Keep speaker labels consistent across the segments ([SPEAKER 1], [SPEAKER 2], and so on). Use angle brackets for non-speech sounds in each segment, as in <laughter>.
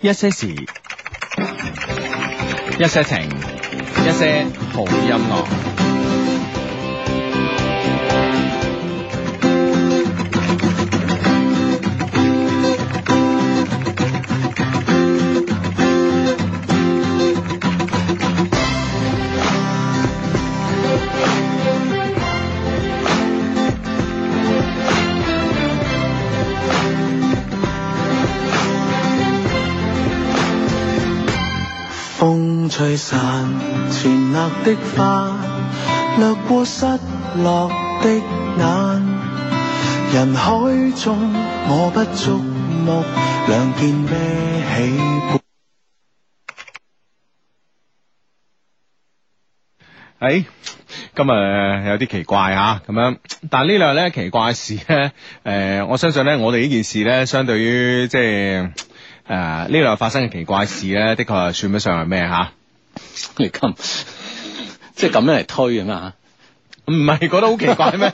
[SPEAKER 1] 一些事，一些情，一些好音樂。
[SPEAKER 2] 風吹散前額的花，掠過失落的眼。人海中我不觸目，兩件孭起
[SPEAKER 1] 誒，今日哎有啲奇怪啊，咁樣，但呢兩日咧奇怪嘅事咧，誒、我相信咧，我哋呢件事咧，相對於即係誒呢兩日發生嘅奇怪事咧，的確係算得上係咩吓？
[SPEAKER 3] 你咁即係咁樣嚟推啊嘛，
[SPEAKER 1] 唔係覺得好奇怪咩？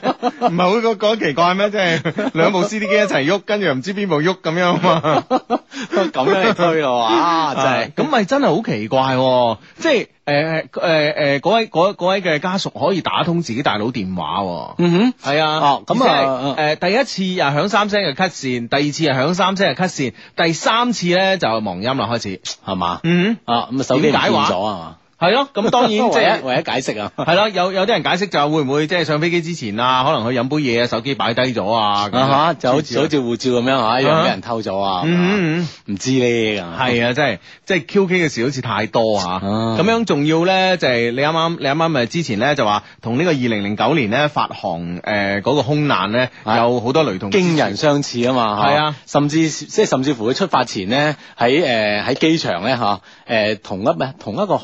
[SPEAKER 1] 唔係好覺得奇怪咩？即
[SPEAKER 3] <laughs>
[SPEAKER 1] 係兩部 CD 機一齊喐，跟住又唔知邊部喐咁樣啊嘛。
[SPEAKER 3] 咁樣嚟推咯，啊真係
[SPEAKER 1] 係，咁咪真係好奇怪喎！即係誒誒誒嗰位嗰嗰位嘅家屬可以打通自己大佬電話喎。
[SPEAKER 3] 嗯
[SPEAKER 1] 係啊，
[SPEAKER 3] 哦咁啊
[SPEAKER 1] 誒第一次又響三聲就 cut 線，第二次又響三聲就 cut 線，第三次咧就忙音啦開始。
[SPEAKER 3] 哼，係嘛，
[SPEAKER 1] 嗯，
[SPEAKER 3] 啊咁啊手機
[SPEAKER 1] 點
[SPEAKER 3] 唔見
[SPEAKER 1] 解話
[SPEAKER 3] 咗啊嘛，
[SPEAKER 1] 係咯，咁當然即
[SPEAKER 3] <laughs> 唯
[SPEAKER 1] 係嗯
[SPEAKER 3] 一。唯一解釋啊，
[SPEAKER 1] 係啦，有有啲人解釋就係會唔會即係上飛機之前啊，可能佢飲杯嘢啊，手機擺低咗啊，咁樣
[SPEAKER 3] 啊哈，就好似
[SPEAKER 1] 諸
[SPEAKER 3] 好
[SPEAKER 1] 如此類
[SPEAKER 3] 似護照咁樣啊嚇，一樣俾人偷咗啊，
[SPEAKER 1] 嗯嗯嗯
[SPEAKER 3] 唔知咧咁，
[SPEAKER 1] 係啊，真係即係 QK 嘅事好似太多吓，
[SPEAKER 3] 哦啊
[SPEAKER 1] 咁樣仲要咧就係你啱啱你啱啱咪之前咧就話同呢個二零零九年咧發航誒嗰個空難咧
[SPEAKER 3] 啊
[SPEAKER 1] 有好多雷同之處
[SPEAKER 3] 驚人相似啊嘛，嚇
[SPEAKER 1] 係啊，
[SPEAKER 3] 甚至即係甚至乎佢出發前咧，喺誒喺機場咧嚇，誒同一咩同一個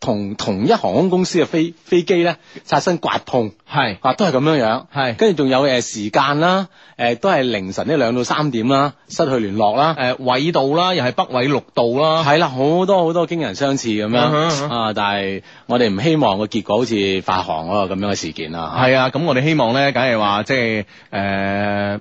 [SPEAKER 3] 同同一航空公司嘅飛飛機咧擦身刮碰
[SPEAKER 1] 係
[SPEAKER 3] 啊，都係咁樣樣，
[SPEAKER 1] 係
[SPEAKER 3] 跟住仲有誒呃時間啦，誒都係凌晨呢兩到三點啦，失去聯絡啦，
[SPEAKER 1] 誒呃緯度啦，又係北緯六度啦，
[SPEAKER 3] 係啦，好多好多驚人相似咁樣
[SPEAKER 1] 嗯哼嗯哼
[SPEAKER 3] 啊！但係我哋唔希望個結果好似發行嗰個咁樣嘅事件啦。
[SPEAKER 1] 係啊，咁我哋希望咧，梗係話即係誒。呃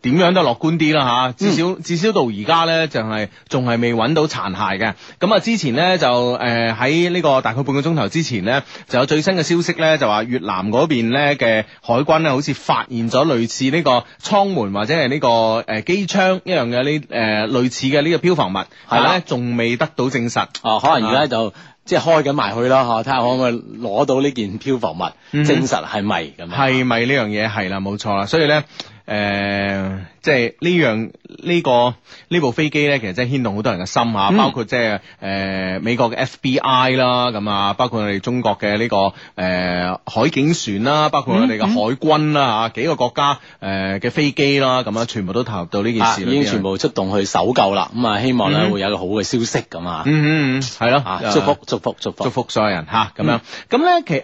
[SPEAKER 1] 點樣都樂觀啲啦嚇，至少、至少到而家咧，就係仲係未揾到殘骸嘅。咁啊，之前咧就誒喺呢個大概半個鐘頭之前咧，就有最新嘅消息咧，就話越南嗰邊咧嘅海軍咧，好似發現咗類似呢個艙門或者係呢、個誒機槍一樣嘅呢誒類似嘅呢個漂浮物，但係咧仲未得到證實。
[SPEAKER 3] 啊，可能而家就即係開緊埋去啦，啊嚇，睇下可唔可以攞到呢件漂浮物，
[SPEAKER 1] 嗯
[SPEAKER 3] 證實係咪咁樣？
[SPEAKER 1] 係咪呢樣嘢係啦？冇錯啦，所以咧，誒、即係呢樣呢、個呢部飛機咧，其實真係牽動好多人嘅心啊，
[SPEAKER 3] 嗯
[SPEAKER 1] 包括即係誒美國嘅 FBI 啦，咁啊，包括我哋中國嘅呢、個誒、海警船啦，包括我
[SPEAKER 3] 嗯
[SPEAKER 1] 哋嘅海軍啦啊嚇，幾個國家誒嘅、飛機啦，咁啊，全部都投入到呢件
[SPEAKER 3] 啊，
[SPEAKER 1] 事
[SPEAKER 3] 已
[SPEAKER 1] 裏邊。
[SPEAKER 3] 經全部出動去搜救啦。咁啊，希望咧
[SPEAKER 1] 嗯
[SPEAKER 3] 會有一個好嘅消息咁啊。
[SPEAKER 1] 嗯嗯嗯，係咯，
[SPEAKER 3] 啊，
[SPEAKER 1] 誒
[SPEAKER 3] 祝福祝福祝福
[SPEAKER 1] 祝。福所有人吓咁樣。咁咧其誒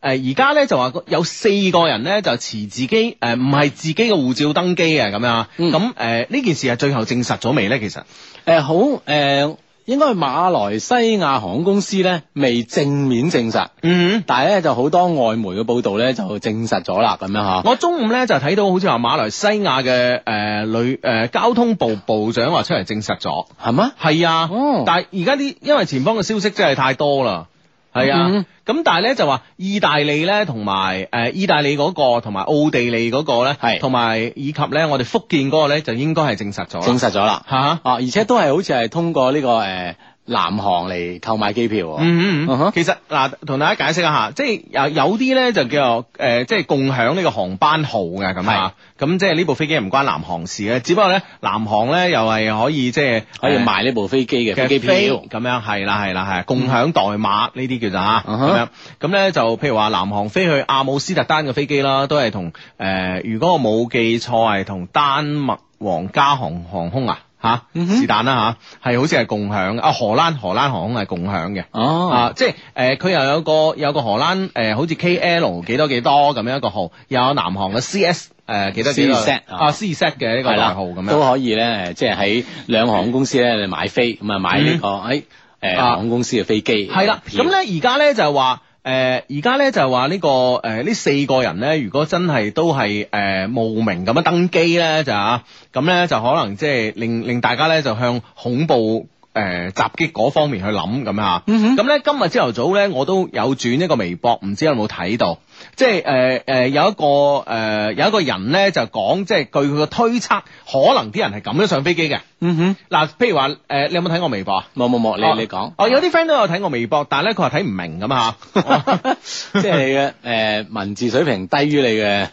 [SPEAKER 1] 誒誒而家咧就話有四個人咧就持自己誒唔係自己嘅護照登機嘅咁樣。
[SPEAKER 3] 嗯
[SPEAKER 1] 咁誒呢件事係最後證實咗未咧？其實
[SPEAKER 3] 誒好誒，應該係馬來西亞航空公司咧未正面證實。
[SPEAKER 1] 嗯。
[SPEAKER 3] 但係咧就好多外媒嘅報道咧就證實咗啦，咁樣啊嚇。
[SPEAKER 1] 我中午咧就睇到好似話馬來西亞嘅誒旅誒交通部部長話出嚟證實咗，
[SPEAKER 3] 係咩？
[SPEAKER 1] 係啊，
[SPEAKER 3] 哦
[SPEAKER 1] 但係而家啲因為前方嘅消息真係太多啦，係啊，咁
[SPEAKER 3] 嗯、
[SPEAKER 1] 但係咧就話意大利咧同埋誒意大利嗰、個同埋奧地利嗰個咧，
[SPEAKER 3] 係
[SPEAKER 1] 同埋以及咧我哋福建嗰個咧就應該係證實咗啦，
[SPEAKER 3] 證實咗啦。
[SPEAKER 1] 嚇、
[SPEAKER 3] 啊，而且都係好似係通過呢、個誒、南航嚟購買機票喎。
[SPEAKER 1] 嗯嗯
[SPEAKER 3] 嗯
[SPEAKER 1] 嗯
[SPEAKER 3] 哼，
[SPEAKER 1] 其實嗱，同大家解釋一下，即係有有啲咧就叫做誒、呃即係共享呢個航班號嘅咁啊，咁即係呢部飛機唔關南航事嘅，只不過咧南航咧又係可以即係
[SPEAKER 3] 可以
[SPEAKER 1] 呃
[SPEAKER 3] 賣呢部飛機嘅飛
[SPEAKER 1] 嘅
[SPEAKER 3] 機票。
[SPEAKER 1] 咁樣係啦係啦係共享代碼呢啲叫做嚇
[SPEAKER 3] 嗯
[SPEAKER 1] 咁樣
[SPEAKER 3] 哼
[SPEAKER 1] 咁咧就譬如話南航飛去阿姆斯特丹嘅飛機啦，都係同誒如果我冇記錯係同丹麥皇家航航空啊嚇
[SPEAKER 3] 嗯哼
[SPEAKER 1] 是但啦嚇，係好似係共享嘅啊荷蘭荷蘭航空係共享嘅。
[SPEAKER 3] 哦，
[SPEAKER 1] 啊，即係誒，佢、又有個有個荷蘭誒、好似 KL 幾多幾多咁樣一個號，又有南航嘅 CS 誒、幾多幾多
[SPEAKER 3] CZ 啊
[SPEAKER 1] 啊 CZ 嘅呢個
[SPEAKER 3] 係
[SPEAKER 1] 代
[SPEAKER 3] 啦，
[SPEAKER 1] 號咁
[SPEAKER 3] 都
[SPEAKER 1] 樣。
[SPEAKER 3] 可以咧，誒即係喺兩個航空公司咧，你買飛咁啊買呢、個誒誒、
[SPEAKER 1] 啊
[SPEAKER 3] 航空公司嘅飛機。
[SPEAKER 1] 係啦，咁咧而家咧就係話诶，而家咧就係話呢個诶呢四個人咧，如果真係都係诶慕名咁樣登基咧，就啊咁咧就可能即係令令大家咧就向恐怖。誒襲擊嗰方面去諗咁啊，咁咧、今日朝頭早咧我都有轉一個微博，唔知有冇睇到？即係誒誒有一個誒、呃有一個人咧就講，即係據佢嘅推測，可能啲人係咁樣上飛機嘅。
[SPEAKER 3] 嗯哼，
[SPEAKER 1] 嗱，譬如話誒、呃你有冇睇我微博啊？
[SPEAKER 3] 冇冇冇，
[SPEAKER 1] 哦
[SPEAKER 3] 你你講，
[SPEAKER 1] 哦，有啲 friend 都有睇我微博，但係咧佢話睇唔明咁啊嚇。<laughs>
[SPEAKER 3] <laughs> 即係你嘅诶文字水平低於你嘅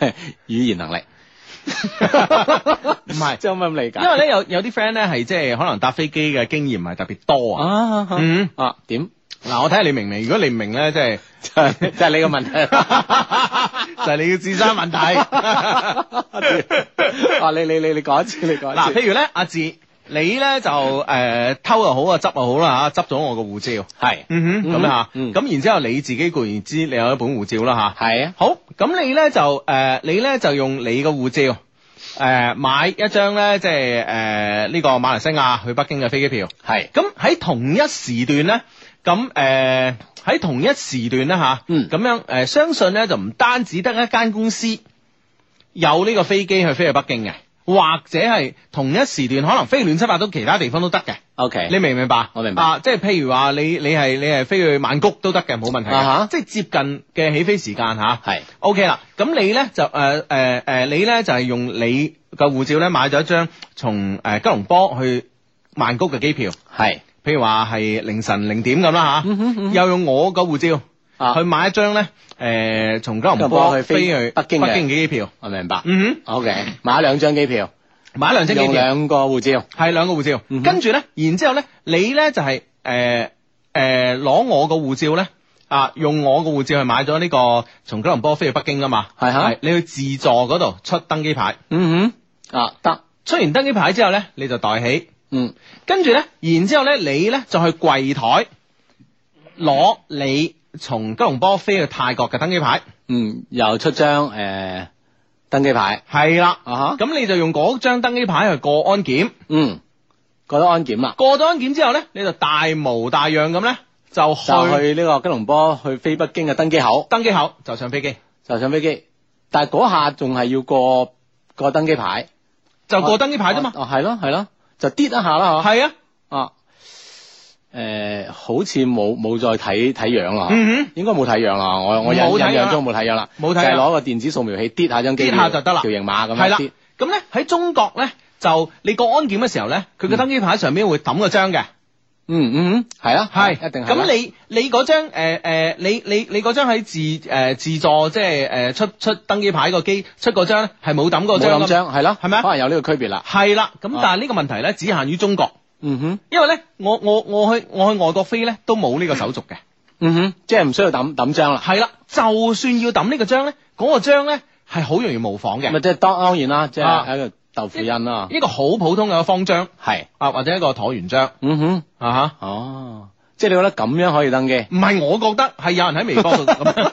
[SPEAKER 3] 語言能力，
[SPEAKER 1] 唔係
[SPEAKER 3] <laughs> 即係可唔可以咁理解？
[SPEAKER 1] 因為咧有有啲 friend 咧係即係可能搭飛機嘅經驗唔係特別多啊。
[SPEAKER 3] 啊啊
[SPEAKER 1] 嗯，
[SPEAKER 3] 啊點？ <laughs>
[SPEAKER 1] 嗱，我睇下你明唔明？如果你唔明咧，即 <laughs> 係
[SPEAKER 3] 就係就係你個問
[SPEAKER 1] <laughs>
[SPEAKER 3] 題。
[SPEAKER 1] 就係你嘅智商問題。
[SPEAKER 3] 啊！你你你你講一次，你
[SPEAKER 1] <laughs>
[SPEAKER 3] 講
[SPEAKER 1] 嗱，
[SPEAKER 3] 一次。
[SPEAKER 1] 譬如咧，阿志，你咧就誒、呃偷又好啊，執又好啦嚇，執咗我個護照。
[SPEAKER 3] 係
[SPEAKER 1] 嗯哼，咁樣嚇，
[SPEAKER 3] 嗯
[SPEAKER 1] 咁然之後你自己固然知你有一本護照啦嚇。
[SPEAKER 3] 係啊，
[SPEAKER 1] 好，咁你咧就誒、呃你咧就用你個護照。誒、買一張咧，即係誒呢個馬來西亞去北京嘅飛機票。
[SPEAKER 3] 係
[SPEAKER 1] 咁喺同一時段咧，咁誒喺同一時段咧吓，
[SPEAKER 3] 嗯
[SPEAKER 1] 咁樣誒、呃相信咧就唔單止得一間公司有呢個飛機去飛去北京嘅，或者係同一時段可能飛亂七八糟其他地方都得嘅。
[SPEAKER 3] OK。
[SPEAKER 1] 你明唔明白？
[SPEAKER 3] 我明白
[SPEAKER 1] 啊，即係譬如話你你係你係飛去曼谷都得嘅，冇問題嘅，
[SPEAKER 3] 啊哈
[SPEAKER 1] 即係接近嘅起飛時間吓。
[SPEAKER 3] 係
[SPEAKER 1] O K 啦，咁你咧就誒誒誒，你咧就係、用你嘅護照咧買咗一張從誒、呃吉隆坡去曼谷嘅機票，
[SPEAKER 3] 係
[SPEAKER 1] 譬如話係凌晨零點咁啦
[SPEAKER 3] 嗯
[SPEAKER 1] 嚇，又用我個護照、
[SPEAKER 3] 啊
[SPEAKER 1] 去買一張咧誒、呃、從吉隆
[SPEAKER 3] 吉隆
[SPEAKER 1] 坡
[SPEAKER 3] 坡去
[SPEAKER 1] 飛
[SPEAKER 3] 飛
[SPEAKER 1] 去
[SPEAKER 3] 北京嘅
[SPEAKER 1] 北京嘅機票，
[SPEAKER 3] 我明白。
[SPEAKER 1] 嗯
[SPEAKER 3] OK，買兩張機票，
[SPEAKER 1] 哼，買兩張機
[SPEAKER 3] 用
[SPEAKER 1] 票，
[SPEAKER 3] 兩個護照。
[SPEAKER 1] 係兩個護照，
[SPEAKER 3] 嗯哼
[SPEAKER 1] 跟住咧，然之後咧，你咧就係誒誒攞我個護照咧。啊！用我個護照去買咗呢個從吉隆坡飛去北京啊嘛，
[SPEAKER 3] 係啊
[SPEAKER 1] 係你去自助嗰度出登機牌，
[SPEAKER 3] 嗯哼，啊得，
[SPEAKER 1] 出完登機牌之後咧，你就袋起，
[SPEAKER 3] 嗯
[SPEAKER 1] 跟住咧，然之後咧，你咧就去櫃台攞你從吉隆坡飛去泰國嘅登機牌，
[SPEAKER 3] 嗯，又出張誒登機牌
[SPEAKER 1] 係啦，
[SPEAKER 3] 啊哈，
[SPEAKER 1] 咁你就用嗰張登機牌去過安檢，
[SPEAKER 3] 嗯，過咗安檢啦，
[SPEAKER 1] 過咗安檢之後咧，你就大模大樣咁咧就
[SPEAKER 3] 就
[SPEAKER 1] 去
[SPEAKER 3] 去呢個吉隆坡去飛北京嘅登機口，
[SPEAKER 1] 登機口就上飛機，
[SPEAKER 3] 就上飛機，但係嗰下仲係要過過登機牌，
[SPEAKER 1] 就過登機牌啫嘛，
[SPEAKER 3] 哦係咯係咯，就跌一下啦嚇，
[SPEAKER 1] 係啊，
[SPEAKER 3] 啊誒好似冇冇再睇睇樣啊啦，
[SPEAKER 1] 嗯哼
[SPEAKER 3] 應該冇睇樣啦，我我印
[SPEAKER 1] 冇睇樣啦
[SPEAKER 3] 印象中冇睇樣啦，
[SPEAKER 1] 冇睇
[SPEAKER 3] 就
[SPEAKER 1] 樣
[SPEAKER 3] 係攞個電子掃描器跌下張機票，
[SPEAKER 1] 跌下就得啦
[SPEAKER 3] 條形碼咁
[SPEAKER 1] 係
[SPEAKER 3] 樣
[SPEAKER 1] 啦
[SPEAKER 3] 跌，，
[SPEAKER 1] 咁咧喺中國咧就你過安檢嘅時候咧，佢嘅登機牌上面會抌個章嘅。
[SPEAKER 3] 嗯嗯係啦，
[SPEAKER 1] 係，
[SPEAKER 3] 一定係啦
[SPEAKER 1] 咁你你嗰張誒誒，你你你嗰張喺自誒、呃自助即係誒出出登機牌個機出嗰張咧係冇抌嗰
[SPEAKER 3] 冇
[SPEAKER 1] 張
[SPEAKER 3] 諗
[SPEAKER 1] 㗎嘛，
[SPEAKER 3] 張係咯，
[SPEAKER 1] 係咪啊
[SPEAKER 3] 可能有呢個區別啦。
[SPEAKER 1] 係啦。咁
[SPEAKER 3] 啊
[SPEAKER 1] 但係呢個問題咧只限於中國，
[SPEAKER 3] 嗯哼，
[SPEAKER 1] 因為咧我我我去我去外國飛咧都冇呢個手續嘅。
[SPEAKER 3] 嗯哼，即係唔需要抌抌章啦。
[SPEAKER 1] 係啦，就算要抌呢個章咧，嗰、個章咧係好容易模仿嘅
[SPEAKER 3] 咁啊，，即係當當然啦，即
[SPEAKER 1] 啊
[SPEAKER 3] 係一個豆腐印啦。
[SPEAKER 1] 一個好普通嘅方章
[SPEAKER 3] 係，
[SPEAKER 1] 啊，或者一個橢圓章
[SPEAKER 3] 嗯哼，
[SPEAKER 1] 啊嚇。
[SPEAKER 3] 哦，即係你覺得咁樣可以登機？
[SPEAKER 1] 唔係我覺得係有人喺微博度
[SPEAKER 3] <laughs>
[SPEAKER 1] 咁樣，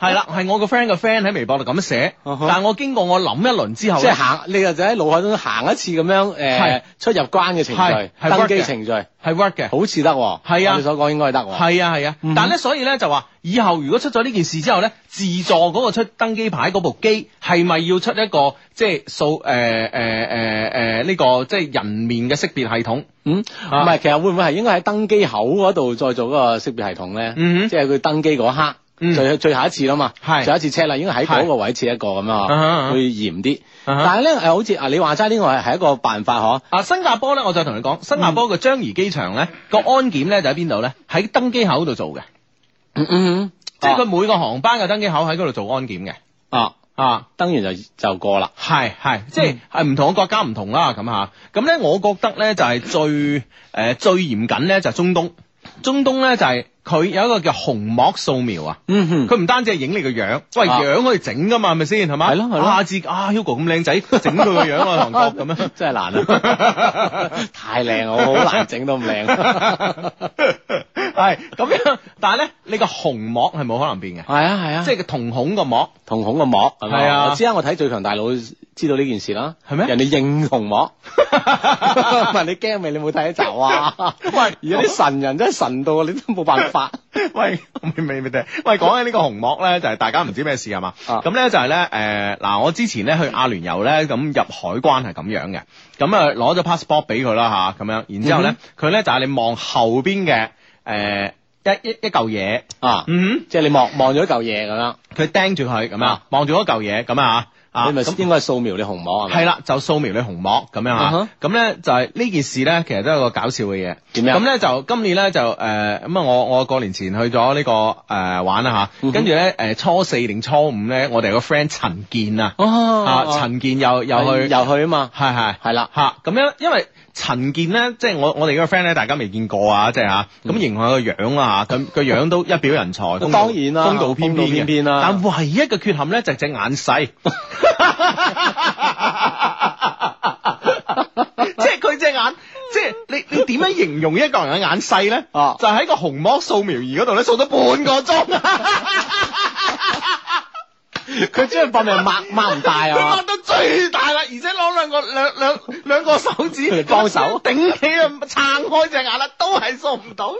[SPEAKER 1] 係啦，係我個 friend 個 friend 喺微博度咁寫，
[SPEAKER 3] 啊哈
[SPEAKER 1] 但係我經過我諗一輪之後
[SPEAKER 3] 即
[SPEAKER 1] 咧
[SPEAKER 3] 係，行，你就喺腦海中行一次咁樣
[SPEAKER 1] 係
[SPEAKER 3] 誒出入關嘅程
[SPEAKER 1] 係
[SPEAKER 3] 序，
[SPEAKER 1] 係
[SPEAKER 3] 登
[SPEAKER 1] work
[SPEAKER 3] 機
[SPEAKER 1] 嘅
[SPEAKER 3] 程序，
[SPEAKER 1] 係 work 嘅，
[SPEAKER 3] 好似得喎。
[SPEAKER 1] 係啊
[SPEAKER 3] 你所講應該係得喎。
[SPEAKER 1] 係啊係啊，
[SPEAKER 3] 嗯哼
[SPEAKER 1] 但係咧所以咧就話，以後如果出咗呢件事之後咧，自助嗰個出登機牌嗰部機係咪要出一個即係數誒呃誒誒誒呃呢個即係人面嘅識別系統？
[SPEAKER 3] 嗯，
[SPEAKER 1] 啊
[SPEAKER 3] 唔係，其實會唔會係應該喺登機口嗰度再做嗰個識別系統咧？
[SPEAKER 1] 嗯哼
[SPEAKER 3] 即係佢登機嗰刻，
[SPEAKER 1] 嗯
[SPEAKER 3] 最最後一次啦嘛，
[SPEAKER 1] 係
[SPEAKER 3] 最後一次 check 啦，應該喺嗰個位置一個咁樣
[SPEAKER 1] 啊哈啊
[SPEAKER 3] 啊
[SPEAKER 1] 哈
[SPEAKER 3] 會嚴啲。
[SPEAKER 1] 啊哈
[SPEAKER 3] 但係咧，誒好似啊，你話齋呢個係係一個辦法嗬。
[SPEAKER 1] 啊，新加坡咧，我再同你講，新加坡嘅樟宜機場咧個安檢咧就喺邊度咧？喺登機口度做嘅，
[SPEAKER 3] 嗯嗯，
[SPEAKER 1] 即係佢每個航班嘅登機口喺嗰度做安檢嘅
[SPEAKER 3] 啊，
[SPEAKER 1] 啊。
[SPEAKER 3] 登完就就過啦。
[SPEAKER 1] 係係，即
[SPEAKER 3] 嗯
[SPEAKER 1] 係係唔同嘅國家唔同啦咁吓。咁咧，我覺得咧就係最誒、呃最嚴謹咧就係中東，中東咧就係、佢有一個叫虹膜掃描啊，
[SPEAKER 3] 嗯哼，
[SPEAKER 1] 佢唔單止係影你個樣，喂
[SPEAKER 3] 啊
[SPEAKER 1] 樣可以整噶嘛，係咪先係嘛？
[SPEAKER 3] 係咯係咯
[SPEAKER 1] 下次啊 Hugo 咁靚仔，整佢個樣
[SPEAKER 3] <laughs>
[SPEAKER 1] 啊，韓國咁樣。
[SPEAKER 3] <laughs>
[SPEAKER 1] <laughs>
[SPEAKER 3] 真係難啊！太靚啦，我好難整到咁靚。
[SPEAKER 1] 係咁樣，但係咧，你個虹膜係冇可能變嘅，
[SPEAKER 3] 係啊係啊，
[SPEAKER 1] 即
[SPEAKER 3] 即係
[SPEAKER 1] 係個瞳孔個膜。
[SPEAKER 3] 瞳孔個膜係咪
[SPEAKER 1] 係啊
[SPEAKER 3] 我知啊，我睇《最強大腦》知道呢件事啦。
[SPEAKER 1] 係咩
[SPEAKER 3] 人哋認瞳 <laughs> 膜，問你驚未？你冇睇一集啊？
[SPEAKER 1] 喂
[SPEAKER 3] <laughs> 而家啲神人真係神到你都冇辦法。
[SPEAKER 1] <laughs> 喂，未未未定。喂，講起呢個紅幕咧，就係、大家唔知咩事係嘛？
[SPEAKER 3] 啊
[SPEAKER 1] 咁咧、就係咧，誒、嗱，我之前咧去阿聯酋咧，咁入海關係咁樣嘅，咁啊攞咗 passport 俾佢啦吓，咁樣，然之
[SPEAKER 3] 嗯
[SPEAKER 1] 後咧，佢咧、就係、你望後邊嘅誒一一一嚿嘢，
[SPEAKER 3] 啊，
[SPEAKER 1] 嗯，
[SPEAKER 3] 即係你望望咗嚿嘢咁樣，
[SPEAKER 1] 佢盯住佢咁樣
[SPEAKER 3] 啊，
[SPEAKER 1] 望住嗰嚿嘢咁啊，啊，
[SPEAKER 3] 你咪
[SPEAKER 1] 咁
[SPEAKER 3] 應該係掃描你虹膜係咪？
[SPEAKER 1] 係啦，就掃描你虹膜咁樣
[SPEAKER 3] 啊哈
[SPEAKER 1] 啊。咁咧就係呢件事咧，其實都有個搞笑嘅嘢。
[SPEAKER 3] 點樣
[SPEAKER 1] 咁咧就今年咧就誒咁啊！我我過年前去咗呢個誒玩啦
[SPEAKER 3] 嗯哼
[SPEAKER 1] 嚇，跟住咧誒初四定初五咧，我哋有個 friend 陳健啊，
[SPEAKER 3] 哦
[SPEAKER 1] 啊陳健又又
[SPEAKER 3] 又
[SPEAKER 1] 去
[SPEAKER 3] 去，又去啊嘛，
[SPEAKER 1] 係係。
[SPEAKER 3] 係啦，
[SPEAKER 1] 吓咁樣，因為陳健咧，即係我我哋嗰個 friend 咧，大家未見過啊，即係吓咁形容佢個樣啦吓，咁個樣都一表人
[SPEAKER 3] <laughs>
[SPEAKER 1] 才，風度
[SPEAKER 3] 嗯當然啦
[SPEAKER 1] 風度翩翩
[SPEAKER 3] 風度翩翩
[SPEAKER 1] 嘅
[SPEAKER 3] 啦
[SPEAKER 1] 但唯一嘅缺陷咧就係隻眼細， <laughs> 即係佢隻眼，即係你你點樣形容一個人嘅眼細咧？
[SPEAKER 3] 啊
[SPEAKER 1] 就喺個虹膜掃描儀嗰度咧掃咗半個鐘，
[SPEAKER 3] <laughs>
[SPEAKER 1] <laughs>
[SPEAKER 3] 佢真係搏命擘擘唔大
[SPEAKER 1] 佢
[SPEAKER 3] 啊嘛
[SPEAKER 1] 擘，到最大啦，而且攞兩個兩兩兩個手指
[SPEAKER 3] 嚟 <laughs> 幫手
[SPEAKER 1] 頂起啊，撐開隻眼啦，都係掃唔到，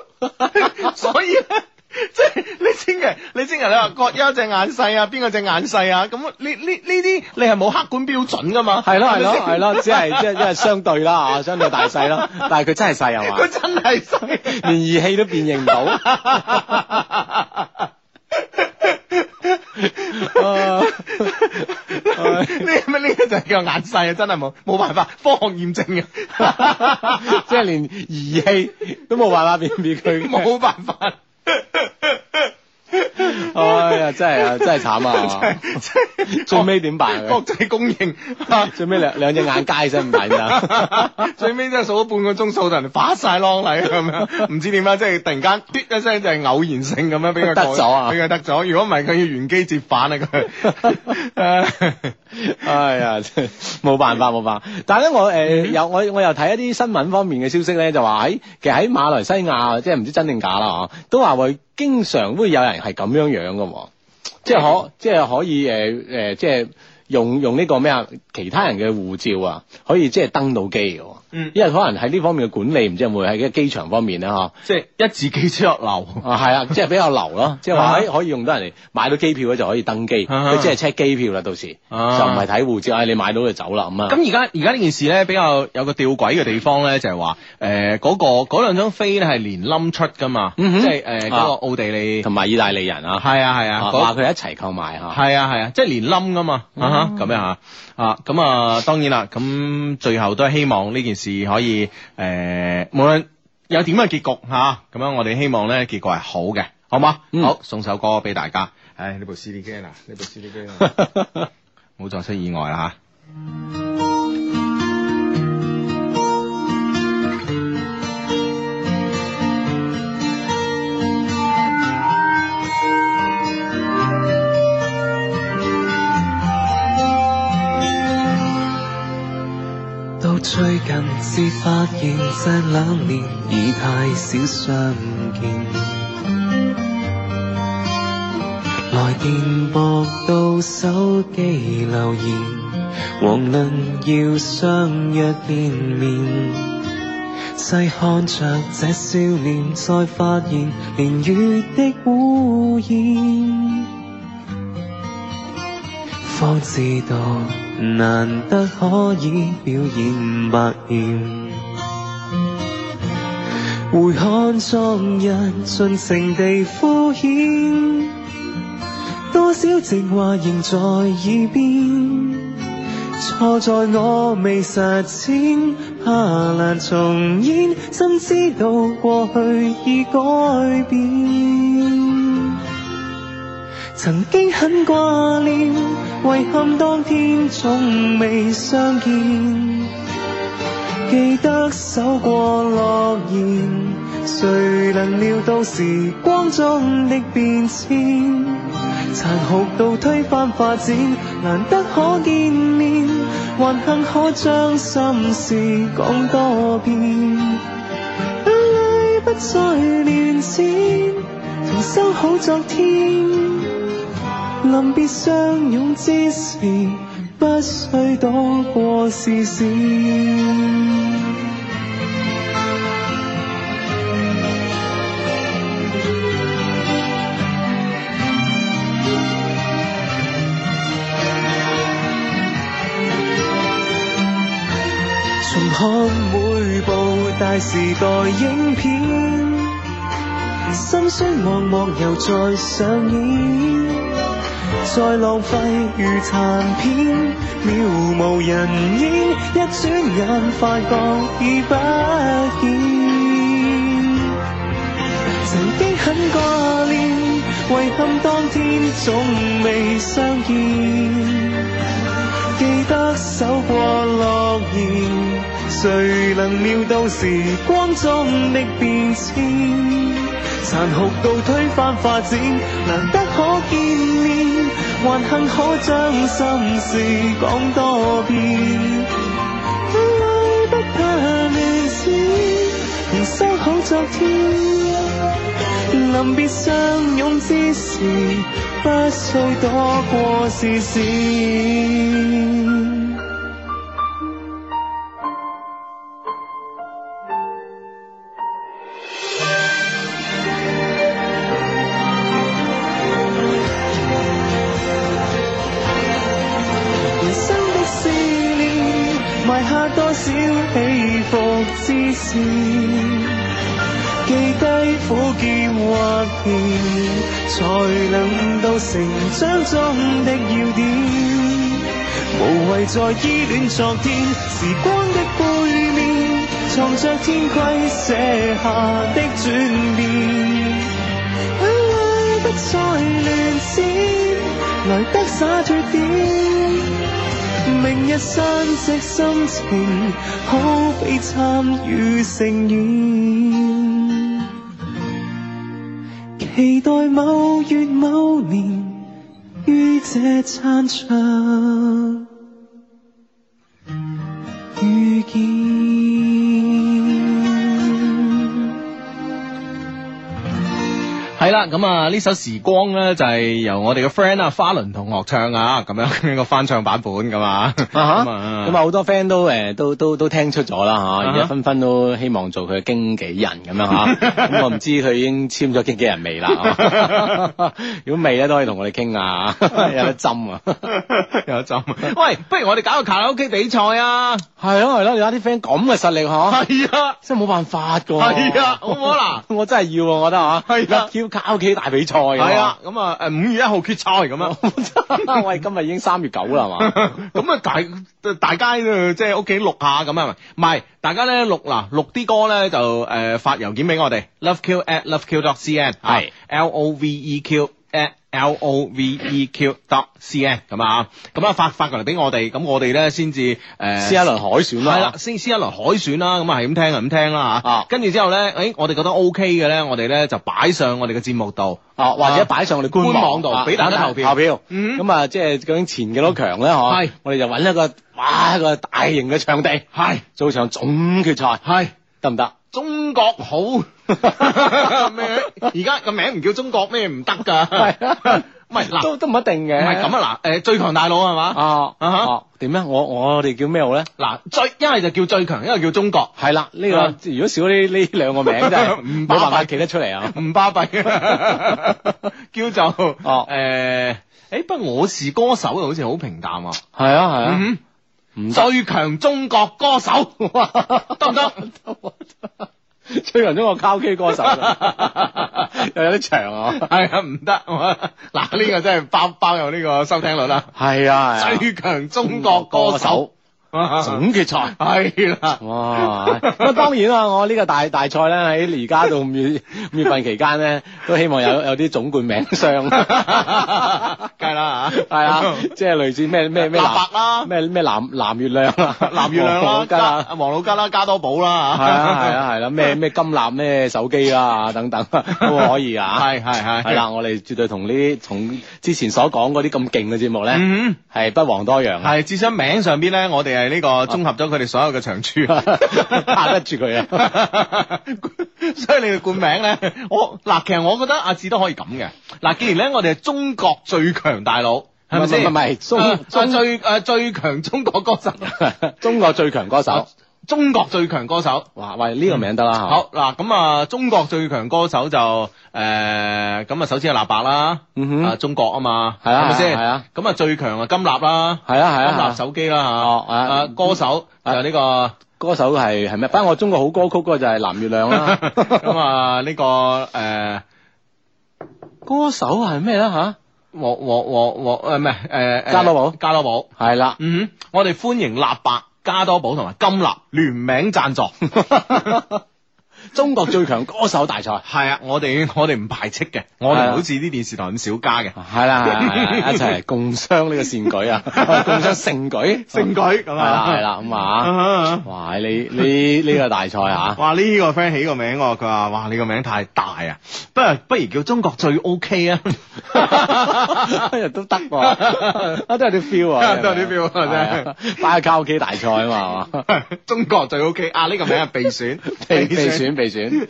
[SPEAKER 1] <laughs> 所以咧。即係你千祈，你千祈你話葛優隻眼細啊，邊個隻眼細啊？咁呢呢呢啲你係冇客觀標準噶嘛？
[SPEAKER 3] 係咯係咯
[SPEAKER 1] 咪先
[SPEAKER 3] 係 <laughs> 咯，只係即係即係相對啦啊，相對大細啦， <laughs> 但係佢真係細啊係
[SPEAKER 1] 佢
[SPEAKER 3] 嘛，
[SPEAKER 1] 真係 <laughs> 細。
[SPEAKER 3] 連儀器都辨認唔到， <laughs> 啊
[SPEAKER 1] 呢咩呢個就係叫眼細啊！真係冇冇辦法，科學驗證啊
[SPEAKER 3] <laughs>
[SPEAKER 1] 嘅。
[SPEAKER 3] 即係連儀器都冇辦法辨別佢，
[SPEAKER 1] 冇辦法，
[SPEAKER 3] 哎呀真係啊真係
[SPEAKER 1] <laughs>
[SPEAKER 3] 慘啊，
[SPEAKER 1] 即係
[SPEAKER 3] 最尾點辦啊
[SPEAKER 1] 國際公認，啊
[SPEAKER 3] 最尾兩兩隻眼街真唔大得，
[SPEAKER 1] <laughs> 最尾真係數咗半個鐘，數到人哋發晒啷嚟咁
[SPEAKER 3] <laughs>
[SPEAKER 1] 樣，唔知點解啊即係突然間嘟一聲就係偶然性咁樣俾佢
[SPEAKER 3] 得咗啊
[SPEAKER 1] 俾佢得咗。如果唔係，佢要原機折返啊
[SPEAKER 3] <laughs>
[SPEAKER 1] 佢。
[SPEAKER 3] 哎呀真係冇辦法冇辦法，但係咧我
[SPEAKER 1] 嗯
[SPEAKER 3] 誒有我我又睇一啲新聞方面嘅消息咧，就話喺其實喺馬來西亞即係唔知真定假啦嚇，都話會經常會有人係咁樣樣嘅喎，即係
[SPEAKER 1] 嗯
[SPEAKER 3] 可即係可以誒誒、即係用用呢個咩啊其他人嘅護照啊，可以即係登到機嘅喎。
[SPEAKER 1] <laughs> 嗯
[SPEAKER 3] 因為可能喺呢方面嘅管理唔知有冇喺機場方面咧嗬，
[SPEAKER 1] 即係一字機出流。
[SPEAKER 3] <laughs> 啊係啊，即係比較流咯，即係
[SPEAKER 1] 啊
[SPEAKER 3] 話哎誒可以用到人哋買到機票咧就可以登機，
[SPEAKER 1] 啊
[SPEAKER 3] 佢即係 check 機票啦，到時就
[SPEAKER 1] 啊
[SPEAKER 3] 唔係睇護照，誒你買到就走啦咁
[SPEAKER 1] <laughs>
[SPEAKER 3] 啊。
[SPEAKER 1] 咁而家而家呢件事咧，比較有個吊詭嘅地方咧，就係話誒嗰個嗰兩張飛咧係連冧出噶嘛，
[SPEAKER 3] 嗯哼
[SPEAKER 1] 即係誒嗰個奧地利
[SPEAKER 3] 同埋意大利人啊，
[SPEAKER 1] 係啊係
[SPEAKER 3] 啊
[SPEAKER 1] 啊，
[SPEAKER 3] 話
[SPEAKER 1] 嗰
[SPEAKER 3] 佢一齊購買嚇，
[SPEAKER 1] 係啊係啊，即係連冧噶嘛，啊哈咁樣嚇啊咁啊，當然啦，咁最後都係希望呢件事可以誒，無論有點嘅結局嚇，咁樣我哋希望咧結果係好嘅，好嘛？
[SPEAKER 3] 嗯
[SPEAKER 1] 好，送首歌俾大家。唉，呢部 CD 機啦，呢部 CD 機啊啦， <laughs> 冇作出意外啦
[SPEAKER 2] 到最近至發現這兩年已太少相見，來電駁到手機留言，遑論要相約見面。細看着這少年，再發現年月的污染。方知道難得可以表演百厭。回看昨日，盡情地敷衍，多少情話仍在耳邊。錯在我未實踐，怕難重演，深知道過去已改變。曾經很掛念，遺憾當天總未相見。記得守過諾言，誰能料到時光中的變遷？殘酷到推翻發展，難得可見面，還幸可將心事講多遍。眼淚不再亂濺，重修好昨天。臨別相擁之時，不需躲過視線。每部大時代影片，心酸往往又再上演，再浪費如殘片，渺無人煙，一轉眼發覺已不見。曾經很掛念，遺憾當天總未相見。記得守過諾言，誰能料到時光中的變遷？殘酷到推翻發展，難得可見面，還幸可將心事講多遍。愛不怕亂閃，仍收好昨天。臨別相擁之時，不需躲過視線。人生的思念，埋下多少起伏之線，記低苦澀或甜，才能悟到成長中的要點。無謂再依戀昨天，時光的背面，藏着天規寫下的轉變。愛不再亂閃，來得灑脱點。明日散席心情，好比參與盛宴。期待某月某年，於這餐桌遇見。
[SPEAKER 1] 系啦，咁啊呢首《時光》咧就係由我哋嘅 friend 啊花輪同學唱啊，咁樣 <laughs> 一個翻唱版本咁 <laughs> 啊，
[SPEAKER 3] 啊哈
[SPEAKER 1] 咁啊
[SPEAKER 3] 咁啊，好多 friend 都誒都都都聽出咗啦嚇，而
[SPEAKER 1] 啊
[SPEAKER 3] 家
[SPEAKER 1] 哈
[SPEAKER 3] 紛紛都希望做佢嘅經紀人咁樣 <laughs> 嚇。咁我唔知佢已經簽咗經紀人未啦。 <laughs> 啊如果未咧，都可以同我哋傾下， <laughs> 有得針啊。
[SPEAKER 1] 有浸。喂，不如我哋搞個卡拉 OK 比賽啊！
[SPEAKER 3] 係咯係咯，而家啲 friend 咁嘅實力嚇，
[SPEAKER 1] 係啊，
[SPEAKER 3] 真係冇辦法㗎喎。
[SPEAKER 1] 係啊，好唔好啊
[SPEAKER 3] <laughs> 我真係要喎，我覺得嚇。
[SPEAKER 1] 係啊
[SPEAKER 3] <laughs> 要卡拉 OK 大比賽
[SPEAKER 1] 嗱？
[SPEAKER 3] 㗎嘛
[SPEAKER 1] 係啊，。咁啊，誒五月一號決賽咁
[SPEAKER 3] 哦
[SPEAKER 1] 樣。
[SPEAKER 3] <laughs> 喂，今日已經三月九啦，係
[SPEAKER 1] <laughs>
[SPEAKER 3] 嘛？
[SPEAKER 1] 咁啊，大大家呃即係屋企錄下咁啊，唔係大家咧錄嗱錄啲歌咧就誒發郵件俾我哋 loveq at loveq dot cn 啊
[SPEAKER 3] 係
[SPEAKER 1] l o v e q at l o v e q dot cn 咁啊，咁啊發發過嚟俾我哋，咁我哋咧先至誒
[SPEAKER 3] 試一輪海選啦。
[SPEAKER 1] 係啦，先先一輪海選啦，咁啊係咁聽係咁聽啦
[SPEAKER 3] 啊
[SPEAKER 1] 嚇，跟住之後咧，誒我哋覺得 O K 嘅咧，我哋咧就擺上我哋嘅節目度，
[SPEAKER 3] 啊，或者擺上我哋官
[SPEAKER 1] 官網度
[SPEAKER 3] 啊
[SPEAKER 1] 俾大家投票
[SPEAKER 3] 投票。
[SPEAKER 1] 嗯
[SPEAKER 3] 咁啊，即係究竟前幾多強咧？嗬，
[SPEAKER 1] 係
[SPEAKER 3] 我哋就揾一個哇一個大型嘅場地
[SPEAKER 1] 係
[SPEAKER 3] 做場總決賽，
[SPEAKER 1] 係。
[SPEAKER 3] 得唔得？
[SPEAKER 1] 中國好 <laughs> 咩？而家個名唔叫中國咩唔得㗎？
[SPEAKER 3] 係啊
[SPEAKER 1] 唔係嗱，唔
[SPEAKER 3] 都都唔一定嘅。
[SPEAKER 1] 係咁啊嗱，誒最強大佬係嘛？
[SPEAKER 3] 啊
[SPEAKER 1] 啊哈
[SPEAKER 3] 啊點咧？我我哋叫咩好咧？
[SPEAKER 1] 嗱最一係就叫最強，一係叫中國，
[SPEAKER 3] 係啦，呢個
[SPEAKER 1] 啊
[SPEAKER 3] 如果少呢呢兩個名真係
[SPEAKER 1] <laughs> 唔
[SPEAKER 3] 冇
[SPEAKER 1] 巴閉
[SPEAKER 3] 辦法企得出嚟啊！
[SPEAKER 1] 唔巴閉， <laughs> 叫做
[SPEAKER 3] 哦
[SPEAKER 1] 誒誒，不過我是歌手好似好平淡啊。
[SPEAKER 3] 係啊係啊，
[SPEAKER 1] 嗯哼，
[SPEAKER 3] 唔得
[SPEAKER 1] 最強中國歌手 <laughs> 得唔得？
[SPEAKER 3] 最近中國卡拉 OK 歌手 <laughs> 又有啲長啊！
[SPEAKER 1] 係啊，唔得。 <laughs> 嗱呢個真係包包有呢個收聽率啦。
[SPEAKER 3] 係啊，係啊
[SPEAKER 1] 最強中國歌手。 <laughs>
[SPEAKER 3] 總決賽。
[SPEAKER 1] 系啦，
[SPEAKER 3] 哇！咁啊當然啦，我呢個大大賽咧喺而家到五 <laughs> 月五月份期間咧，都希望有有啲總冠名 <laughs> 商，
[SPEAKER 1] 梗系啦吓，
[SPEAKER 3] 係啊，即係類似咩咩咩
[SPEAKER 1] 立白
[SPEAKER 3] 藍
[SPEAKER 1] 啦，
[SPEAKER 3] 咩咩藍藍月亮啊，
[SPEAKER 1] 藍月
[SPEAKER 3] <laughs>
[SPEAKER 1] 亮啦，
[SPEAKER 3] 黃
[SPEAKER 1] 加
[SPEAKER 3] 金啊。
[SPEAKER 1] 啊王老吉啦，加多寶啦，
[SPEAKER 3] 係啊係啊係啦， <laughs> 咩咩金立咩手機啊 <laughs> 等等都可以啊，
[SPEAKER 1] 系系系，
[SPEAKER 3] 係，啦，我哋絕對同呢同之前所講嗰啲咁勁嘅節目咧，
[SPEAKER 1] 嗯，
[SPEAKER 3] 係不遑多讓啊，
[SPEAKER 1] 系至少名上邊咧，我哋係呢個綜合咗佢哋所有嘅長處， <laughs>
[SPEAKER 3] 拍得住佢啊，
[SPEAKER 1] 所以你嘅冠名咧，我嗱，其實我覺得阿志都可以咁嘅，嗱，既然咧我哋係中國最強大佬，係咪先？
[SPEAKER 3] 唔係唔係中
[SPEAKER 1] 啊啊
[SPEAKER 3] 中
[SPEAKER 1] 最诶最強中國歌手，
[SPEAKER 3] 啊中國最強歌手，
[SPEAKER 1] 中國最強歌手。
[SPEAKER 3] 哇喂呢個名得啦嚇。
[SPEAKER 1] 好嗱，咁啊，中國最強歌手就誒，呃咁啊，首先係立白啦，
[SPEAKER 3] 嗯哼
[SPEAKER 1] 啊，中國啊嘛，
[SPEAKER 3] 係啊
[SPEAKER 1] 咪先？
[SPEAKER 3] 係啊，
[SPEAKER 1] 咁啊，最強啊，金立啦，
[SPEAKER 3] 係啊係啊
[SPEAKER 1] 金
[SPEAKER 3] 係啊
[SPEAKER 1] 立手機啦嚇，
[SPEAKER 3] 哦啊
[SPEAKER 1] 啊歌手就係呢個 <laughs>
[SPEAKER 3] 歌手係係咩？不過我中國好歌曲嗰個就係藍月亮啦。 <laughs>
[SPEAKER 1] 咁啊呢個呃誒
[SPEAKER 3] 歌手係咩啦
[SPEAKER 1] 和和和和呃誒唔係誒誒
[SPEAKER 3] 加多寶
[SPEAKER 1] 加多寶。
[SPEAKER 3] 吓，係啦，
[SPEAKER 1] 嗯，我哋歡迎立白、加多寶同埋金立聯名贊
[SPEAKER 3] <laughs>
[SPEAKER 1] 助。
[SPEAKER 3] 中國最強歌手大賽。
[SPEAKER 1] 係啊，我哋我哋唔排斥嘅，我
[SPEAKER 3] 係
[SPEAKER 1] 哋
[SPEAKER 3] 啊
[SPEAKER 1] 唔好似啲電視台咁少加嘅。
[SPEAKER 3] 係啦，係啦係啦一齊嚟共襄呢個善舉啊！ <laughs> 共襄盛舉，
[SPEAKER 1] 聖舉咁
[SPEAKER 3] 係啦，係啦，咁啊，
[SPEAKER 1] 啊
[SPEAKER 3] <laughs> 哇！呢呢呢個大賽啊吓，
[SPEAKER 1] 哇！呢、個 friend 起個名喎，佢話：哇！你個名太大啊，不如不如叫中國最 OK 啊！ <laughs>
[SPEAKER 3] 哎都得喎，啊都有啲 feel 啊，
[SPEAKER 1] 都有啲 feel 啊
[SPEAKER 3] 係啊，擺卡拉 OK 大賽
[SPEAKER 1] <laughs>
[SPEAKER 3] 啊嘛，係嘛，
[SPEAKER 1] 中國最 OK 啊！呢、個名係 <laughs> 備選，
[SPEAKER 3] 被被選被選，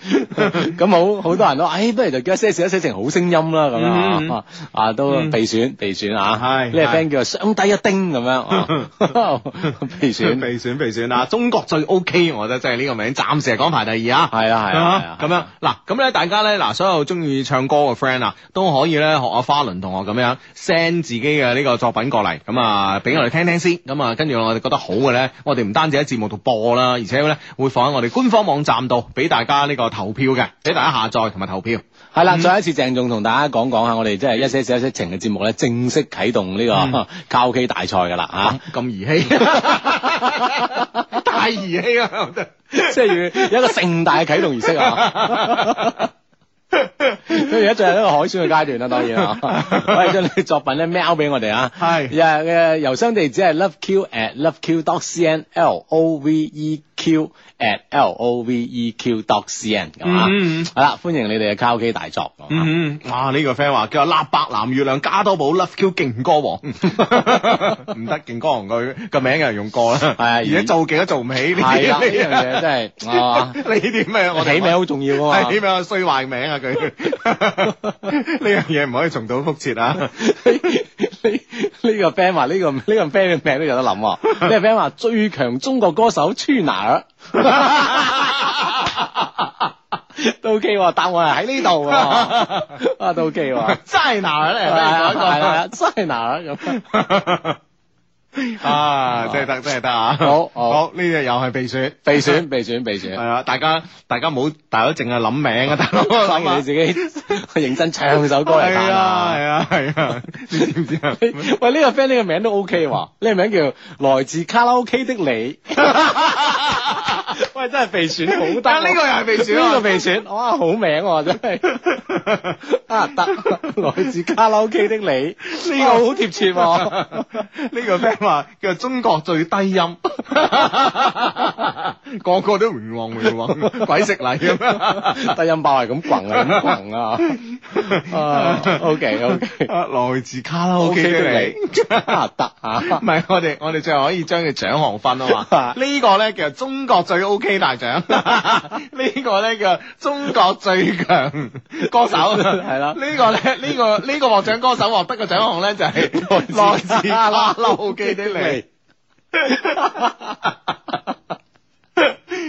[SPEAKER 3] 咁好好多人都，誒，不如就叫一些事一些情好聲音啦，咁樣啊啊，都
[SPEAKER 1] 嗯
[SPEAKER 3] 被選被選啊，
[SPEAKER 1] 係
[SPEAKER 3] 呢個
[SPEAKER 1] 係
[SPEAKER 3] friend 叫雙低一丁咁樣
[SPEAKER 1] <laughs>
[SPEAKER 3] 啊，被選
[SPEAKER 1] 備選備選啊！中國最 OK，我覺得真係呢個名暫時係講排第二啊！
[SPEAKER 3] 係啦係啦係啦
[SPEAKER 1] 啊，咁樣嗱，咁咧大家咧嗱，所有中意唱歌嘅 friend 啊，都可以咧學阿花輪同學咁樣 send 自己嘅呢個作品過嚟，咁啊俾我哋聽聽先，咁啊跟住我哋覺得好嘅咧，我哋唔單止喺節目度播啦，而且咧會放喺我哋官方網站度俾大家呢個投票嘅，俾大家下載同埋投票。
[SPEAKER 3] 係啦，再一次鄭重同大家講講下，我哋即係一些事一些情嘅節目咧，正式啟動呢
[SPEAKER 1] 嗯
[SPEAKER 3] 個卡拉 OK 大賽㗎啦啊嚇。
[SPEAKER 1] 咁兒戲， <laughs> 太兒戲啊啦！我覺得
[SPEAKER 3] 即係要有一個盛大嘅啟動儀式啊！咁而家仲係一個海選嘅階段啦，當然啊，我哋將你嘅作品咧 mail 俾我哋啊，
[SPEAKER 1] 係
[SPEAKER 3] 嘅嘅郵箱地址係 loveq at loveq dot cn l o v e q at l o v e q dot cn 咁啊，
[SPEAKER 1] 嗯嗯嗯
[SPEAKER 3] 係啦，歡迎你哋嘅卡拉 OK 大作，咁啊
[SPEAKER 1] 嗯，哇！呢、個 friend 話叫阿立白藍月亮加多寶 Love Q 勁歌 <laughs> 王，唔得勁歌王佢個名有人用過
[SPEAKER 3] <laughs>
[SPEAKER 1] 啦，
[SPEAKER 3] 係
[SPEAKER 1] 而且做極都做唔起呢
[SPEAKER 3] 係啊啦，呢
[SPEAKER 1] 啲
[SPEAKER 3] 樣
[SPEAKER 1] 呢 <laughs>
[SPEAKER 3] 嘢真係啊，
[SPEAKER 1] 啲咩？我
[SPEAKER 3] 我
[SPEAKER 1] 哋
[SPEAKER 3] 起名好重要啊
[SPEAKER 1] 係
[SPEAKER 3] 嘛
[SPEAKER 1] 起。名衰壞名
[SPEAKER 3] <laughs>
[SPEAKER 1] 啊佢，呢樣嘢唔可以重蹈覆
[SPEAKER 3] <laughs>
[SPEAKER 1] 轍啊！
[SPEAKER 3] 呢呢個 friend 話呢個呢個 friend 嘅名都有得諗喎，呢個 friend 話最強中國歌手崔娜兒都 OK 喎，答案係喺呢度喎，啊都 OK 喎，
[SPEAKER 1] 齋拿
[SPEAKER 3] 係
[SPEAKER 1] 咧，
[SPEAKER 3] 啦
[SPEAKER 1] 你改
[SPEAKER 3] 係
[SPEAKER 1] 一改
[SPEAKER 3] 啦，崔娜兒咁，
[SPEAKER 1] <laughs> 啊！真係得，真係得啊！
[SPEAKER 3] 好好
[SPEAKER 1] 好，呢隻又係備選，
[SPEAKER 3] 備選備選
[SPEAKER 1] <laughs>
[SPEAKER 3] 備
[SPEAKER 1] 係
[SPEAKER 3] 選，
[SPEAKER 1] 啊！大家大家唔好，大家淨係諗名啊！大
[SPEAKER 3] <laughs>
[SPEAKER 1] 佬
[SPEAKER 3] 反而你
[SPEAKER 1] 諗
[SPEAKER 3] 自己認真唱首歌嚟
[SPEAKER 1] 係
[SPEAKER 3] 彈
[SPEAKER 1] 啊
[SPEAKER 3] 啊！
[SPEAKER 1] 係啊係啊！你知唔知啊？
[SPEAKER 3] 喂，呢個 friend 呢個名都 OK 喎，呢個名叫來自卡拉 OK 的你。 <laughs> 喂，真係備選好得
[SPEAKER 1] 但
[SPEAKER 3] 喎，
[SPEAKER 1] 呢個又係備選啊
[SPEAKER 3] 呢個備選，哇，好名喎，真係啊得，來自卡拉 OK 的你，呢個好貼切喎，
[SPEAKER 1] 呢個 friend 話叫中國最低
[SPEAKER 3] <laughs>
[SPEAKER 1] 音，個個都唔旺唔
[SPEAKER 3] <laughs>
[SPEAKER 1] 旺，鬼食泥咁樣。
[SPEAKER 3] 低音爆係咁滾啊，咁滾啊，OK Ờ, À, OK
[SPEAKER 1] 啊 <laughs> 來自卡拉 OK 嘅你。
[SPEAKER 3] 啊得啊，
[SPEAKER 1] 唔 <laughs> 係，我哋我哋最後可以將佢獎項分 <laughs> 啊嘛。呢個咧叫中國最 OK 大 <laughs> 獎，呢個咧叫中國最強歌手，係
[SPEAKER 3] 啦
[SPEAKER 1] 呢個咧呢個呢個獲獎歌手獲得嘅獎項咧就係來自卡拉 OK <laughs> 的你。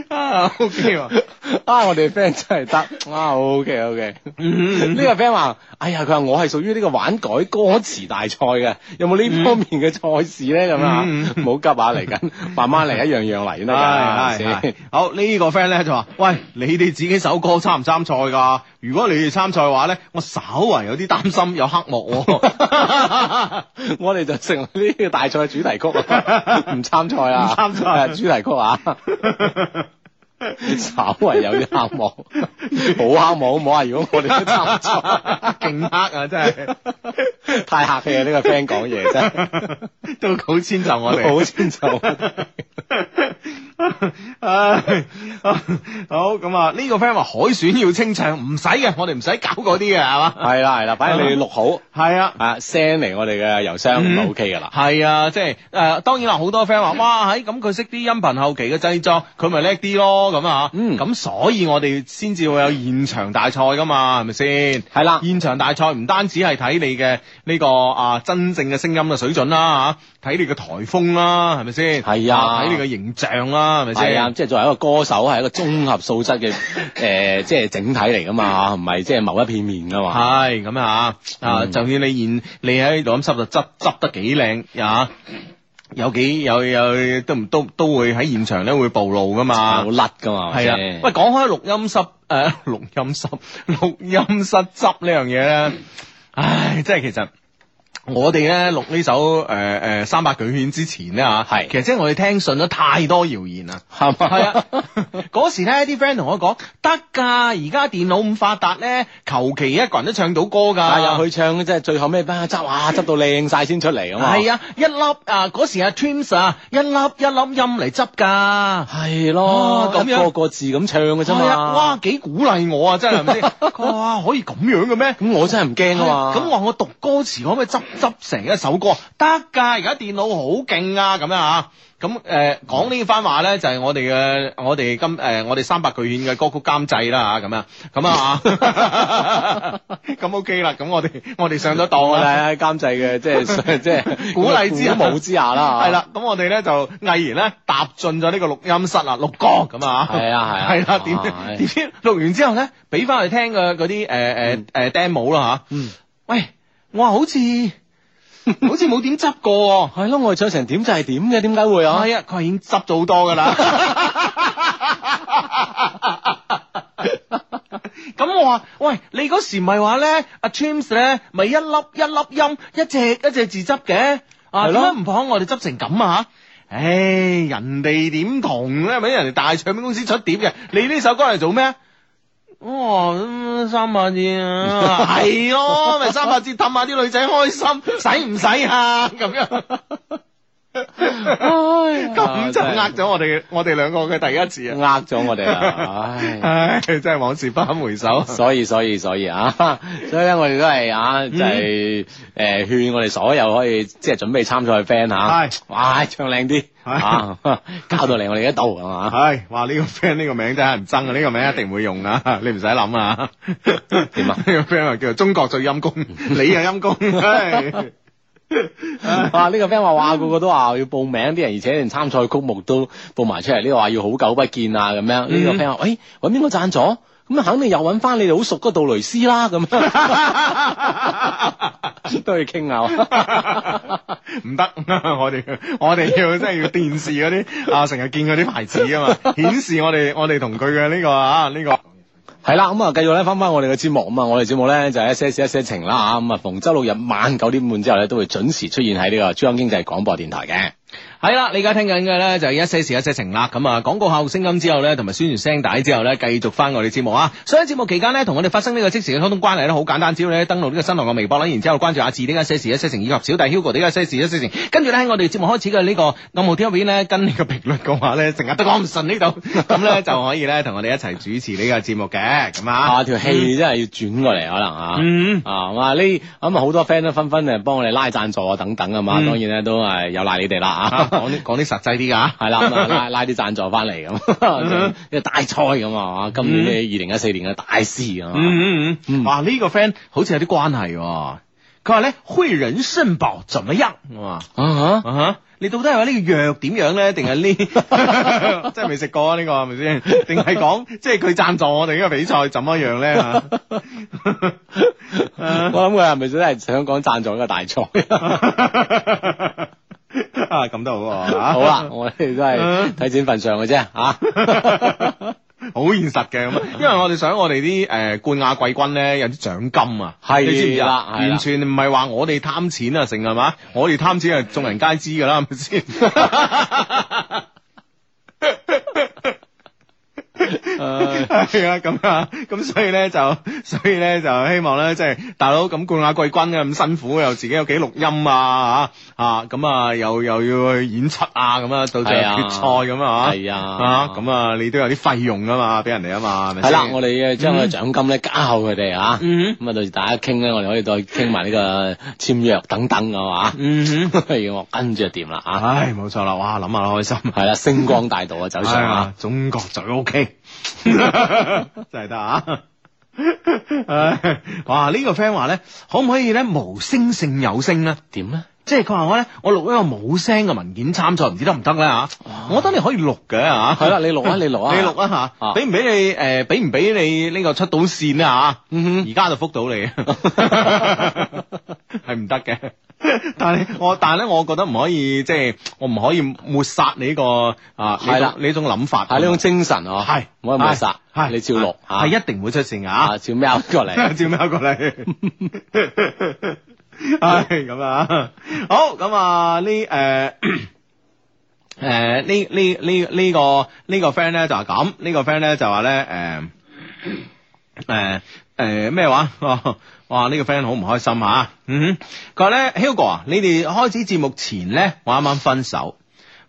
[SPEAKER 1] 啊，OK 喎，
[SPEAKER 3] 啊我哋 friend 真係得啊 À, OK OK。呢個 friend 話：哎呀，佢話我係屬於呢個玩改歌詞大賽嘅，有冇呢方面嘅賽事咧？咁啊，
[SPEAKER 1] 嗯
[SPEAKER 3] 唔好急啊，嚟緊慢慢嚟，一樣樣嚟先得㗎，
[SPEAKER 1] 係
[SPEAKER 3] 係咪
[SPEAKER 1] 係
[SPEAKER 3] 先
[SPEAKER 1] 係好呢個 friend 咧就話：，喂，你哋自己首歌參唔參賽㗎？如果你哋參賽嘅話咧，我稍為有啲擔心有黑幕 <laughs> 喎。
[SPEAKER 3] <laughs> 我哋就成為呢個大賽嘅主題曲，
[SPEAKER 1] <laughs>
[SPEAKER 3] 唔參賽啊，
[SPEAKER 1] 唔參賽
[SPEAKER 3] 係主題曲啊。
[SPEAKER 1] <laughs>
[SPEAKER 3] 稍為有啲黑幕，冇黑幕好唔好啊？如果我哋都
[SPEAKER 1] <laughs>
[SPEAKER 3] 參賽，
[SPEAKER 1] 勁黑啊！真係
[SPEAKER 3] 太客氣啊！呢、個 friend 講嘢
[SPEAKER 1] <laughs>
[SPEAKER 3] 真係
[SPEAKER 1] 都好遷就我哋。
[SPEAKER 3] 好遷就。
[SPEAKER 1] 唉，好咁啊！呢個 friend 話海選要清唱，唔使嘅，我哋唔使搞嗰啲嘅，係嘛？
[SPEAKER 3] 係啦係啦，反正你錄好
[SPEAKER 1] 係啊。
[SPEAKER 3] 啊 send 嚟我哋嘅郵
[SPEAKER 1] 嗯
[SPEAKER 3] 箱咁就 OK 噶啦。
[SPEAKER 1] 係啊，即係誒、呃，當然啦，好多 friend 話，哇，喺咁佢識啲音頻後期嘅製作，佢咪叻啲咯，咁啊，
[SPEAKER 3] 嗯
[SPEAKER 1] 咁所以我哋先至會有現場大賽噶嘛，係咪先？
[SPEAKER 3] 係啦，
[SPEAKER 1] <laughs> 現場大賽唔單止係睇你嘅呢、個啊真正嘅聲音嘅水準啦啊嚇，睇你嘅台風啦，係咪先？
[SPEAKER 3] 係啊
[SPEAKER 1] 睇你嘅形象啦，係咪
[SPEAKER 3] 係啊，
[SPEAKER 1] 先？
[SPEAKER 3] 即係作為一個歌手係一個綜合素
[SPEAKER 1] <laughs>
[SPEAKER 3] 質嘅誒，即係整體嚟噶嘛嚇，唔係即係某一片面噶嘛。
[SPEAKER 1] 係咁啊！啊，
[SPEAKER 3] 嗯
[SPEAKER 1] 就算你現你喺度咁濕就執執得幾靚啊！有幾有有都唔都都會喺現場咧會暴露噶嘛
[SPEAKER 3] 好。甩噶嘛，
[SPEAKER 1] 係啊，
[SPEAKER 3] 咪先
[SPEAKER 1] 喂，講開錄音室 <laughs> 誒、呃、錄音室錄音室執呢樣嘢咧，唉，即係其實。我哋咧錄呢首誒誒、呃呃三百巨獻之前咧嚇，
[SPEAKER 3] 係
[SPEAKER 1] 其實即係我哋聽信咗太多謠言啦。
[SPEAKER 3] 係嘛，
[SPEAKER 1] <laughs> 係啊，嗰時咧啲 friend 同我講得㗎，而家電腦咁發達咧，求其一個人都唱到歌㗎。
[SPEAKER 3] 啊，入去唱即係最後咩班執啊，執到靚晒先出嚟啊嘛，
[SPEAKER 1] 係啊，一粒啊嗰時啊 Twins 啊，一粒一粒音嚟執㗎。
[SPEAKER 3] 係
[SPEAKER 1] 啊
[SPEAKER 3] 咯，
[SPEAKER 1] 咁
[SPEAKER 3] 咁
[SPEAKER 1] 樣
[SPEAKER 3] 個個字咁唱嘅啫
[SPEAKER 1] 係啊
[SPEAKER 3] 嘛，
[SPEAKER 1] 哇，幾鼓勵我啊，真係係咪先？佢話哇可以咁樣嘅咩？
[SPEAKER 3] 咁我真係唔驚啊嘛，
[SPEAKER 1] 咁話我讀歌詞可唔可以執執成一首歌？得㗎，而家電腦好勁啊，咁樣啊。咁誒講呢番話咧，就係、我哋嘅我哋今誒、我哋三百巨獻嘅歌曲監製啦嚇，咁啊咁啊 <laughs> 咁 OK 啦，咁我哋我哋上咗當
[SPEAKER 3] 我
[SPEAKER 1] 啦。
[SPEAKER 3] <laughs> 哋喺監製嘅即 <laughs> 係即係
[SPEAKER 1] 鼓勵之下
[SPEAKER 3] 鼓舞之下啦，
[SPEAKER 1] 系啦，咁我哋咧就毅然咧踏進咗呢個錄音室啦，錄歌咁啊，
[SPEAKER 3] 係啊係啊
[SPEAKER 1] 係啦，
[SPEAKER 3] 係
[SPEAKER 1] 點點知錄完之後咧，俾翻佢聽嘅嗰啲誒誒誒 demo 啦吓，
[SPEAKER 3] 嗯
[SPEAKER 1] 喂，我話好似
[SPEAKER 3] <laughs>
[SPEAKER 1] 好似冇點執過
[SPEAKER 3] 係咯，我哋唱成點就係點嘅，點解會
[SPEAKER 1] 喎，
[SPEAKER 3] 啊？
[SPEAKER 1] 係啊，佢話已經執咗好多噶
[SPEAKER 3] <laughs>
[SPEAKER 1] 啦。咁我話：喂，你嗰時咪話咧，阿 James 咧，咪一粒一粒音，一隻一隻字執嘅，啊，
[SPEAKER 3] 係
[SPEAKER 1] 點
[SPEAKER 3] 咯
[SPEAKER 1] 解唔幫我哋執成咁啊？唉，人哋點同咧？咪人哋大唱片公司出碟嘅，你呢首歌嚟做咩啊？哦，咁三百字 <laughs> 啊，係咯，咪三百字氹下啲女仔開心，使唔使啊？咁樣。咁就呃咗我哋我哋兩個嘅第一次啊！
[SPEAKER 3] 呃咗我哋啊，唉。
[SPEAKER 1] 唉，真係往事不堪回首。
[SPEAKER 3] 所以所以所以啊， <laughs> 所以咧我哋都係啊，
[SPEAKER 1] 嗯
[SPEAKER 3] 就係誒勸我哋所有可以即係準備參賽嘅 friend 嚇，
[SPEAKER 1] 係
[SPEAKER 3] 哇唱靚啲
[SPEAKER 1] 係
[SPEAKER 3] 啊， <laughs> 交到嚟我哋呢度啊嘛，
[SPEAKER 1] 唉，哇！呢、個 friend 呢個名真係唔憎啊！呢、個名一定會用啊，你唔使諗啊。
[SPEAKER 3] 點啊
[SPEAKER 1] 呢個 friend 話叫做中國最陰公，你又陰公，唉，
[SPEAKER 3] 哇呢個 friend 話哇個個都話要報名啲人，而且連參賽曲目都報埋出嚟，呢個話要好久不見啊咁樣，呢個
[SPEAKER 1] 嗯
[SPEAKER 3] friend 話誒揾邊個贊助？咁啊肯定又揾翻你哋好熟嗰個杜蕾斯啦，咁
[SPEAKER 1] <laughs>
[SPEAKER 3] 樣 <laughs> 都要傾下。
[SPEAKER 1] 唔得！ <laughs> 我哋我哋 <laughs> 要真係要電視嗰啲啊，成日見嗰啲牌子啊 <laughs> 嘛，顯示我哋我哋同佢嘅呢個啊呢、個。
[SPEAKER 3] 係啦，咁啊，繼續咧翻翻我哋嘅節目咁啊，我哋節目咧就係一些事一些情啦咁啊，逢周六日晚九點半之後咧，都會準時出現喺呢個珠江經濟廣播電台嘅。
[SPEAKER 1] 系啦，你而家聽緊嘅咧就係一些事一些情啦，咁啊廣告後聲音之後咧，同埋宣傳聲帶之後咧，繼續翻我哋節目啊！所以節目期間咧，同我哋發生呢個即時嘅溝通關係咧，好簡單，只要你登錄呢個新浪嘅微博啦，然之後關注阿志呢一些事一些情，以及小弟 Hugo 呢一些事一些情，跟住咧喺我哋節目開始嘅呢個暗號貼片咧，跟呢個評論嘅話咧，成日都講唔順呢 <laughs> 度，咁咧就可以咧同我哋一齊主持呢個節目嘅，咁啊
[SPEAKER 3] 啊，，條氣真係要轉過嚟可能啊。
[SPEAKER 1] 嗯，
[SPEAKER 3] 啊，哇！呢咁啊，好多 friend 都紛紛誒幫我哋拉贊助啊，等等啊嘛。
[SPEAKER 1] 嗯
[SPEAKER 3] 當然咧都係有賴你哋啦
[SPEAKER 1] 啊
[SPEAKER 3] 啊。
[SPEAKER 1] <laughs> 講啲講啲實際啲噶，
[SPEAKER 3] 係啦，咁啊拉拉啲贊助翻嚟
[SPEAKER 1] 嗯
[SPEAKER 3] 咁，啊即係大賽咁啊，今年嘅二零一四年嘅大事啊。
[SPEAKER 1] 嗯嗯嗯，
[SPEAKER 3] 嗯
[SPEAKER 1] 哇！呢、個 friend 好似有啲關係喎、佢話咧，惠人腎寶怎麼樣？咁啊
[SPEAKER 3] 啊
[SPEAKER 1] 啊哈！你到底係話呢個藥點樣咧，定係
[SPEAKER 3] <laughs>
[SPEAKER 1] 呢？ <laughs> 真係未食過啊！呢、個係咪先？定係
[SPEAKER 3] <laughs>
[SPEAKER 1] 講即係佢贊助我哋呢個比賽怎麼樣啊咧？啊
[SPEAKER 3] 哈我諗佢係咪真係想講贊助呢個大賽？
[SPEAKER 1] <laughs> 啊，咁都好喎、 <laughs> 啊！嗯
[SPEAKER 3] 好啦，，我哋都係睇錢份上嘅啫啊嚇。
[SPEAKER 1] <laughs> 好現實嘅咁啊，因為我哋想我哋啲誒冠亞季軍咧有啲獎金啊，
[SPEAKER 3] 係
[SPEAKER 1] 你知唔知
[SPEAKER 3] 啦
[SPEAKER 1] 啊？
[SPEAKER 3] 係啦
[SPEAKER 1] 完全唔係話我哋貪錢啊，成係嘛？我哋貪錢係眾人皆知㗎啦，係咪先？係啊，咁啊，咁所以咧就，所以咧就希望咧，即係大佬咁冠亞季軍嘅咁辛苦，又自己有幾錄音啊，啊咁啊，又又要去演出啊，咁啊，到最
[SPEAKER 3] 係啊
[SPEAKER 1] 後決賽咁啊，
[SPEAKER 3] 係啊
[SPEAKER 1] 啊咁啊，你都有啲費用啊嘛，俾人哋啊嘛，係咪
[SPEAKER 3] 係
[SPEAKER 1] 先
[SPEAKER 3] 啦，我哋嘅將佢嘅獎金咧加厚佢哋啊，
[SPEAKER 1] 嗯
[SPEAKER 3] 咁啊到時大家傾咧，我哋可以再傾埋呢個簽約等等嘅嘛， <laughs>
[SPEAKER 1] 嗯哼，
[SPEAKER 3] 要我跟住就掂啦啊，
[SPEAKER 1] 唉，冇錯啦，哇，諗下都開
[SPEAKER 3] <laughs>
[SPEAKER 1] 心。
[SPEAKER 3] 係啦，星光大道啊走上
[SPEAKER 1] 啊
[SPEAKER 3] 啊，，
[SPEAKER 1] 中國最 OK，真 <laughs> 係得啊！ <laughs> 唉哇！呢、個 friend 話咧，可唔可以咧無聲勝有聲咧？
[SPEAKER 3] 點咧？
[SPEAKER 1] 即係佢話我咧，我錄一個冇聲嘅文件參賽，唔知得唔得咧嚇？我覺得你可以錄嘅嚇。
[SPEAKER 3] 哦係啦，你錄啊，你錄啊，
[SPEAKER 1] <laughs> 你錄啊嚇，
[SPEAKER 3] 啊
[SPEAKER 1] 俾唔俾你誒？俾唔俾你呢個出到線啊嚇？
[SPEAKER 3] 嗯哼
[SPEAKER 1] <laughs> 而家就覆到你，係唔得嘅。但系我但系咧，我覺得唔可以即係我唔可以抹殺你呢個啊，呢種
[SPEAKER 3] 係啦
[SPEAKER 1] 呢種諗法，
[SPEAKER 3] 係呢種精神啊，
[SPEAKER 1] 係
[SPEAKER 3] 唔可以抹殺，
[SPEAKER 1] 係
[SPEAKER 3] 你照錄
[SPEAKER 1] 係一定唔會出事噶
[SPEAKER 3] 啊，照喵
[SPEAKER 1] <laughs>
[SPEAKER 3] 過嚟，
[SPEAKER 1] 照喵過嚟。 <laughs> 唉，咁啊，好咁啊，呢 <coughs> 誒。诶，呢呢呢呢個呢個 friend 咧就係咁，呢個 friend 咧就話咧诶诶诶咩話？哦哇！呢、個 friend 好唔開心吓、嗯哼，佢話咧，Hugo 啊，你哋開始節目前咧，我啱啱分手，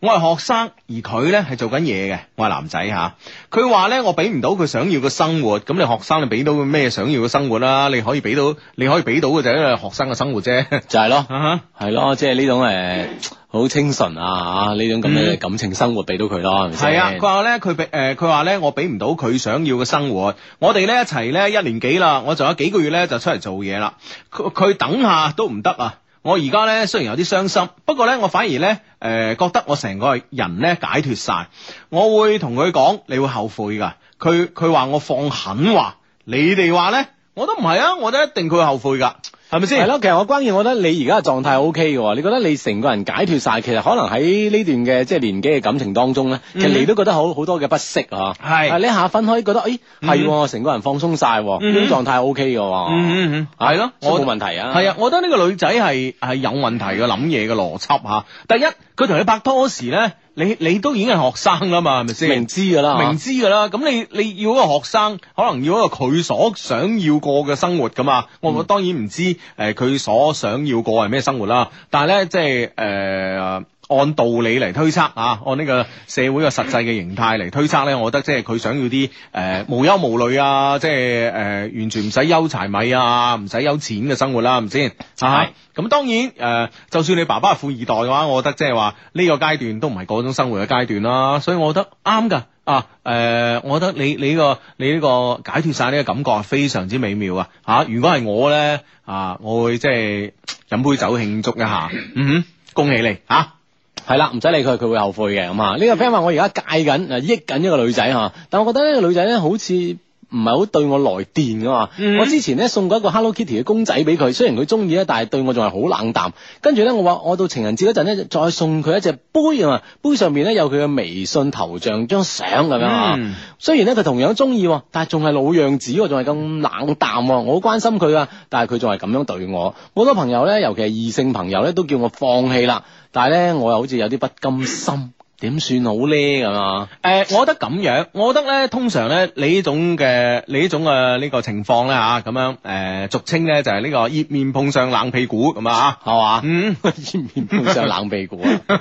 [SPEAKER 1] 我係學生，而佢咧係做緊嘢嘅，我係男仔啊吓。佢話咧，我俾唔到佢想要嘅生活，咁你學生你俾到佢咩想要嘅生活啦？你可以俾到，你可以俾到嘅就係因為學生嘅生活啫。
[SPEAKER 3] 就係咯，
[SPEAKER 1] <laughs> 啊哈
[SPEAKER 3] 係咯，即係呢種誒好清純啊，嚇呢種咁樣嘅
[SPEAKER 1] 嗯
[SPEAKER 3] 感情生活俾到佢咯，係咪先？
[SPEAKER 1] 係啊，佢話咧佢俾誒佢話咧我俾唔到佢想要嘅生活，我哋咧一齊咧一年幾啦，我仲有幾個月咧就出嚟做嘢啦，佢佢等下都唔得啊！我而家咧雖然有啲傷心，不過咧我反而咧誒、呃、覺得我成個人咧解脱晒。我會同佢講，你會後悔㗎。佢佢話我放狠話，你哋話咧我都唔係啊，我都一定佢會後悔㗎，係咪
[SPEAKER 3] 係
[SPEAKER 1] 先？
[SPEAKER 3] 咯，其實我關鍵，我覺得你而家嘅狀態 O K 嘅喎，你覺得你成個人解脱晒，其實可能喺呢段嘅即係年紀嘅感情當中咧，其實你都覺得好好多嘅不適啊。
[SPEAKER 1] 嗯係
[SPEAKER 3] 啊呢下分開覺得，誒係喎，成個人放鬆晒喎，
[SPEAKER 1] 嗯
[SPEAKER 3] 呢種狀態 O K 嘅喎。
[SPEAKER 1] 嗯嗯嗯，係咯，
[SPEAKER 3] 所以
[SPEAKER 1] 我
[SPEAKER 3] 冇問題啊。
[SPEAKER 1] 系啊，我覺得呢個女仔係系有問題嘅諗嘢嘅邏輯吓。第一，佢同你拍拖嗰時咧，你你都已經係學生啦嘛，係咪先？
[SPEAKER 3] 明知㗎啦，
[SPEAKER 1] 明知噶啦，咁你你要一個學生，可能要一個佢所想要過嘅生活噶嘛。我我當然唔知诶佢、所想要過係咩生活啦，但係咧即係诶。呃按道理嚟推測啊，按呢個社會嘅實際嘅形態嚟推測咧，啊我覺得即係佢想要啲誒、呃、無憂無慮啊，即係誒、呃完全唔使憂柴米啊，唔使憂錢嘅生活啦、係咪先？
[SPEAKER 3] 係
[SPEAKER 1] 啊，咁當然誒、呃就算你爸爸係富二代嘅話，我覺得即係話呢個階段都唔係嗰種生活嘅階段啦，所以 <laughs> 我覺得啱㗎。啊，誒、我覺得你你呢、個你呢個解脱晒呢個感覺係非常之美妙啊！嚇、如果係我咧，啊，我會即係飲杯酒慶祝一下，嗯哼，恭喜你嚇！啊
[SPEAKER 3] 係啦，唔使理佢，佢會後悔嘅咁啊。呢個 friend 話我而家戒緊，啊益緊一個女仔嚇，但我覺得呢個女仔咧好似。唔係好對我來電噶嘛，
[SPEAKER 1] 嗯
[SPEAKER 3] 我之前咧送過一個 Hello Kitty 嘅公仔俾佢，雖然佢中意咧，但係對我仲係好冷淡。跟住咧，我話我到情人節嗰陣咧，再送佢一隻杯啊嘛，杯上面咧有佢嘅微信頭像張相咁樣啊。
[SPEAKER 1] 嗯
[SPEAKER 3] 雖然咧佢同樣中意喎，但係仲係老樣子喎，仲係咁冷淡喎。我好關心佢啊，但係佢仲係咁樣對我。好多朋友咧，尤其係異性朋友咧，都叫我放棄啦。但係咧，我又好似有啲不甘心，點算好咧咁啊？
[SPEAKER 1] 誒、我覺得咁樣，我覺得咧，通常咧，你呢種嘅你呢種嘅呢個情況咧嚇，咁樣誒、俗稱咧就係呢個熱面碰上冷屁股咁啊，
[SPEAKER 3] 係
[SPEAKER 1] <laughs>
[SPEAKER 3] 嘛？
[SPEAKER 1] 嗯。
[SPEAKER 3] 熱面碰上冷屁股啊！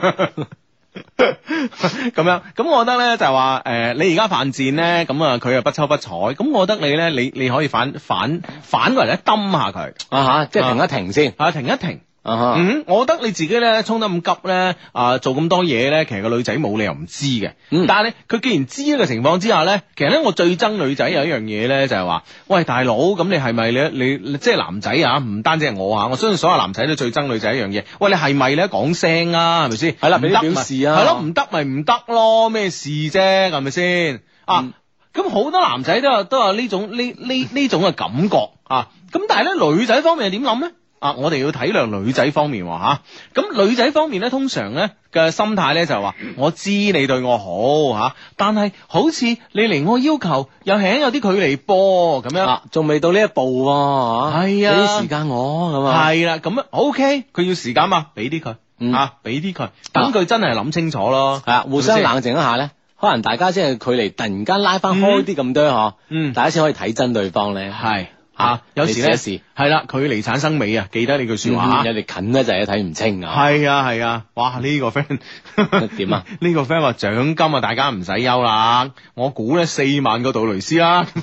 [SPEAKER 1] 咁樣，咁我覺得咧就係話誒、你而家犯賤咧，咁啊佢又不抽不睬，咁我覺得你咧，你你可以反反反過嚟咧揼下佢，
[SPEAKER 3] 啊嚇，即係停一停先
[SPEAKER 1] 啊停一停，
[SPEAKER 3] 啊嚇。
[SPEAKER 1] 嗯，我覺得你自己咧衝得咁急咧，啊做咁多嘢咧，其實個女仔冇理由唔知嘅。
[SPEAKER 3] 嗯
[SPEAKER 1] 但係咧，佢既然知嘅情況之下咧，其實咧我最憎女仔有一樣嘢咧，就係話，喂大佬，咁你係咪你你你即係男仔啊？唔單止係我啊，我相信所有男仔都最憎女仔一樣嘢。喂，你係咪咧講聲啊？係咪先？
[SPEAKER 3] 係啦俾啲
[SPEAKER 1] 唔得咪
[SPEAKER 3] 表示啊
[SPEAKER 1] 係咯，唔得咪唔得咯，咩事啫？係咪先？啊？
[SPEAKER 3] 嗯
[SPEAKER 1] 咁好多男仔都有都有呢種呢呢呢種嘅感覺啊。咁但係咧女仔方面係點諗咧？啊，我哋要體諒女仔方面喎嚇咁、女仔方面咧，通常咧嘅心態咧就係話，我知你對我好嚇、啊但係好似你離我要求又輕有啲距離噃咁樣。
[SPEAKER 3] 啊，仲未到呢一步喎，
[SPEAKER 1] 係
[SPEAKER 3] 嚇
[SPEAKER 1] 啊
[SPEAKER 3] 俾啲時間我咁啊，
[SPEAKER 1] 係啦，咁啊 OK，佢要時間嘛，俾啲佢、
[SPEAKER 3] 嗯
[SPEAKER 1] 啊，俾啲佢，等佢真係諗清楚咯。
[SPEAKER 3] 係啊，互相
[SPEAKER 1] 係咪先
[SPEAKER 3] 冷靜一下咧，可能大家即係距離突然間拉翻開啲咁多嗬，
[SPEAKER 1] 嗯
[SPEAKER 3] 大家先可以睇真對方咧。
[SPEAKER 1] 係
[SPEAKER 3] 啊
[SPEAKER 1] 啊，有時
[SPEAKER 3] 你
[SPEAKER 1] 咧
[SPEAKER 3] 試一試
[SPEAKER 1] 係啦，距離產生美啊，記得呢句説話啊
[SPEAKER 3] 嗯有哋近咧就係睇唔清啊。
[SPEAKER 1] 系啊系啊，哇！呢、個 friend
[SPEAKER 3] <laughs> 點啊？
[SPEAKER 1] <laughs> 呢個 friend 話獎金啊，大家唔使憂啦。我估咧四萬個杜蕾斯啦， <laughs>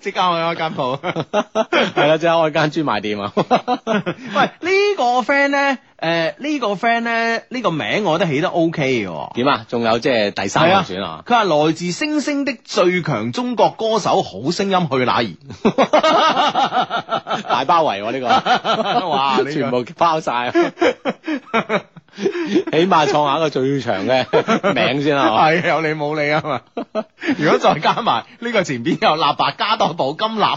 [SPEAKER 1] 即刻去開間鋪。 <laughs>
[SPEAKER 3] 係啦，即係開間專賣店啊。
[SPEAKER 1] 喂，呢、個 friend 咧，誒、呢、個 friend 咧，呢、個名我覺得起得 OK 嘅喎。
[SPEAKER 3] <laughs> 點啊？仲有即係第三
[SPEAKER 1] 係
[SPEAKER 3] 人
[SPEAKER 1] 啊
[SPEAKER 3] 選啊？
[SPEAKER 1] 佢話來自星星的最強中國歌手，好聲音去哪兒？
[SPEAKER 3] 大包圍喎呢 <laughs> 個， <laughs>
[SPEAKER 1] 哇呢個
[SPEAKER 3] 全部包 <laughs> 晒，起碼創下一個最長嘅名先啦。
[SPEAKER 1] 系有你 <laughs> 冇你啊嘛！如果再加埋呢、個前邊有立白加多寶金立， <laughs>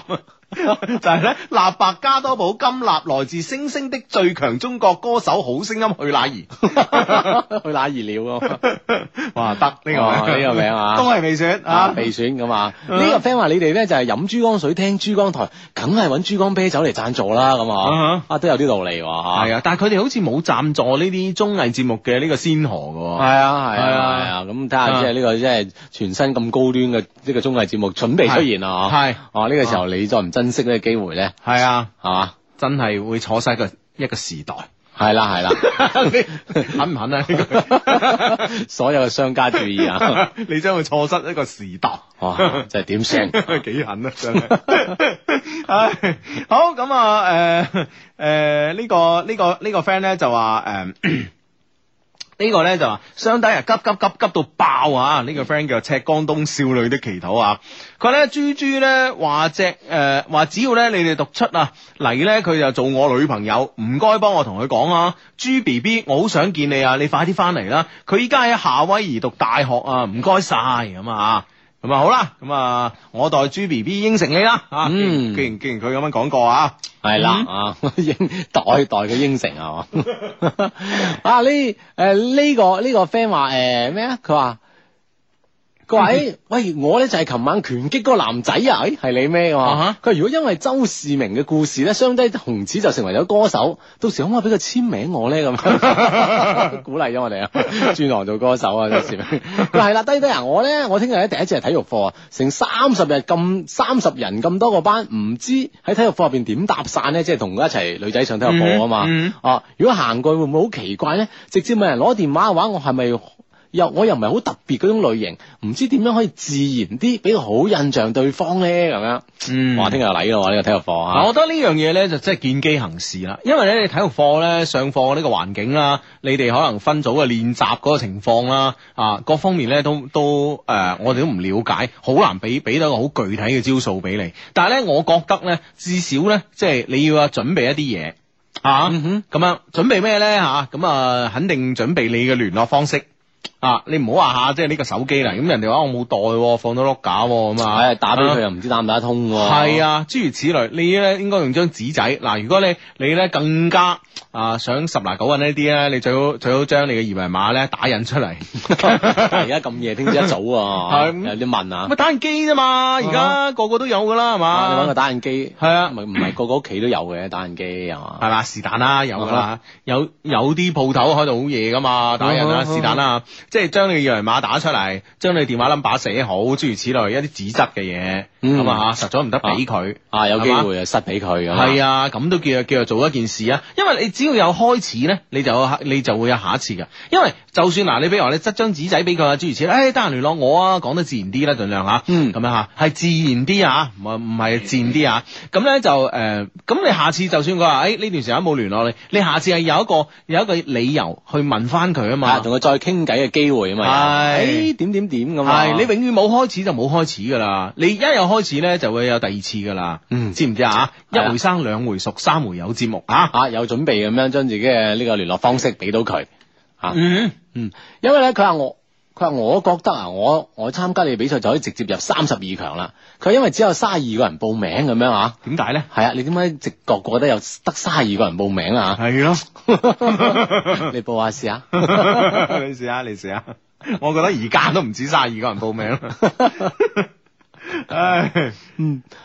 [SPEAKER 1] 就係咧，納白加多寶金立來自星星的最強中國歌手好聲音去哪兒？
[SPEAKER 3] <laughs> 去哪兒了啊？
[SPEAKER 1] <laughs> 哇，得呢個
[SPEAKER 3] 哦呢個名啊
[SPEAKER 1] <laughs> 都係未選啊
[SPEAKER 3] 啊，！被選咁啊！
[SPEAKER 1] 嗯
[SPEAKER 3] 呢個 friend 話你哋咧就係飲珠江水、聽珠江台，梗係揾珠江啤酒嚟贊助啦，咁
[SPEAKER 1] 嗯哼
[SPEAKER 3] 啊，啊都有啲道理喎
[SPEAKER 1] 係
[SPEAKER 3] 嚇。
[SPEAKER 1] 啊，但係佢哋好似冇贊助呢啲綜藝節目嘅呢個先河
[SPEAKER 3] 係
[SPEAKER 1] 嘅喎。
[SPEAKER 3] 啊，係
[SPEAKER 1] 係
[SPEAKER 3] 啊，
[SPEAKER 1] 啊
[SPEAKER 3] 係啊，咁睇下即係呢個即係全新咁高端嘅呢個綜藝節目準備出現啊！嚇
[SPEAKER 1] 係
[SPEAKER 3] 哦，呢個時候你再唔珍惜呢個機會咧，
[SPEAKER 1] 係啊，
[SPEAKER 3] 係嘛？
[SPEAKER 1] 真係會錯失一個一個時代。
[SPEAKER 3] <laughs> 係啦，係啦，
[SPEAKER 1] 你肯唔肯啊？
[SPEAKER 3] <laughs> 所有嘅商家注意 <laughs> 啊！
[SPEAKER 1] <laughs> 你將會錯失一個時代。
[SPEAKER 3] 哇，真係點
[SPEAKER 1] <laughs>
[SPEAKER 3] 聲
[SPEAKER 1] 幾狠
[SPEAKER 3] <laughs>
[SPEAKER 1] 啊！真係， <laughs> 唉好咁啊！誒誒呢個呢個呢個 friend 咧就話誒。呢個咧就話，相底啊，急急急急到爆啊！呢、個 friend 叫赤江東少女的祈禱啊，佢咧豬豬咧話只誒話只要咧你哋讀出啊嚟咧，佢就做我女朋友，唔該幫我同佢講啊，豬 B B，我好想見你啊，你快啲翻嚟啦！佢依家喺夏威夷讀大學啊，唔該晒咁啊！咁啊好啦，咁啊我代豬 B B 應承你啦啊！
[SPEAKER 3] 嗯
[SPEAKER 1] 既然既然佢咁樣講過啊，
[SPEAKER 3] 係啦啊， <laughs> 應代代佢應承 <laughs> 啊！啊呢誒呢個呢個 friend 話誒咩啊？佢話
[SPEAKER 1] 嗯
[SPEAKER 3] 佢話誒喂，我咧就係琴晚拳擊嗰個男仔啊！誒係你咩㗎
[SPEAKER 1] 啊
[SPEAKER 3] 嘛
[SPEAKER 1] 哈？
[SPEAKER 3] 佢話如果因為周市明嘅故事咧，相低紅子就成為咗歌手，到時可唔可以俾佢簽名我咧咁？
[SPEAKER 1] <laughs>
[SPEAKER 3] 鼓勵咗我哋啊， <laughs> 轉行做歌手啊！周市明佢話係啦，低低啊！我咧我聽日咧第一次係體育課啊，成三十日咁三十人咁多個班，唔知喺體育課入邊點搭訕咧？即係同佢一齊女仔上體育課啊嘛。
[SPEAKER 1] 嗯
[SPEAKER 3] 哦，如果行過去會唔會好奇怪咧？直接冇人攞電話嘅話，我係咪又我又唔係好特別嗰種類型？唔知點樣可以自然啲俾個好印象對方咧？咁樣，
[SPEAKER 1] 嗯
[SPEAKER 3] 哇！聽日嚟咯喎，呢個體育課
[SPEAKER 1] 嗱，
[SPEAKER 3] 啊，
[SPEAKER 1] 我覺得呢樣嘢咧就真係見機行事啦，因為咧你體育課咧上課呢個環境啦，你哋可能分組嘅啊練習嗰個情況啦，啊各方面咧都都誒、呃我哋都唔了解，好難俾俾到一個好具體嘅招數俾你。但係咧，我覺得咧至少咧即係你要啊準備一啲嘢啊，
[SPEAKER 3] 嗯
[SPEAKER 1] 咁、樣準備咩咧嚇？咁啊肯定準備你嘅聯絡方式。啊！你唔好話下，即係呢個手機嚟，咁人哋話我冇帶喎，放到碌架喎咁啊，
[SPEAKER 3] 唉，打俾
[SPEAKER 1] 啊
[SPEAKER 3] 佢又唔知打唔打得通喎。
[SPEAKER 1] <laughs> 係啊，諸如此類，你咧應該用張紙仔。嗱，如果你你咧更加啊、想十拿九穩呢啲咧，你最好最好將你嘅二維碼咧打印出嚟。
[SPEAKER 3] 啊而家咁夜，聽朝一早啊，有
[SPEAKER 1] 係
[SPEAKER 3] 啲問啊
[SPEAKER 1] 咪，打印機啫嘛，而家個個都有噶啦，係
[SPEAKER 3] 啊你揾個
[SPEAKER 1] 嘛？
[SPEAKER 3] 打印機，
[SPEAKER 1] 係啊
[SPEAKER 3] 唔係唔係個個屋企都有嘅打印機係嘛？
[SPEAKER 1] 係嘛？是但啦，有噶啦，有有啲鋪頭開到好夜噶嘛，打印啦，
[SPEAKER 3] 啊啊哈
[SPEAKER 1] 是但啦，即係將你嘅二維碼打出嚟，將你電話 number 寫好，諸如此類，一啲紙質嘅嘢，
[SPEAKER 3] 嗯
[SPEAKER 1] 咁啊嚇，實在唔得俾佢。
[SPEAKER 3] 啊，有機
[SPEAKER 1] 係嘛
[SPEAKER 3] 會啊，塞俾佢咁啊。
[SPEAKER 1] 係啊，咁都叫叫做做一件事啊，因為你只要有開始咧，你就有下你就會有下一次嘅。因為就算嗱，你比如話你執張紙仔俾佢啊，諸如此類，誒得閒聯絡我啊，講得自然啲啦，盡量嚇，
[SPEAKER 3] 嗯
[SPEAKER 1] 咁樣嚇，係自然啲啊，唔係唔係自然啲啊。咁咧就誒，呃咁、你下次就算佢話誒哎呢段時間冇聯絡你，你下次係有一個有一個理由去問翻佢啊
[SPEAKER 3] 啊，
[SPEAKER 1] 嘛。
[SPEAKER 3] 同佢再傾偈嘅機會啊嘛。
[SPEAKER 1] 係
[SPEAKER 3] 誒點點點咁啊。
[SPEAKER 1] 係，你永遠冇開始就冇開始噶啦，你一有開始咧就會有第二次噶啦，
[SPEAKER 3] 嗯
[SPEAKER 1] 知唔知啊？一
[SPEAKER 3] 係啊
[SPEAKER 1] 回生兩回熟，三回有節目啊！
[SPEAKER 3] 啊有準備咁樣將自己嘅呢個聯絡方式俾到佢。啊
[SPEAKER 1] 嗯，
[SPEAKER 3] 嗯，因為咧佢話我。佢話：我覺得啊，我我參加你比賽就可以直接入三十二強啦。佢話因為只有三十二個人報名咁樣啊，
[SPEAKER 1] 點解咧？
[SPEAKER 3] 係啊，你點解直覺覺得有得三十二個人報名啊？
[SPEAKER 1] 係咯，
[SPEAKER 3] 你報下試下。
[SPEAKER 1] <laughs> 你試下，你試下。我覺得而家都唔止卅二個人報名啦。唉，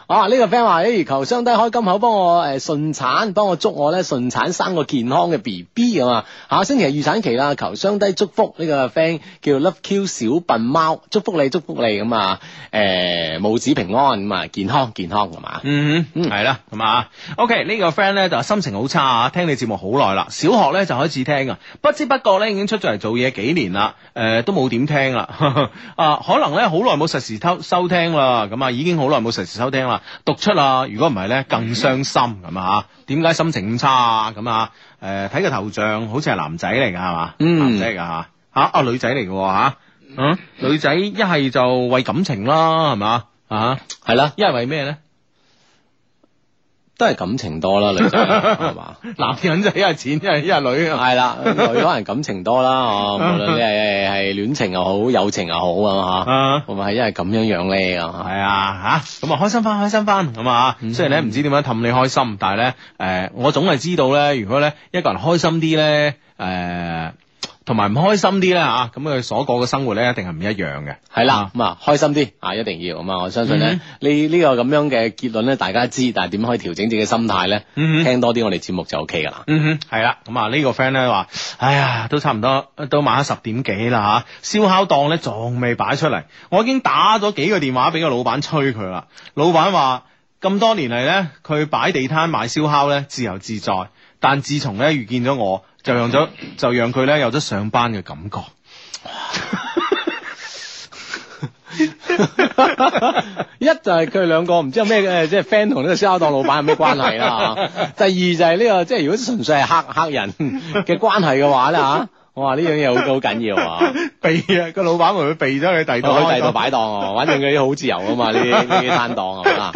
[SPEAKER 3] 啊！呢、個 friend 話：，誒、求相低開金口，幫我誒順產，幫我祝我咧順產生個健康嘅 B B 咁啊！下星期係預產期啦，求相低祝福呢、個 friend 叫 Love Q 小笨貓，祝福你，祝福你咁啊！誒、母子平安咁啊，健康健康咁嘛？
[SPEAKER 1] 嗯，
[SPEAKER 3] 嗯
[SPEAKER 1] 係啦，咁啊，OK，呢個 friend 咧就心情好差啊，聽你節目好耐啦，小學咧就開始聽啊，不知不覺咧已經出咗嚟做嘢幾年啦，誒、都冇點聽啦， <laughs> 啊，可能咧好耐冇實時收收聽啦，咁啊已經好耐冇實時收聽啦，讀出啊，如果唔係咧更傷心咁啊，點解心情咁差啊？咁啊，誒、睇個頭像好似係男仔嚟㗎係嘛，
[SPEAKER 3] 嗯
[SPEAKER 1] 男仔嚟㗎嚇，嚇啊女仔嚟㗎喎嚇，啊女仔一係就為感情啦係嘛，啊
[SPEAKER 3] 係啦，
[SPEAKER 1] 一係為咩咧？
[SPEAKER 3] 都係感情多啦，女仔係嘛？
[SPEAKER 1] <laughs> 男人就一係錢，一係一係女啊。
[SPEAKER 3] 係啦，女可能感情多啦，哦，無論你係係戀情又好，友情又好咁吓，
[SPEAKER 1] 啊
[SPEAKER 3] 會唔會係因為咁樣樣咧咁
[SPEAKER 1] 系
[SPEAKER 3] 啊？
[SPEAKER 1] 啊，吓咁啊，開心翻，開心翻，咁啊，雖然咧唔知點樣氹你開心，但係咧，诶，我總係知道咧，如果咧一個人開心啲咧，诶，同埋唔開心啲咧吓，咁佢所過嘅生活咧，一定係唔一樣嘅。
[SPEAKER 3] 係啦，咁啊，開心啲啊，一定要咁啊！我相信
[SPEAKER 1] 嗯
[SPEAKER 3] 咧，呢呢個咁樣嘅結論咧，大家知，但係點可以調整自己嘅心態咧？
[SPEAKER 1] 嗯哼
[SPEAKER 3] 聽多啲我哋節目就 OK 噶
[SPEAKER 1] <laughs>
[SPEAKER 3] 啦。
[SPEAKER 1] 嗯哼，系啦，咁啊呢個 friend 咧話，哎呀，都差唔多，都晚黑十點幾啦吓，燒烤檔咧仲未擺出嚟，我已經打咗幾個電話俾個老闆催佢啦，老闆話咁多年嚟咧，佢擺地攤賣燒烤咧自由自在，但自從咧遇見咗我，就讓咗就讓佢咧有咗上班嘅感覺。 <laughs>
[SPEAKER 3] 一就係佢兩個唔知有咩 <laughs> 誒，即係 friend 同呢個燒烤檔老闆有咩關
[SPEAKER 1] <laughs>
[SPEAKER 3] 係啦。嚇第二就係呢、個，即係如果純粹係客客人嘅關係嘅話咧嚇，我話呢樣嘢好好緊要
[SPEAKER 1] <laughs>
[SPEAKER 3] 啊！
[SPEAKER 1] 避啊，個老闆會唔會避咗哦佢第二度
[SPEAKER 3] 我去
[SPEAKER 1] 開
[SPEAKER 3] 第度
[SPEAKER 1] 檔？
[SPEAKER 3] 擺檔啊，反正佢啲好自由啊嘛，呢啲呢啲攤檔啊係嘛？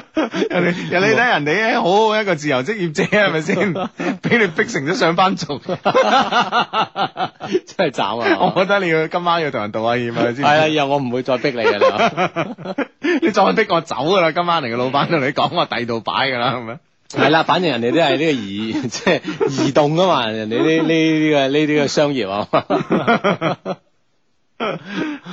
[SPEAKER 1] <laughs> 人哋人哋睇人哋咧，好好一個自由職業者係咪 <laughs> 先？俾你逼成咗上班族。 <laughs>
[SPEAKER 3] 真係慘
[SPEAKER 1] 我
[SPEAKER 3] 啊！
[SPEAKER 1] 覺得你要今晚要同人道下歉啊，你知唔
[SPEAKER 3] 係啊，
[SPEAKER 1] 知？
[SPEAKER 3] 以後我唔會再逼你噶啦。
[SPEAKER 1] 你再逼我走噶啦，今晚嚟個老闆同你講我第二度擺噶啦，咁樣。
[SPEAKER 3] 係啦，反正人哋都係呢個移 <laughs> 即係移動啊嘛，人哋呢呢呢個呢啲嘅商業啊
[SPEAKER 1] <laughs>
[SPEAKER 3] 嘛。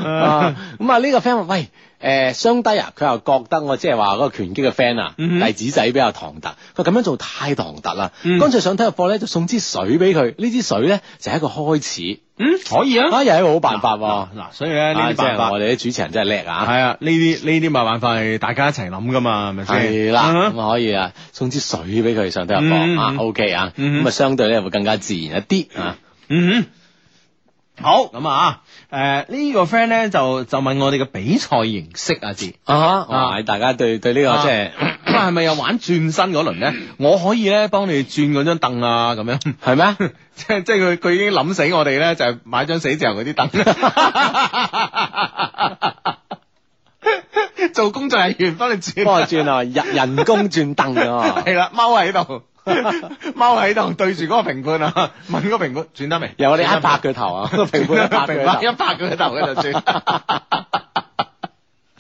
[SPEAKER 3] 啊咁啊呢個 friend 話喂。誒雙低啊，佢又覺得我即係話嗰個拳擊嘅 friend 啊，
[SPEAKER 1] 嗯哼
[SPEAKER 3] 弟子仔比較唐突，佢咁樣做太唐突啦，
[SPEAKER 1] 嗯
[SPEAKER 3] 乾脆上體育課咧就送支水俾佢，呢支水咧就係一個開始，
[SPEAKER 1] 嗯，可以啊，
[SPEAKER 3] 啊又係一個好辦法喎，
[SPEAKER 1] 嗱嗱，所以咧呢
[SPEAKER 3] 啊
[SPEAKER 1] 啲
[SPEAKER 3] 即係
[SPEAKER 1] 辦法
[SPEAKER 3] 我哋啲主持人真係叻啊！
[SPEAKER 1] 係啊，呢啲呢啲咪辦法係大家一齊諗噶嘛，係咪先？
[SPEAKER 3] 係啦，
[SPEAKER 1] 嗯
[SPEAKER 3] 咁啊可以啊，送支水俾佢上體育
[SPEAKER 1] 嗯
[SPEAKER 3] 課啊
[SPEAKER 1] 嗯
[SPEAKER 3] ，OK 啊，
[SPEAKER 1] 嗯
[SPEAKER 3] 咁啊相對咧會更加自然一啲啊。
[SPEAKER 1] 嗯哼，好咁啊，誒呢個 friend 咧就就問我哋嘅比賽形式啊，字。
[SPEAKER 3] 啊哈！
[SPEAKER 1] 啊
[SPEAKER 3] 哇！大家對對呢個即係
[SPEAKER 1] 係 <clears throat> 咪又玩轉身嗰輪咧？我可以咧幫你轉嗰張凳啊，咁樣。
[SPEAKER 3] 係咩？
[SPEAKER 1] <laughs> 即係即係佢佢已經諗死我哋咧，就係、買張死字頭嗰啲凳， <laughs> 做工作人員幫你轉，
[SPEAKER 3] 幫我轉啊，人人工轉凳啊！
[SPEAKER 1] 係啦，踎喺度，踎喺度對住嗰個評判啊，問嗰個評判轉得未？
[SPEAKER 3] 由我哋一拍佢頭啊，評判一拍
[SPEAKER 1] 評
[SPEAKER 3] 佢
[SPEAKER 1] 判
[SPEAKER 3] 頭。
[SPEAKER 1] <laughs> 一拍佢個頭佢就轉。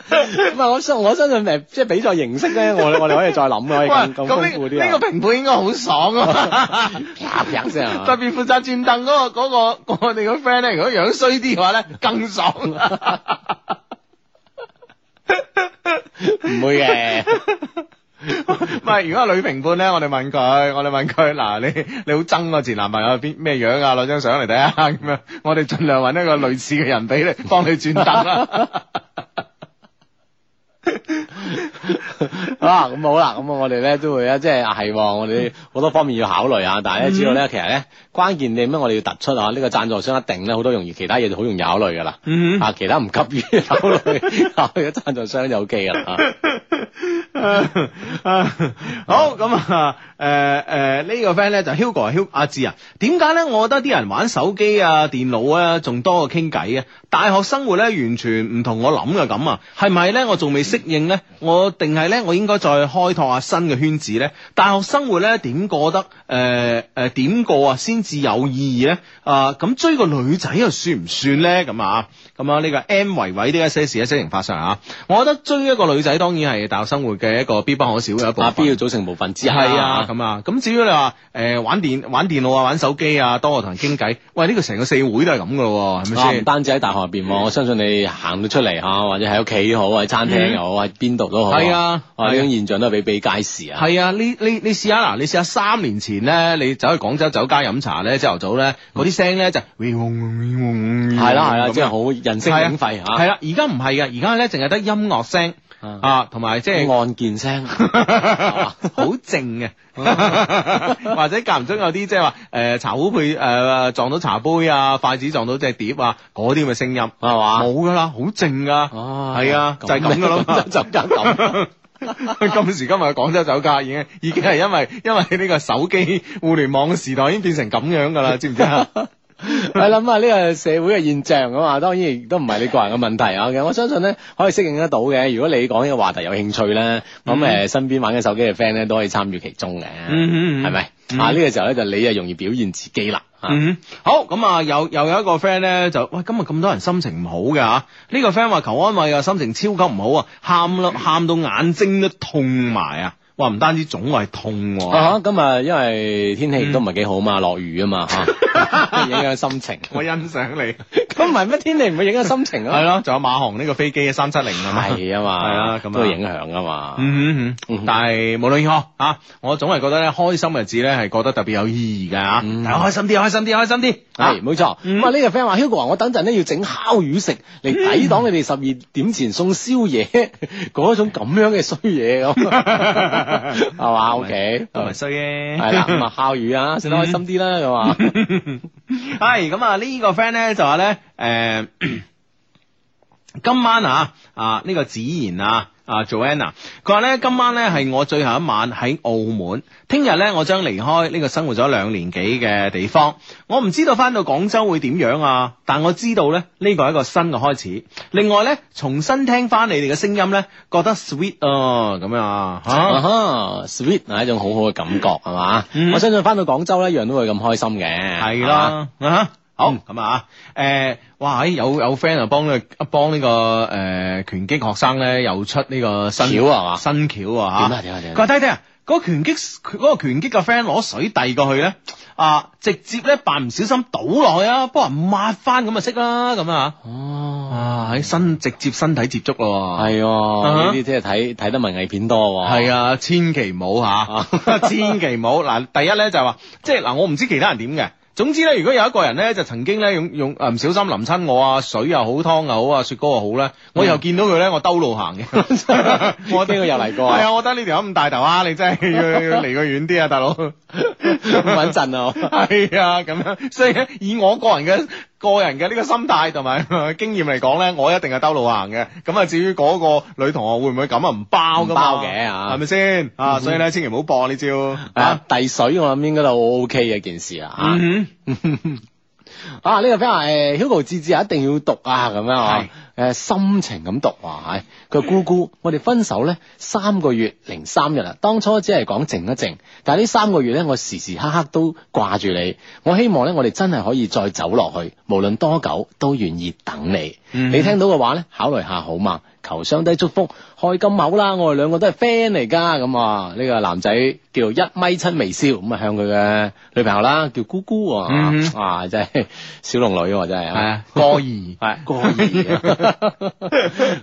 [SPEAKER 3] 唔係啊我相我相信誒，即係比賽形式咧，我我哋可以再諗啊可以
[SPEAKER 1] 喂，
[SPEAKER 3] 咁
[SPEAKER 1] 咁
[SPEAKER 3] 咁豐富
[SPEAKER 1] 呢
[SPEAKER 3] 啲
[SPEAKER 1] 呢
[SPEAKER 3] 啊！
[SPEAKER 1] 個評判應該好爽
[SPEAKER 3] <laughs>
[SPEAKER 1] 啊！
[SPEAKER 3] 啪啪聲啊！
[SPEAKER 1] 特
[SPEAKER 3] <laughs>
[SPEAKER 1] 別負責轉凳嗰個嗰個我哋個 friend 咧，如果樣衰啲嘅話咧，更爽。
[SPEAKER 3] 唔會嘅，
[SPEAKER 1] <laughs> 唔係，如果係女評判咧，我哋問佢，我哋問佢嗱，你你好憎我前男朋友邊咩樣啊？攞張相嚟睇下咁樣，我哋盡量揾一個類似嘅人俾你，幫你轉凳啦。
[SPEAKER 3] <laughs> 啊咁好啦，咁我哋咧都會啊，即係啊係喎，我
[SPEAKER 1] 嗯
[SPEAKER 3] 哋好多方面要考慮啊，但係咧知道咧，其實咧關鍵點咧，我哋要突出啊，呢個贊助商一定咧好多容易，其他嘢就好容易考慮噶啦。
[SPEAKER 1] 嗯，
[SPEAKER 3] 啊，其他唔急於考慮， <laughs> 考慮嘅贊助商就 OK 噶啦。
[SPEAKER 1] <laughs>
[SPEAKER 3] 啊
[SPEAKER 1] 好咁啊，誒誒呢個 friend 咧就 Hugo 啊 Hugo 阿志啊，點解咧？我覺得啲人玩手機啊、電腦啊，仲多過傾偈啊。大學生活咧，完全唔同我諗嘅咁啊。係咪咧？我仲未適應咧？我定係咧？我應該再開拓下新嘅圈子咧？大學生活咧點過得？誒、誒點過啊，先至有意義咧？啊，咁追個女仔又算唔算咧？咁啊，咁啊呢個 M 維維呢一些事一些情發上啊，我覺得追一個女仔當然係大學生活嘅一個必不可少嘅一部
[SPEAKER 3] 啊，
[SPEAKER 1] 分。
[SPEAKER 3] 必要組成部分之一
[SPEAKER 1] 係啊，咁啊，咁至於你話誒、玩電玩電腦啊、玩手機啊，多過同人傾偈，喂，呢、個成個社會都係咁噶咯喎，係咪
[SPEAKER 3] 啊，唔
[SPEAKER 1] 先？嗯
[SPEAKER 3] 單止喺大學入邊喎，我相信你行到出嚟嚇，或者喺屋企好，喺餐廳又好，喺邊度都好，
[SPEAKER 1] 嗯係啊
[SPEAKER 3] 哇
[SPEAKER 1] 係啊
[SPEAKER 3] 呢種現象都係比比皆是啊。
[SPEAKER 1] 係啊，你你你試下嗱，你試下三年前咧，你走去廣州酒家飲茶咧，朝頭早咧，
[SPEAKER 3] 嗯
[SPEAKER 1] 嗰啲聲咧就係啊
[SPEAKER 3] 係啦係啦，即係好人聲鼎沸嚇，
[SPEAKER 1] 係啦，啊而家唔係嘅，而家咧淨係得音樂聲
[SPEAKER 3] 啊
[SPEAKER 1] 啊，同埋即係
[SPEAKER 3] 按
[SPEAKER 1] <laughs>
[SPEAKER 3] 鍵聲
[SPEAKER 1] 好靜嘅， <laughs> 或者間唔中有啲即係話誒茶壺配誒、呃撞到茶杯啊，筷子撞到隻碟啊，嗰啲咁嘅聲音
[SPEAKER 3] 係嘛？
[SPEAKER 1] 冇噶啦，好靜噶，
[SPEAKER 3] 哦
[SPEAKER 1] 係啊，就係咁噶啦嘛。
[SPEAKER 3] 就就
[SPEAKER 1] <laughs>
[SPEAKER 3] 咁。
[SPEAKER 1] 今時今日嘅廣州酒家已經已經係因為因為呢個手機互聯網嘅時代已經變成咁樣噶啦，知唔知啊？
[SPEAKER 3] 我諗啊，呢個社會嘅現象啊嘛，當然亦都唔係你個人嘅問題啊。其實我相信咧，可以適應得到嘅。如果你講呢個話題有興趣咧，咁誒身邊玩緊手機嘅 friend 咧都可以參與其中嘅，
[SPEAKER 1] 嗯嗯嗯嗯
[SPEAKER 3] 係咪？
[SPEAKER 1] 嗯
[SPEAKER 3] 啊呢個時候咧就你啊容易表現自己啦。啊
[SPEAKER 1] 嗯，好咁啊，又又有一個 friend 咧就，喂，今日咁多人心情唔好㗎吓，呢個 friend 話求安慰啊，心情超級唔好啊，喊到喊到眼睛都痛埋啊，哇，唔單止腫，係痛
[SPEAKER 3] 啊哈
[SPEAKER 1] 喎，
[SPEAKER 3] 咁啊，因為天氣亦都唔係幾好
[SPEAKER 1] 嗯
[SPEAKER 3] 嘛，落雨啊嘛嚇，
[SPEAKER 1] <laughs>
[SPEAKER 3] 影響心情。
[SPEAKER 1] 我欣賞你，
[SPEAKER 3] 咁唔係乜天氣唔會影響心情
[SPEAKER 1] 係
[SPEAKER 3] 啊？
[SPEAKER 1] 咯，仲有馬航呢個飛機嘅三七零啊嘛，
[SPEAKER 3] 係啊嘛，
[SPEAKER 1] 係啊咁啊
[SPEAKER 3] 都會影響啊嘛。
[SPEAKER 1] 嗯嗯
[SPEAKER 3] 嗯
[SPEAKER 1] 嗯
[SPEAKER 3] 哼，
[SPEAKER 1] 但係無論如何啊，我總係覺得咧，開心嘅日子咧係覺得特別有意義㗎吓，
[SPEAKER 3] 嗯
[SPEAKER 1] 大家開心啲，開心啲，開心啲，啊
[SPEAKER 3] 係冇錯，
[SPEAKER 1] 嗯
[SPEAKER 3] 咁啊呢個 friend 話 Hugo 話我等陣咧要整烤魚食嚟抵擋
[SPEAKER 1] 嗯
[SPEAKER 3] 你哋十二點前送宵夜 <laughs> 嗰種咁樣嘅衰嘢
[SPEAKER 1] <laughs>
[SPEAKER 3] 咁，係嘛
[SPEAKER 1] 都唔係
[SPEAKER 3] ？OK，
[SPEAKER 1] 都唔啊係衰嘅，
[SPEAKER 3] 係啦，咁啊烤
[SPEAKER 1] <laughs>
[SPEAKER 3] 魚啊，食得開心啲啦，咁啊，
[SPEAKER 1] 嗯系咁啊！呢個 friend 咧就話咧，诶、今晚啊啊呢、個子賢啊啊 Joanna，佢話咧今晚咧係我最後一晚喺澳門，聽日咧我將離開呢個生活咗兩年幾嘅地方，我唔知道翻到廣州會點樣啊，但我知道咧呢個係一個新嘅開始。另外咧，重新聽翻你哋嘅聲音啊咧，覺得 sweet 啊咁樣啊，吓、
[SPEAKER 3] <laughs> 啊哈，sweet 係一種好好嘅感覺係嘛？
[SPEAKER 1] 嗯
[SPEAKER 3] 我相信翻到廣州咧，一樣都會咁開心嘅，
[SPEAKER 1] 系啦，啊好
[SPEAKER 3] 嗯
[SPEAKER 1] 咁啊，诶，哇，咦有有 friend 啊幫呢幫呢個诶拳擊學生咧，又出呢個新
[SPEAKER 3] 橋係嘛
[SPEAKER 1] 新橋
[SPEAKER 3] 啊，
[SPEAKER 1] 啊
[SPEAKER 3] 點
[SPEAKER 1] 吓
[SPEAKER 3] 啊，點啊點
[SPEAKER 1] 佢
[SPEAKER 3] 啊
[SPEAKER 1] 話，睇睇啊，嗰個拳擊嗰個拳擊嘅 friend 攞水遞過去咧，啊，直接咧扮唔小心倒落去啊，幫人抹翻咁就識啦，咁啊，
[SPEAKER 3] 哦。
[SPEAKER 1] 啊，喺身直接身體接觸咯喎。啊
[SPEAKER 3] 係喎，
[SPEAKER 1] 哈
[SPEAKER 3] 哎呢啲即係睇睇得文藝片多喎。
[SPEAKER 1] 係啊，千祈唔好
[SPEAKER 3] 啊
[SPEAKER 1] 吓， <laughs> 千祈唔好。嗱，第一咧就係話，即係嗱，我唔知其他人點嘅。總之咧，如果有一個人咧就曾經咧用用誒唔小心淋親我啊，水又好，湯又好啊，雪糕又好咧，
[SPEAKER 3] 嗯
[SPEAKER 1] 我又見到佢咧，我兜路行嘅。
[SPEAKER 3] <laughs>
[SPEAKER 1] 我
[SPEAKER 3] 驚佢又嚟過啊
[SPEAKER 1] 係啊，我覺得呢條友咁大頭啊，你真係要要離佢遠啲啊，大佬。
[SPEAKER 3] 唔穩陣
[SPEAKER 1] <laughs>
[SPEAKER 3] 啊！
[SPEAKER 1] 係啊，咁樣，所以咧，以我個人嘅個人嘅呢個心態同埋呃經驗嚟講咧，我一定係兜路行嘅。咁啊，至於嗰個女同學會唔會咁啊，唔包噶嘛，
[SPEAKER 3] 唔包嘅啊
[SPEAKER 1] 係咪先啊？所以咧，千祈唔好播呢招
[SPEAKER 3] 啊
[SPEAKER 1] 啊。，
[SPEAKER 3] 遞水我諗應該都 O K 嘅一件事啊啦
[SPEAKER 1] 嗯
[SPEAKER 3] 嚇。啊，呢個 friend 話誒 Hugo 志志啊一定要讀啊咁樣啊
[SPEAKER 1] 係，嗯
[SPEAKER 3] 誒心情咁讀啊，係佢姑姑，我哋分手咧三個月零三日啦，啊當初只係講靜一靜，但係呢三個月咧，我時時刻刻都掛住你，我希望咧我哋真係可以再走落去，無論多久都願意等你。
[SPEAKER 1] 嗯
[SPEAKER 3] 你聽到嘅話咧，考慮下好嘛？求相低祝福，開金口啦！我哋兩個都係 friend 嚟噶，咁啊呢個男仔叫做一米七微笑，咁啊向佢嘅女朋友啦，叫姑姑啊，
[SPEAKER 1] 嗯哼
[SPEAKER 3] 啊真係 <laughs> 小龍女喎，真係
[SPEAKER 1] 哼，係
[SPEAKER 3] 啊！
[SPEAKER 1] 啊，過兒。
[SPEAKER 3] 系過兒啊， <laughs>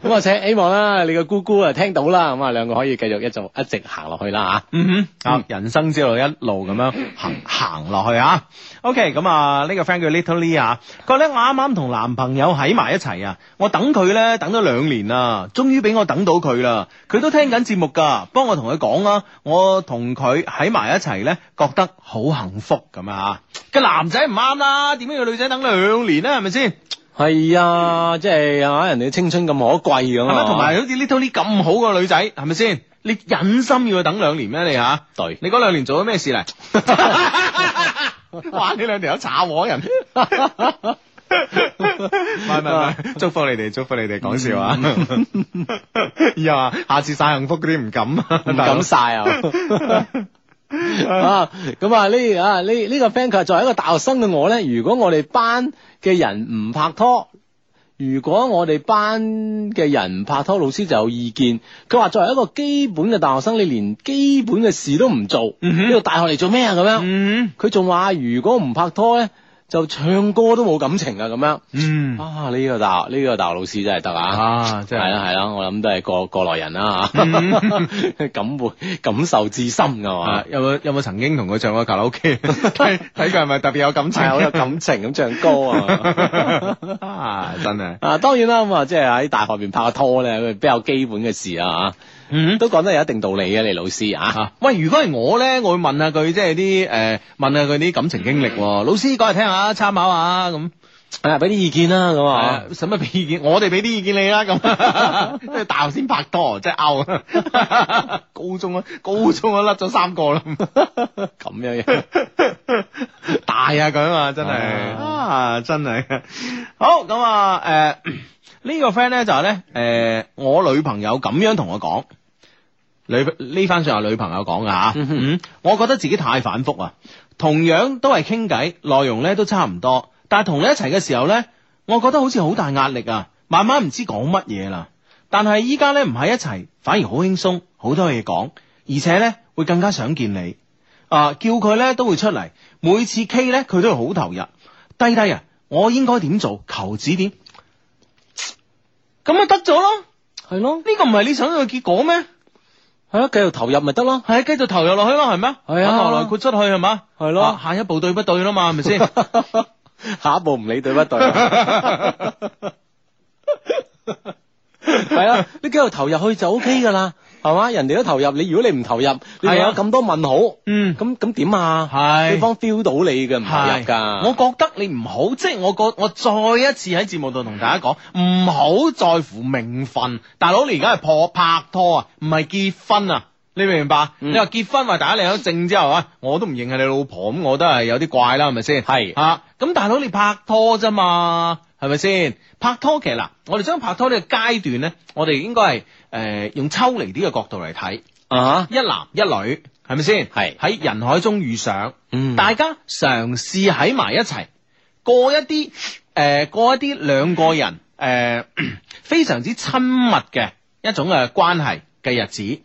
[SPEAKER 3] 咁我請希望啦，你個姑姑啊聽到啦，咁啊兩個可以繼續一做一直行落去啦
[SPEAKER 1] <laughs> 嗯哼，啊，人生之路一路咁樣行行落去啊。OK，咁啊，呢個 friend 叫 Little Lee 啊，佢話咧我啱啱同男朋友喺埋一齊啊，我等佢咧等咗兩年啦，終於俾我等到佢啦，佢都聽緊節目㗎，幫我同佢講啊，我同佢喺埋一齊咧，覺得好幸福咁啊。個男仔唔啱啦，點解個女仔等兩年咧？係咪先？
[SPEAKER 3] 吓。係啊，即係啊，人哋青春咁可貴咁
[SPEAKER 1] 係
[SPEAKER 3] 啊
[SPEAKER 1] 咪？，同埋好似 Little Lee 咁好個女仔，係咪先？你忍心要佢等兩年咩？你吓、
[SPEAKER 3] 對
[SPEAKER 1] 你嗰兩年做咗咩事 <laughs> 嚟？哇！呢兩條友炒我 <laughs> 人，唔係唔係唔係，祝福你哋，祝福你哋，講笑啊！ <laughs> 以後啊下次晒幸福嗰啲唔敢，
[SPEAKER 3] 唔
[SPEAKER 1] 唔
[SPEAKER 3] 敢
[SPEAKER 1] <laughs>
[SPEAKER 3] 晒啊！啊，咁啊呢啊呢呢個 friend 佢話作為一個大學生嘅我咧，如果我哋班嘅人唔拍拖，如果我哋班嘅人唔拍拖，老師就有意見。佢話作為一個基本嘅大學生，你連基本嘅事都唔做，
[SPEAKER 1] 嗯哼
[SPEAKER 3] 呢個大學嚟做咩啊？咁樣，
[SPEAKER 1] 嗯
[SPEAKER 3] 佢仲話如果唔拍拖咧，就唱歌都冇感情啊！咁樣
[SPEAKER 1] 嗯
[SPEAKER 3] 啊，呢個大學呢個大學老師真係得啊！
[SPEAKER 1] 啊，真
[SPEAKER 3] 係
[SPEAKER 1] 係
[SPEAKER 3] 啦係啦，我諗都係過過來人啦嚇， <laughs> 感會感受至深噶嘛
[SPEAKER 1] 嗯啊，。有冇有冇曾經同佢唱過卡拉 <laughs> OK？睇睇佢係咪特別有感情
[SPEAKER 3] 係？啊好有感情咁唱歌啊！
[SPEAKER 1] <laughs> 啊，真係。
[SPEAKER 3] 啊，當然啦，咁啊，即係喺大學面拍個拖咧，比較基本嘅事啊，
[SPEAKER 1] 嗯
[SPEAKER 3] 嚇，都講得有一定道理嘅，你老師啊，
[SPEAKER 1] 啊！喂，如果係我咧，我會問下佢，即係啲誒，問下佢啲感情經歷喎。老師講嚟聽下，參考下咁。
[SPEAKER 3] 係啊，俾啲意見啦咁啊
[SPEAKER 1] 啊，。使乜俾意見？ <laughs> 我哋俾啲意見你啦，咁即係大學先拍拖，即係 out。高中啊，高中啊甩咗三個啦，
[SPEAKER 3] 咁樣樣，
[SPEAKER 1] 大啊佢啊嘛，真係
[SPEAKER 3] 啊
[SPEAKER 1] 啊，真係好咁啊，誒。呢個 friend 咧就係咧，誒、我女朋友咁樣同我講，女呢番上係女朋友講噶吓，嗯，我覺得自己太反覆啊，同樣都係傾偈，內容咧都差唔多，但係同你一齊嘅時候咧，我覺得好似好大壓力啊，慢慢唔知講乜嘢啦。但係依家咧唔喺一齊，反而好輕鬆，好多嘢講，而且咧會更加想見你。啊，叫佢咧都會出嚟，每次 K 咧佢都會好投入。低低啊，我應該點做？求指點。咁咪得咗咯？
[SPEAKER 3] 係咯，
[SPEAKER 1] 呢個唔係你想要嘅結果咩？
[SPEAKER 3] 係咯，繼續投入咪得咯。 <laughs>
[SPEAKER 1] 係啊，繼續投入落去咯，係咪？
[SPEAKER 3] 係啊
[SPEAKER 1] 投來豁出去係嘛？
[SPEAKER 3] 係咯
[SPEAKER 1] 啊下一步對不對啦嘛？係咪先？ <laughs>
[SPEAKER 3] 下一步唔理對不對， <laughs> 係啊啦，你繼續投入去就 O K 噶啦，係嘛？人哋都投入，你如果你唔投入，你仲
[SPEAKER 1] 係啊
[SPEAKER 3] 有咁多問號，
[SPEAKER 1] 嗯
[SPEAKER 3] 咁咁點啊？
[SPEAKER 1] 係
[SPEAKER 3] 對方 feel 到你嘅唔投入噶，
[SPEAKER 1] 我覺得你唔好，即係我覺我再一次喺節目度同大家講，唔好在乎名分。大佬，你而家係破拍拖啊，唔係結婚啊。你明唔明白？
[SPEAKER 3] 嗯
[SPEAKER 1] 你話結婚話大家領咗證之後啊，我都唔認係你老婆，咁我都係有啲怪啦，係咪先？
[SPEAKER 3] 係
[SPEAKER 1] 啊，咁大佬你拍拖啫嘛，係咪先？拍拖其實嗱，我哋將拍拖呢個階段咧，我哋應該係誒用抽離啲嘅角度嚟睇，
[SPEAKER 3] 啊，
[SPEAKER 1] 一男一女，係咪先？
[SPEAKER 3] 係
[SPEAKER 1] 喺人海中遇上。
[SPEAKER 3] 嗯，
[SPEAKER 1] 大家嘗試喺埋一齊，過一啲誒、呃，過一啲兩個人誒、呃 <clears throat> 非常之親密嘅一種嘅關係嘅日子。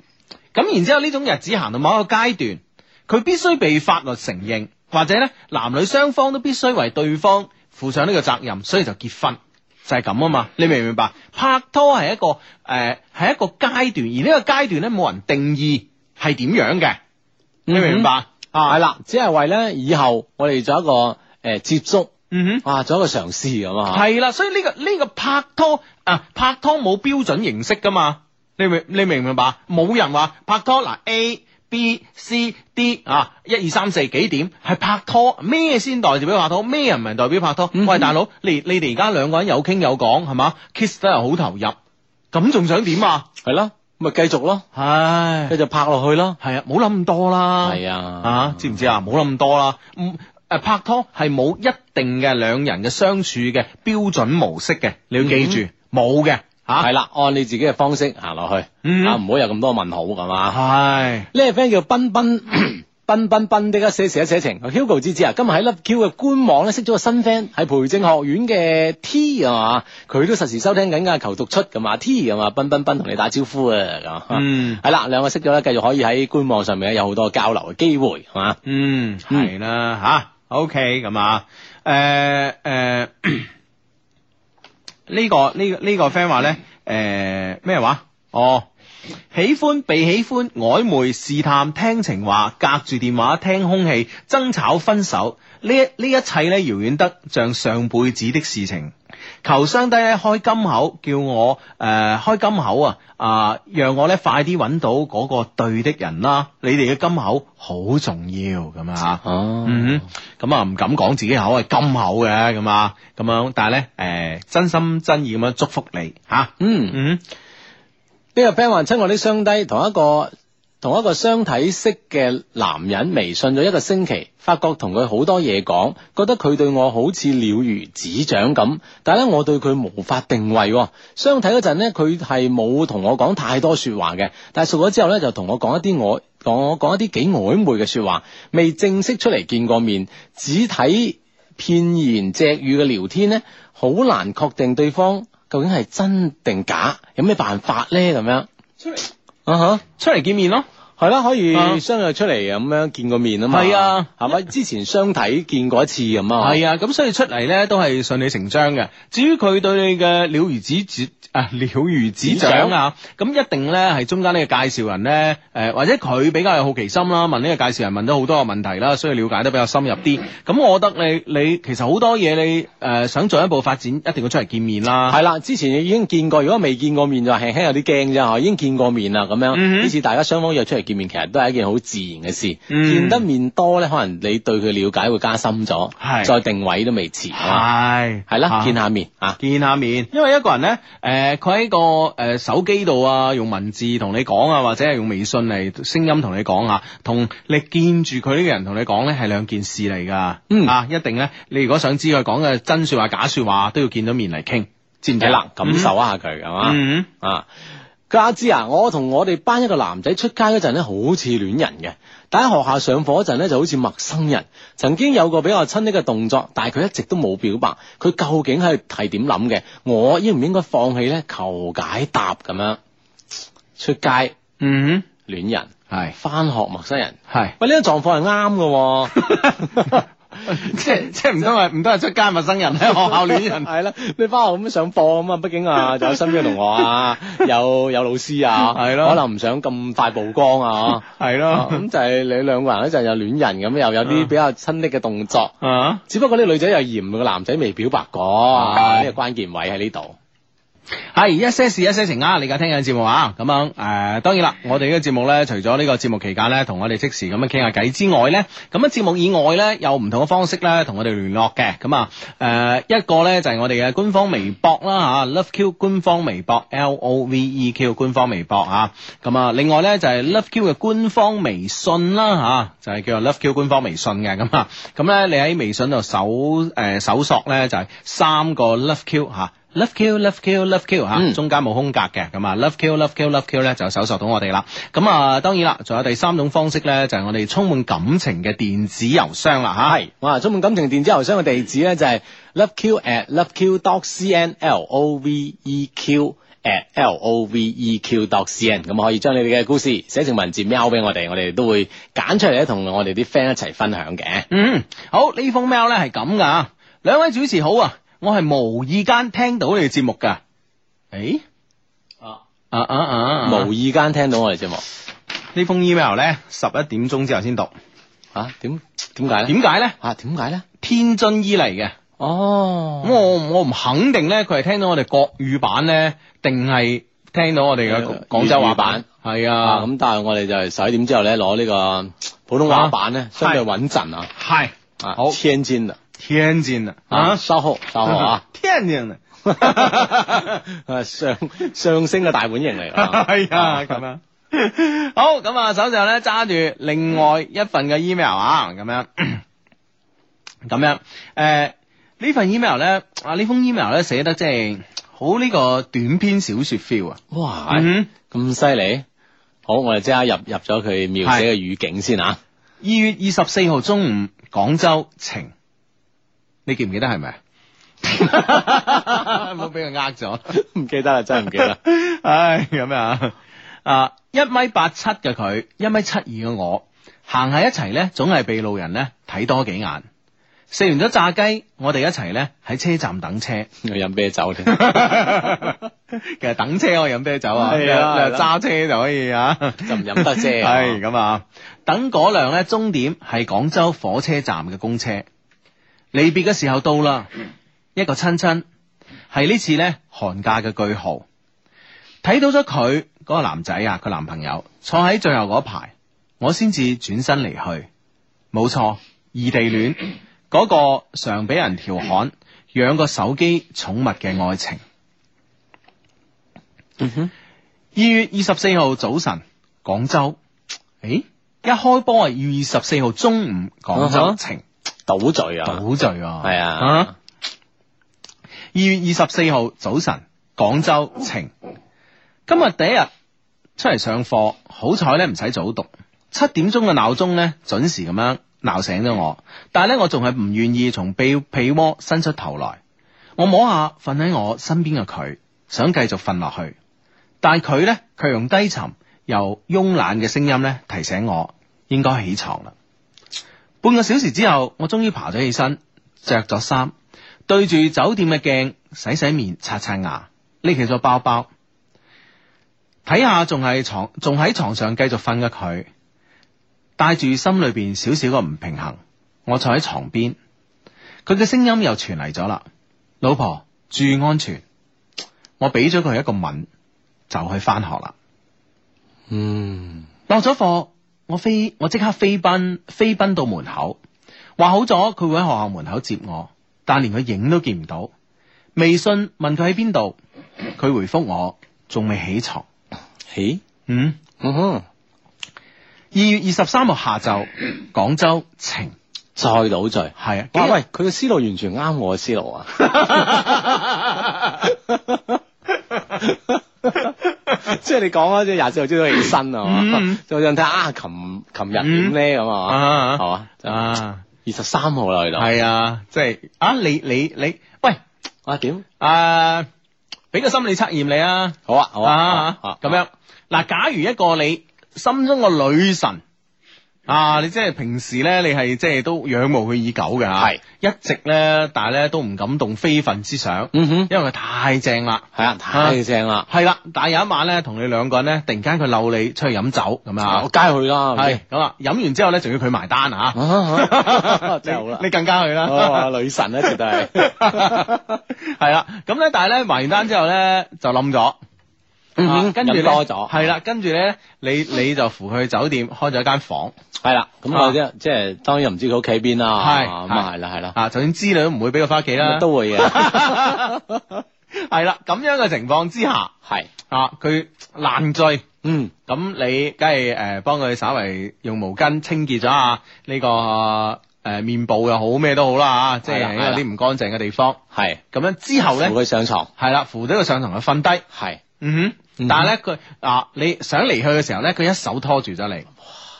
[SPEAKER 1] 咁然之後呢種日子行到某一個階段，佢必須被法律承認，或者咧男女雙方都必須為對方負上呢個責任，所以就結婚。就係咁啊嘛，你明唔明白？拍拖係一個誒，係、一個階段，而呢個階段咧冇人定義係點樣嘅，你明唔明白？啊
[SPEAKER 3] 係啦，只係為咧以後我哋做一個誒接觸，
[SPEAKER 1] 嗯哼。
[SPEAKER 3] 啊，做一個嘗試咁啊，
[SPEAKER 1] 系啦，所以呢、個呢、個拍拖啊，拍拖冇標準形式噶嘛，你明你明唔明白？冇人話拍拖嗱 A。B、C、D 啊，一二三四幾點係拍拖？咩先代表拍拖？咩人唔係代表拍拖？
[SPEAKER 3] 嗯
[SPEAKER 1] 喂，大佬，你你哋而家兩個人有傾有講係嘛？kiss 得又好投入，咁仲想點啊？
[SPEAKER 3] 係咯，咪繼續咯，
[SPEAKER 1] 唉
[SPEAKER 3] 繼，續拍落去咯，
[SPEAKER 1] 係啊，冇諗咁多啦。
[SPEAKER 3] 係啊，
[SPEAKER 1] 啊，知唔知啊？冇諗咁多啦。唔誒拍拖係冇一定嘅兩人嘅相處嘅標準模式嘅，你要記住，冇嘅嚇。
[SPEAKER 3] 嗯係啦，按你自己嘅方式行落去，
[SPEAKER 1] 嗯
[SPEAKER 3] 啊，唔好有咁多問號咁啊。
[SPEAKER 1] 係
[SPEAKER 3] 呢個 friend 叫彬彬。 <coughs> 彬彬彬的一些事一些情，Hugo 芝芝啊，今日喺 Love Q 嘅官網咧識咗個新 friend，係培正學院嘅 T 啊嘛，佢都實時收聽緊噶，求讀出噶嘛，T 啊嘛，彬彬彬同你打招呼啊，咁
[SPEAKER 1] 嗯
[SPEAKER 3] 係啦，兩個識咗咧，繼續可以喺官網上面咧有好多交流嘅機會，係嘛，
[SPEAKER 1] 嗯係啦嚇。OK 咁啊，誒誒呢個呢個呢個 friend 話咧誒咩話？哦。喜歡被喜歡，曖昧試探，聽情話，隔住電話聽空氣，爭吵分手，呢一呢一切咧遙遠得像上輩子的事情。求相低咧開金口，叫我誒、呃、開金口啊啊、讓我咧快啲揾到嗰個對的人啦。你哋嘅金口好重要咁啊！
[SPEAKER 3] 哦
[SPEAKER 1] 嗯哼，咁啊唔敢講自己口係金口嘅咁啊，咁樣，但係咧誒真心真意咁樣祝福你吓，
[SPEAKER 3] 嗯。
[SPEAKER 1] 嗯
[SPEAKER 3] 呢個 friend 話親我啲雙低同一個同一個相體式嘅男人微信咗一個星期，發覺同佢好多嘢講，覺得佢對我好似了如指掌咁，但係咧我對佢無法定位喎。相睇嗰陣咧，佢係冇同我講太多説話嘅，但係熟咗之後咧，就同我講一啲我講我講一啲幾曖昧嘅説話，未正式出嚟見過面，只睇片言隻語嘅聊天咧，好難確定對方究竟係真定假，有咩辦法咧咁樣？
[SPEAKER 1] 出嚟
[SPEAKER 3] 啊哈，
[SPEAKER 1] Uh-huh 出嚟見面咯。
[SPEAKER 3] 係啦，可
[SPEAKER 1] 啊
[SPEAKER 3] 以相約出嚟咁樣見個面啊嘛。
[SPEAKER 1] 係啊，
[SPEAKER 3] 係咪之前相睇見過一次咁啊？
[SPEAKER 1] 係啊，咁所以出嚟咧都係順理成章嘅。至於佢對你嘅了如指指啊 <laughs> 了如指掌啊，咁一定咧係中間呢個介紹人咧，誒、或者佢比較有好奇心啦，問呢個介紹人問咗好多個問題啦，所以了解得比較深入啲。咁我覺得你你其實好多嘢你誒、呃想進一步發展，一定要出嚟見面啦。
[SPEAKER 3] 係啦，之前已經見過，如果未見過面就輕輕有啲驚啫，嗬，已經見過面啦咁樣。
[SPEAKER 1] 嗯哼
[SPEAKER 3] 呢次大家雙方約出嚟見面，其實都係一件好自然嘅事。
[SPEAKER 1] 嗯
[SPEAKER 3] 見得面多咧，可能你對佢了解會加深咗，
[SPEAKER 1] 係
[SPEAKER 3] 再定位都未遲啊。
[SPEAKER 1] 係
[SPEAKER 3] 係啦，
[SPEAKER 1] 啊
[SPEAKER 3] 見下面啊，
[SPEAKER 1] 見下面，因為一個人咧，誒、佢喺個誒、手機度啊，用文字同你講啊，或者係用微信嚟聲音同你講啊，同你見住佢呢個人同你講咧係兩件事嚟噶，
[SPEAKER 3] 嗯
[SPEAKER 1] 啊，一定咧，你如果想知佢講嘅真说話假说話，都要見到面嚟傾，知唔知
[SPEAKER 3] 係啦，感受一
[SPEAKER 1] 啊，
[SPEAKER 3] 下佢係嘛
[SPEAKER 1] 嗯，
[SPEAKER 3] 啊。佢話阿芝啊，我同我哋班一個男仔出街嗰陣咧，好似戀人嘅，但喺學校上課嗰陣咧，就好似陌生人。曾經有個比較親昵嘅動作，但係佢一直都冇表白。佢究竟係係點諗嘅？我應唔應該放棄咧？求解答咁樣。出街
[SPEAKER 1] 嗯，
[SPEAKER 3] 戀人，
[SPEAKER 1] 係
[SPEAKER 3] 翻學陌生人。
[SPEAKER 1] 係。 <laughs>
[SPEAKER 3] 喂，呢、個狀況係啱嘅喎。
[SPEAKER 1] 即係即係唔通係唔通係出街陌生人喺 <laughs> 學校戀人，
[SPEAKER 3] <laughs> 係啦，你翻學咁上課咁啊，畢竟啊，有身邊嘅同學啊，有有老師啊，
[SPEAKER 1] 係咯
[SPEAKER 3] 可能唔想咁快曝光啊。
[SPEAKER 1] 係
[SPEAKER 3] 啊
[SPEAKER 1] 咯，
[SPEAKER 3] <laughs> 咁就係你兩個人一陣又戀人咁，又有啲比較親昵嘅動作。
[SPEAKER 1] 啊。
[SPEAKER 3] 只不過呢女仔又嫌個男仔未表白過，
[SPEAKER 1] 係
[SPEAKER 3] 呢個關鍵位喺呢度。
[SPEAKER 1] 系一些事一些情啊！你而家聽緊節目啊，咁樣诶、呃，当然啦，我哋呢個節目咧，除咗呢個節目期間咧，同我哋即時咁樣傾下偈之外咧，咁啊節目以外咧，有唔同嘅方式咧，同我哋聯絡嘅。咁啊诶，一個咧就係我哋嘅官方微博啦吓、l o v e Q 官方微博 L O V E Q 官方微博啊。咁啊，另外咧就係 Love Q 嘅官方微信啦吓、就係叫做 Love Q 官方微信嘅咁啊。咁咧你喺微信度搜诶、呃搜索咧就係三個 Love Q 吓、Love Q Love Q Love Q 吓、
[SPEAKER 3] 嗯
[SPEAKER 1] 啊中間冇空格嘅，咁啊 Love Q Love Q Love Q 咧就搜索到我哋啦。咁啊，當然啦，仲有第三種方式咧，就係、我哋充滿感情嘅電子郵箱啦吓。
[SPEAKER 3] 係，哇！充滿感情電子郵箱嘅地址咧就係 loveq at loveq dot cn，l o v e q at l o v e q dot cn，咁可以將你哋嘅故事寫成文字 mail 俾我哋，我哋都會揀出嚟咧同我哋啲 friend 一齊分享嘅。
[SPEAKER 1] 嗯，好呢封 mail 咧係咁噶，兩位主持好啊，我係無意間聽到你哋節目噶。誒、啊啊啊啊！
[SPEAKER 3] 無意間聽到我哋節目
[SPEAKER 1] 呢封 email 咧，十一點鐘之後先讀。
[SPEAKER 3] 啊？點點解咧？
[SPEAKER 1] 點解咧？
[SPEAKER 3] 啊？點解咧？
[SPEAKER 1] 天津醫嚟嘅。
[SPEAKER 3] 哦
[SPEAKER 1] 咁我我唔肯定咧，佢係聽到我哋國語版咧，定係聽到我哋嘅
[SPEAKER 3] 呃
[SPEAKER 1] 廣州話版？係
[SPEAKER 3] 啊，
[SPEAKER 1] 啊，
[SPEAKER 3] 咁但係我哋就係十一點之後咧，攞呢個普通話版咧，相對穩陣啊。
[SPEAKER 1] 係
[SPEAKER 3] 啊，
[SPEAKER 1] 好
[SPEAKER 3] 天津的
[SPEAKER 1] 天津的
[SPEAKER 3] 啊，
[SPEAKER 1] 啊，
[SPEAKER 3] 稍後稍
[SPEAKER 1] <laughs>
[SPEAKER 3] 後啊， <laughs>
[SPEAKER 1] 天津的，
[SPEAKER 3] 啊上上升嘅大本營
[SPEAKER 1] <laughs>
[SPEAKER 3] 嚟啊。
[SPEAKER 1] 係啊，咁啊。好，咁啊，手上咧揸住另外一份嘅 email 啊，咁
[SPEAKER 3] <coughs>
[SPEAKER 1] 樣，咁樣，誒、呢份 email 咧，啊呢封 email 咧寫得即係好呢個短篇小説 feel 啊，
[SPEAKER 3] 哇，
[SPEAKER 1] 嗯
[SPEAKER 3] 咁犀利！好，我哋即刻入入咗佢描寫嘅語境先啊。
[SPEAKER 1] 二月二十四號中午，廣州晴。你記唔記得係
[SPEAKER 3] <laughs>
[SPEAKER 1] 咪啊？冇俾佢呃咗。
[SPEAKER 3] <laughs> 唔記得啦，真係唔記 <laughs> 得。
[SPEAKER 1] <laughs> 唉，咁啊，啊一米八七嘅佢，一米七二嘅我，行喺一齊咧，總係被路人咧睇多幾眼。食完咗炸雞，我哋一齊咧喺車站等
[SPEAKER 3] <laughs>
[SPEAKER 1] 車。
[SPEAKER 3] 我飲啤酒添。
[SPEAKER 1] 其實等車可以飲啤酒啊，你
[SPEAKER 3] 係啊
[SPEAKER 1] 話揸車就可以啊，
[SPEAKER 3] 就唔飲得
[SPEAKER 1] <laughs>
[SPEAKER 3] 啫 <laughs>
[SPEAKER 1] 係咁啊，等嗰輛咧終點係廣州火車站嘅公車，離別嘅時候到啦，一個親親係呢次咧寒假嘅句號。睇到咗佢嗰個男仔啊，佢男朋友坐喺最後嗰排，我先至轉身離去。冇錯，異地
[SPEAKER 3] <coughs>
[SPEAKER 1] 戀嗰、個常俾人調侃養個手機寵物嘅愛情。
[SPEAKER 3] 嗯
[SPEAKER 1] 二月二十四號早晨，廣州，誒，一開波係二月十四號中午，廣
[SPEAKER 3] 啊
[SPEAKER 1] 州
[SPEAKER 3] 哈
[SPEAKER 1] 晴
[SPEAKER 3] 倒序啊，
[SPEAKER 1] 倒序啊，
[SPEAKER 3] 係啊，
[SPEAKER 1] 二月二十四號早晨，廣州晴。今日第一日出嚟上課，好彩咧唔使早讀，七點鐘嘅鬧鐘咧準時咁樣鬧醒咗我，但係咧我仲係唔願意從被被窩伸出頭來。我摸下瞓喺我身邊嘅佢，想繼續瞓落去，但係佢咧佢用低沉又慵懶嘅聲音咧提醒我應該起床啦。半個小時之後，我終於爬咗起身，着咗衫。對住酒店嘅鏡洗洗面、刷刷牙，拎起咗包包，睇下仲係床仲喺床上繼續瞓嘅佢，帶住心裏邊少少嘅唔平衡，我坐喺床邊，佢嘅聲音又傳嚟咗啦，老婆注意安全，我俾咗佢一個吻，就去翻學啦。
[SPEAKER 3] 嗯，
[SPEAKER 1] 落咗課，我飛我即刻飛奔飛奔到門口，話好咗佢會喺學校門口接我，但連佢影都見唔到。微信問佢喺邊度，佢回覆我仲未起床。
[SPEAKER 3] 咦，
[SPEAKER 1] 嗯，
[SPEAKER 3] 嗯哼，
[SPEAKER 1] 二月二十三號下晝，廣州晴，
[SPEAKER 3] 再倒敘。
[SPEAKER 1] 係啊，
[SPEAKER 3] 哇喂，佢嘅思路完全啱我嘅思路啊！ <laughs> 即係你講啊，即係廿四號朝早起身 <laughs>
[SPEAKER 1] 嗯
[SPEAKER 3] 啊，就想睇下啊，琴琴日點咧咁啊，
[SPEAKER 1] <laughs> 啊
[SPEAKER 3] 係嘛？
[SPEAKER 1] 啊，
[SPEAKER 3] 二十三號啦，去到
[SPEAKER 1] 係啊，即係啊，你你你，喂，
[SPEAKER 3] 啊點？
[SPEAKER 1] 啊，俾個心理測驗你啊。
[SPEAKER 3] 好啊好啊
[SPEAKER 1] 啊
[SPEAKER 3] 啊，
[SPEAKER 1] 咁樣嗱，假如一個你心中個女神啊，你即係平時咧，你係即係都仰慕佢已久嘅吓，
[SPEAKER 3] 係
[SPEAKER 1] 一直咧，但係咧都唔敢動非分之想，
[SPEAKER 3] 嗯哼，
[SPEAKER 1] 因為佢太正啦。
[SPEAKER 3] 係啊，太正啦！
[SPEAKER 1] 係啦，但係有一晚咧，同你兩個人咧，突然間佢溜你出去飲酒咁
[SPEAKER 3] 啊，
[SPEAKER 1] 啊
[SPEAKER 3] <laughs> 我，梗係去啦，
[SPEAKER 1] 係咁啊，飲完之後咧，仲要佢埋單啊，
[SPEAKER 3] <laughs> 係 <laughs> 真係
[SPEAKER 1] <laughs>
[SPEAKER 3] 好
[SPEAKER 1] 你
[SPEAKER 3] 啦
[SPEAKER 1] 你更加去啦。
[SPEAKER 3] <laughs> 哦，女神咧絕對係，
[SPEAKER 1] <laughs> 係啦，咁咧，但係咧埋完單之後咧就冧咗。啊跟住呢
[SPEAKER 3] 飲嗯多咗，
[SPEAKER 1] 係啦，跟住咧，你你就扶佢去酒店開咗一間房，
[SPEAKER 3] <laughs> 係啦，咁
[SPEAKER 1] 啊
[SPEAKER 3] 我即係即係當然唔知佢屋企邊啦，
[SPEAKER 1] 係
[SPEAKER 3] 咁啊係啦係啦，啊
[SPEAKER 1] 啊，就算知你都唔會俾佢翻屋企啦，
[SPEAKER 3] 都會嘅，
[SPEAKER 1] <laughs> 係啦，咁樣嘅情況之下，
[SPEAKER 3] 係，
[SPEAKER 1] 啊，佢爛醉，
[SPEAKER 3] 嗯，
[SPEAKER 1] 咁你梗係誒幫佢稍微用毛巾清潔咗下呢個誒、呃面部又好咩都好啦啊嚇，即
[SPEAKER 3] 係啦
[SPEAKER 1] 係
[SPEAKER 3] 係啦
[SPEAKER 1] 有啲唔乾淨嘅地方，
[SPEAKER 3] 係，
[SPEAKER 1] 咁樣之後
[SPEAKER 3] 扶
[SPEAKER 1] 咧，
[SPEAKER 3] 佢上床，
[SPEAKER 1] 係啦，扶咗佢上床，佢瞓低，
[SPEAKER 3] 係，
[SPEAKER 1] 嗯
[SPEAKER 3] 嗯
[SPEAKER 1] 哼，但係咧佢啊，你想離去嘅時候咧，佢一手拖住咗你，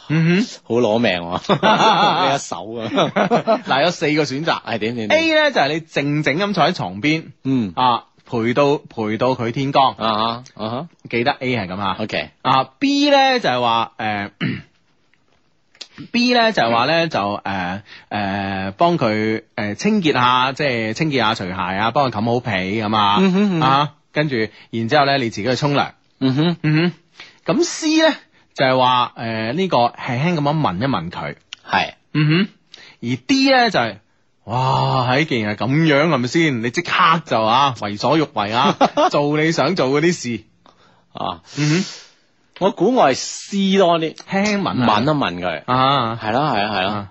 [SPEAKER 1] 嗯哼。
[SPEAKER 3] 好攞命喎，你一手啊，
[SPEAKER 1] 嗱，有四個選擇
[SPEAKER 3] 係點點點
[SPEAKER 1] A 咧就係你靜靜咁坐喺床邊
[SPEAKER 3] 嗯
[SPEAKER 1] 啊，陪到陪到佢天光，
[SPEAKER 3] 啊啊啊哈
[SPEAKER 1] 記得 A 係咁啊。
[SPEAKER 3] ，OK，
[SPEAKER 1] 啊 B 咧就係話誒 B 咧就係話咧就誒誒幫佢誒清潔下，即係清潔下除鞋啊，幫佢冚好被咁
[SPEAKER 3] 嗯哼
[SPEAKER 1] 啊
[SPEAKER 3] 嗯哼
[SPEAKER 1] 啊，跟住然之後咧你自己去沖涼。
[SPEAKER 3] 嗯哼，
[SPEAKER 1] 嗯哼，咁 C 咧就係話誒呢個輕輕咁樣聞一聞佢。
[SPEAKER 3] 係，
[SPEAKER 1] 嗯哼，而 D 咧就係、哇，喺既然係咁樣，係咪先？你即刻就啊，為所欲為
[SPEAKER 3] <laughs>
[SPEAKER 1] 啊，做你想做嗰啲事。
[SPEAKER 3] 啊，
[SPEAKER 1] 嗯
[SPEAKER 3] 我估我係 C 多啲，
[SPEAKER 1] 哼，輕輕
[SPEAKER 3] 問
[SPEAKER 1] 吻
[SPEAKER 3] 一
[SPEAKER 1] 啊
[SPEAKER 3] 問佢，
[SPEAKER 1] 啊，
[SPEAKER 3] 係啦係啦係啦。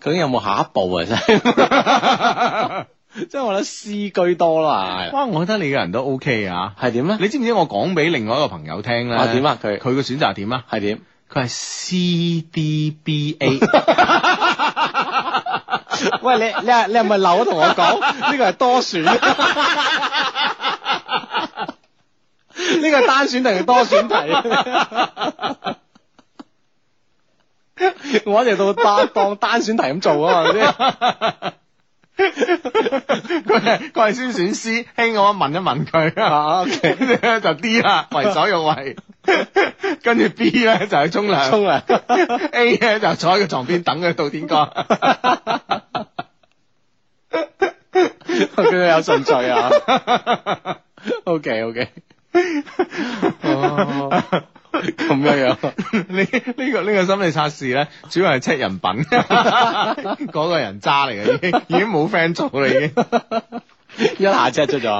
[SPEAKER 3] 究竟有冇下一步啊？真係， <laughs> 即系我覺得 C 居多啦，
[SPEAKER 1] 哇！我覺得你個人都 OK 啊。
[SPEAKER 3] 係點咧？
[SPEAKER 1] 你知唔知我講俾另外一個朋友聽咧？
[SPEAKER 3] 啊點啊佢
[SPEAKER 1] 佢個選擇係點啊？
[SPEAKER 3] 係點？
[SPEAKER 1] 佢係 C D B A。
[SPEAKER 3] 喂，你你係你係咪漏咗同我 <laughs> 講？呢個係多選， <laughs> 呢個係單選定係多選 <laughs> 題？我一直到當當單選題咁做啊嘛，係咪先
[SPEAKER 1] 佢係佢係先選 C，輕我問一問佢啊，OK，就 <laughs> D 啦，為所欲為。 <laughs> 跟住 B 咧就去沖涼，
[SPEAKER 3] 沖涼
[SPEAKER 1] <laughs> A 咧就坐喺個床邊等佢到天光。
[SPEAKER 3] 佢有順序啊。OK OK，哦，咁樣樣。
[SPEAKER 1] <laughs> 呢呢、個呢、個心理測試咧，主要係 check 人品， <laughs> 嗰個人渣嚟嘅，已經已經冇 friend 做啦， <laughs> 已經。
[SPEAKER 3] 一下即係出咗， <laughs>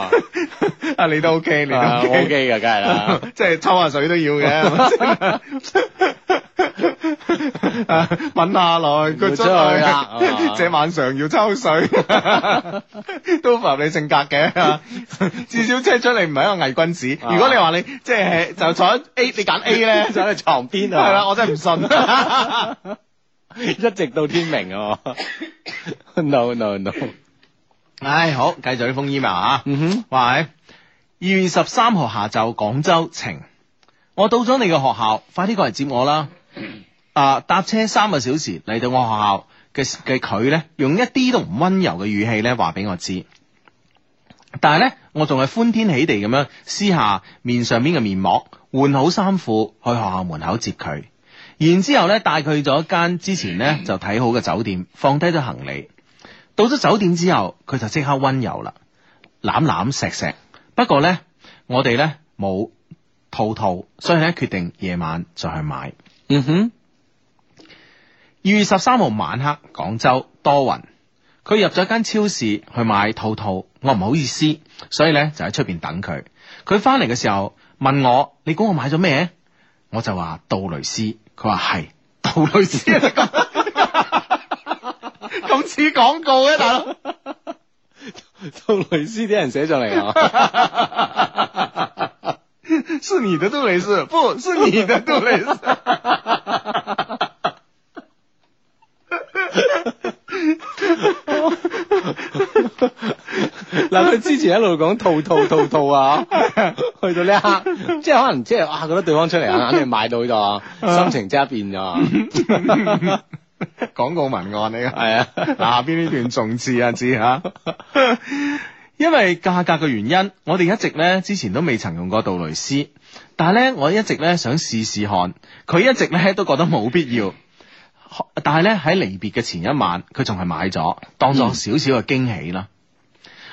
[SPEAKER 1] 啊，你都 OK，你都
[SPEAKER 3] 啊 O K 嘅，梗係啦。
[SPEAKER 1] 即係抽下水都要嘅，係咪先啊吻下來佢出啊哦
[SPEAKER 3] 出去
[SPEAKER 1] <laughs> 去，
[SPEAKER 3] 啦
[SPEAKER 1] 這晚上要抽水， <laughs> 都符合你性格嘅。啊至少即係出嚟唔係一個偽君子。
[SPEAKER 3] 啊
[SPEAKER 1] 如果你話你即係就坐喺 A，你揀 A <laughs> 咧，
[SPEAKER 3] 坐喺床邊啊
[SPEAKER 1] 係啦，我真係唔信。
[SPEAKER 3] 一直到天明啊！No no no，
[SPEAKER 1] <laughs> 唉，好，繼續呢封 email 啊。
[SPEAKER 3] 嗯
[SPEAKER 1] 喂，二月十三號下晝廣州晴，我到咗你嘅學校，快啲過嚟接我啦！啊，搭車三個小時嚟到我學校嘅嘅佢咧，用一啲都唔温柔嘅語氣咧話俾我知，但係咧我仲係歡天喜地咁樣撕下面上邊嘅面膜，換好衫褲去學校門口接佢，然之後咧帶佢去咗一間之前咧就睇好嘅酒店，放低咗行李。到咗酒店之後，佢就即刻温柔啦。攬攬錫錫。不過呢，我哋呢冇套套，所以咧決定夜晚再去買。
[SPEAKER 3] 嗯 <laughs> 哼，
[SPEAKER 1] 二月十三號晚黑，廣州多雲。佢入咗間超市去買套套，我唔好意思，所以呢就喺出邊等佢。佢翻嚟嘅時候問我：你估我買咗咩？我就話杜蕾斯，佢話係杜蕾斯啊，咁咁似廣告嘅大佬。
[SPEAKER 3] 杜蕾斯啲人寫上嚟啊， <laughs>
[SPEAKER 1] 是你的杜蕾斯，不是你的杜蕾斯。
[SPEAKER 3] 嗱佢之前一路講套套套套啊， <laughs> 去到呢一刻，即係可能即係啊覺得對方出
[SPEAKER 1] <laughs>
[SPEAKER 3] 嚟啊，肯定買到呢度啊，心情即刻變咗啊，
[SPEAKER 1] <laughs> 廣告文案嚟嘅，
[SPEAKER 3] 係啊，
[SPEAKER 1] 下邊呢段重字啊， <laughs> 知吓。因為價格嘅原因，我哋一直咧之前都未曾用過杜蕾斯，但係咧我一直咧想試試看，佢一直咧都覺得冇必要。但係咧喺離別嘅前一晚，佢仲係買咗，當
[SPEAKER 3] 嗯
[SPEAKER 1] 作少少嘅驚喜啦。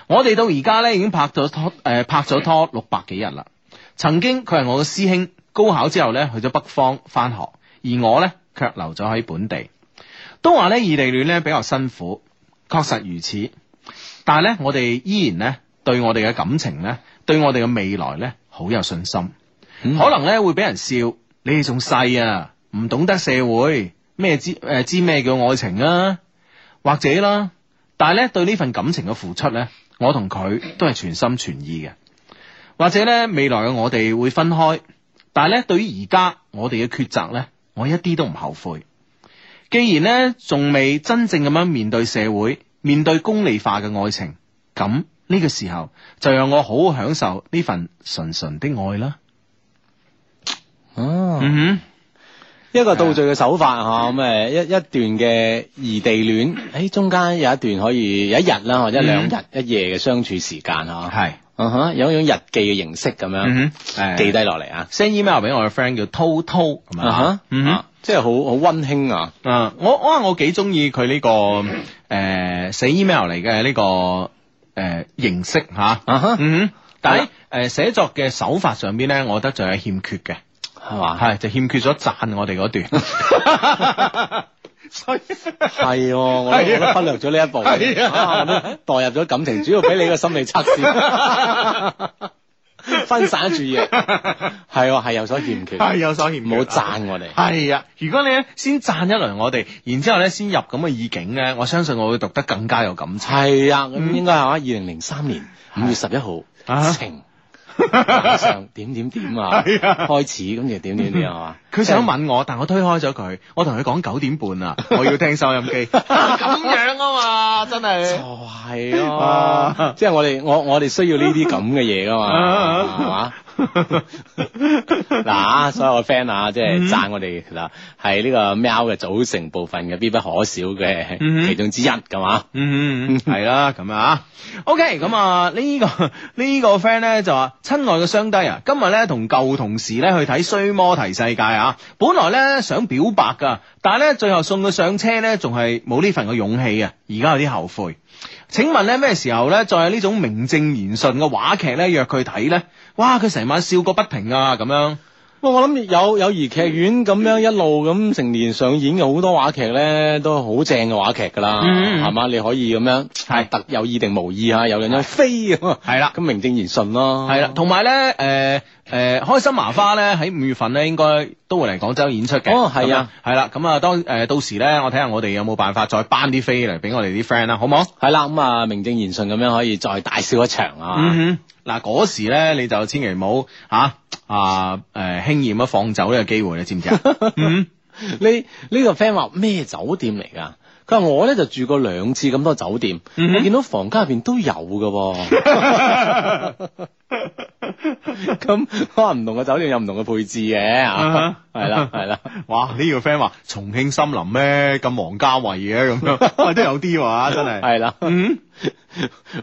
[SPEAKER 1] 我哋到而家咧已經拍咗拖，誒、拍咗拖六百幾日啦。曾經佢係我嘅師兄，高考之後咧去咗北方返學，而我咧卻留咗喺本地。都話咧異地戀咧比較辛苦，確實如此。但係咧，我哋依然咧對我哋嘅感情咧，對我哋嘅未來咧好有信心。可能咧會俾人笑，你哋仲細啊，唔懂得社會咩知誒、呃知咩叫愛情啊，或者啦。但係咧對呢份感情嘅付出咧，我同佢都係全心全意嘅。或者咧未來嘅我哋會分開，但係咧對於而家我哋嘅抉擇咧，我一啲都唔後悔。既然咧仲未真正咁樣面對社會，面對功利化嘅愛情，咁呢個時候就讓我好好享受呢份純純的愛啦。
[SPEAKER 3] 哦，
[SPEAKER 1] 嗯
[SPEAKER 3] 一個倒敘嘅手法啊嚇，咁誒一一段嘅異地戀，誒中間有一段可以有一日啦，或者兩日一夜嘅相處時間
[SPEAKER 1] 哼，嗯
[SPEAKER 3] 嚇，
[SPEAKER 1] 係，
[SPEAKER 3] 嗯哼，有一種日記嘅形式咁樣
[SPEAKER 1] 嗯哼，記
[SPEAKER 3] 記低
[SPEAKER 1] 得
[SPEAKER 3] 落嚟啊，
[SPEAKER 1] send email 俾我嘅 friend 叫滔滔咁
[SPEAKER 3] 啊哈
[SPEAKER 1] 啊，，嗯哼
[SPEAKER 3] 啊，即係好好温馨啊，
[SPEAKER 1] 啊，我我我幾中意佢呢個誒寫 email 嚟嘅呢個誒形式嚇，
[SPEAKER 3] 啊哈，
[SPEAKER 1] 嗯哼，但係誒寫作嘅手法上邊咧，我覺得仲有欠缺嘅。
[SPEAKER 3] 係嘛，
[SPEAKER 1] 系就欠缺咗讚我哋嗰段，所以
[SPEAKER 3] 係喎，我都我
[SPEAKER 1] 係啊
[SPEAKER 3] 都忽略咗呢一步，
[SPEAKER 1] 係啊
[SPEAKER 3] 啊，我都代入咗感情，主要俾你個心理測
[SPEAKER 1] <laughs>
[SPEAKER 3] 試，分散咗注意力，係喎，係有所欠缺，
[SPEAKER 1] 係 <laughs> 有所欠
[SPEAKER 3] 唔
[SPEAKER 1] 缺
[SPEAKER 3] 好讚我哋。
[SPEAKER 1] 係啊，如果你咧先讚一輪我哋，然之後咧先入咁嘅意境咧，我相信我會讀得更加有感情。
[SPEAKER 3] 係啊，咁應該係嘛？二零零三年五月十一號
[SPEAKER 1] 嗯啊 <laughs>
[SPEAKER 3] 晴，晚上點點點啊，
[SPEAKER 1] 係啊
[SPEAKER 3] 開始咁就點點點係嘛？
[SPEAKER 1] 佢想吻我，但我推開咗佢，我同佢講九點半啊，我要聽收音機， <laughs> 咁樣啊嘛，真
[SPEAKER 3] 就
[SPEAKER 1] 係。
[SPEAKER 3] 係咯
[SPEAKER 1] 啊，
[SPEAKER 3] 即係我哋我我哋需要呢啲咁嘅嘢噶嘛，係嘛？嗱，所有嘅 friend 啊，即係讚我哋嗱，係呢個喵嘅組成部分嘅必不可少嘅
[SPEAKER 1] 嗯
[SPEAKER 3] 其中之一，啊㗎嘛？
[SPEAKER 1] 嗯，係啦，咁啊，OK，咁啊呢個呢個 friend 咧就話，親愛嘅雙低啊，今日咧同舊同事咧去睇《衰魔提世界》啊，本來咧想表白噶，但係咧最後送佢上車咧，仲係冇呢份嘅勇氣啊，而家有啲後悔。請問咧咩時候咧再有呢種名正言順嘅話劇咧約佢睇咧？哇，佢成晚笑個不停啊，咁樣。
[SPEAKER 3] 喂，我諗有有兒劇院咁樣一路咁成年上演嘅好多話劇咧，都好正嘅話劇㗎啦，
[SPEAKER 1] 嗯
[SPEAKER 3] 係嘛、你可以咁樣係特有意定無意啊，有兩張飛咁啊，
[SPEAKER 1] 係啦
[SPEAKER 3] 咁名正言順咯，
[SPEAKER 1] 係啦，同埋咧，诶、诶、開心麻花咧喺五月份咧應該都會嚟廣州演出嘅。
[SPEAKER 3] 哦係啊
[SPEAKER 1] 咁，係啦，咁啊，當诶、誒到時咧，我睇下我哋有冇辦法再班啲飛嚟俾我哋啲 friend 啦，好唔好？
[SPEAKER 3] 係啦，咁啊名正言順咁樣可以再大笑一場啊，
[SPEAKER 1] 哼，嗱嗰時咧你就千祈唔好吓啊诶輕易咁樣放走呢個機會，你知唔
[SPEAKER 3] <laughs>
[SPEAKER 1] 知啊？嗯
[SPEAKER 3] 呢呢個 friend 話咩酒店嚟㗎？佢話我咧就住過兩次咁多酒店，我見到房間入邊都有㗎喎、咁可能唔同嘅酒店有唔同嘅配置嘅，啊
[SPEAKER 1] 啊
[SPEAKER 3] 係啦係啦。
[SPEAKER 1] 哇！呢、個 friend 話重慶森林咩咁王家衞嘅咁
[SPEAKER 3] <laughs>
[SPEAKER 1] 樣，喂都有啲話真係。
[SPEAKER 3] 系啦，
[SPEAKER 1] 嗯，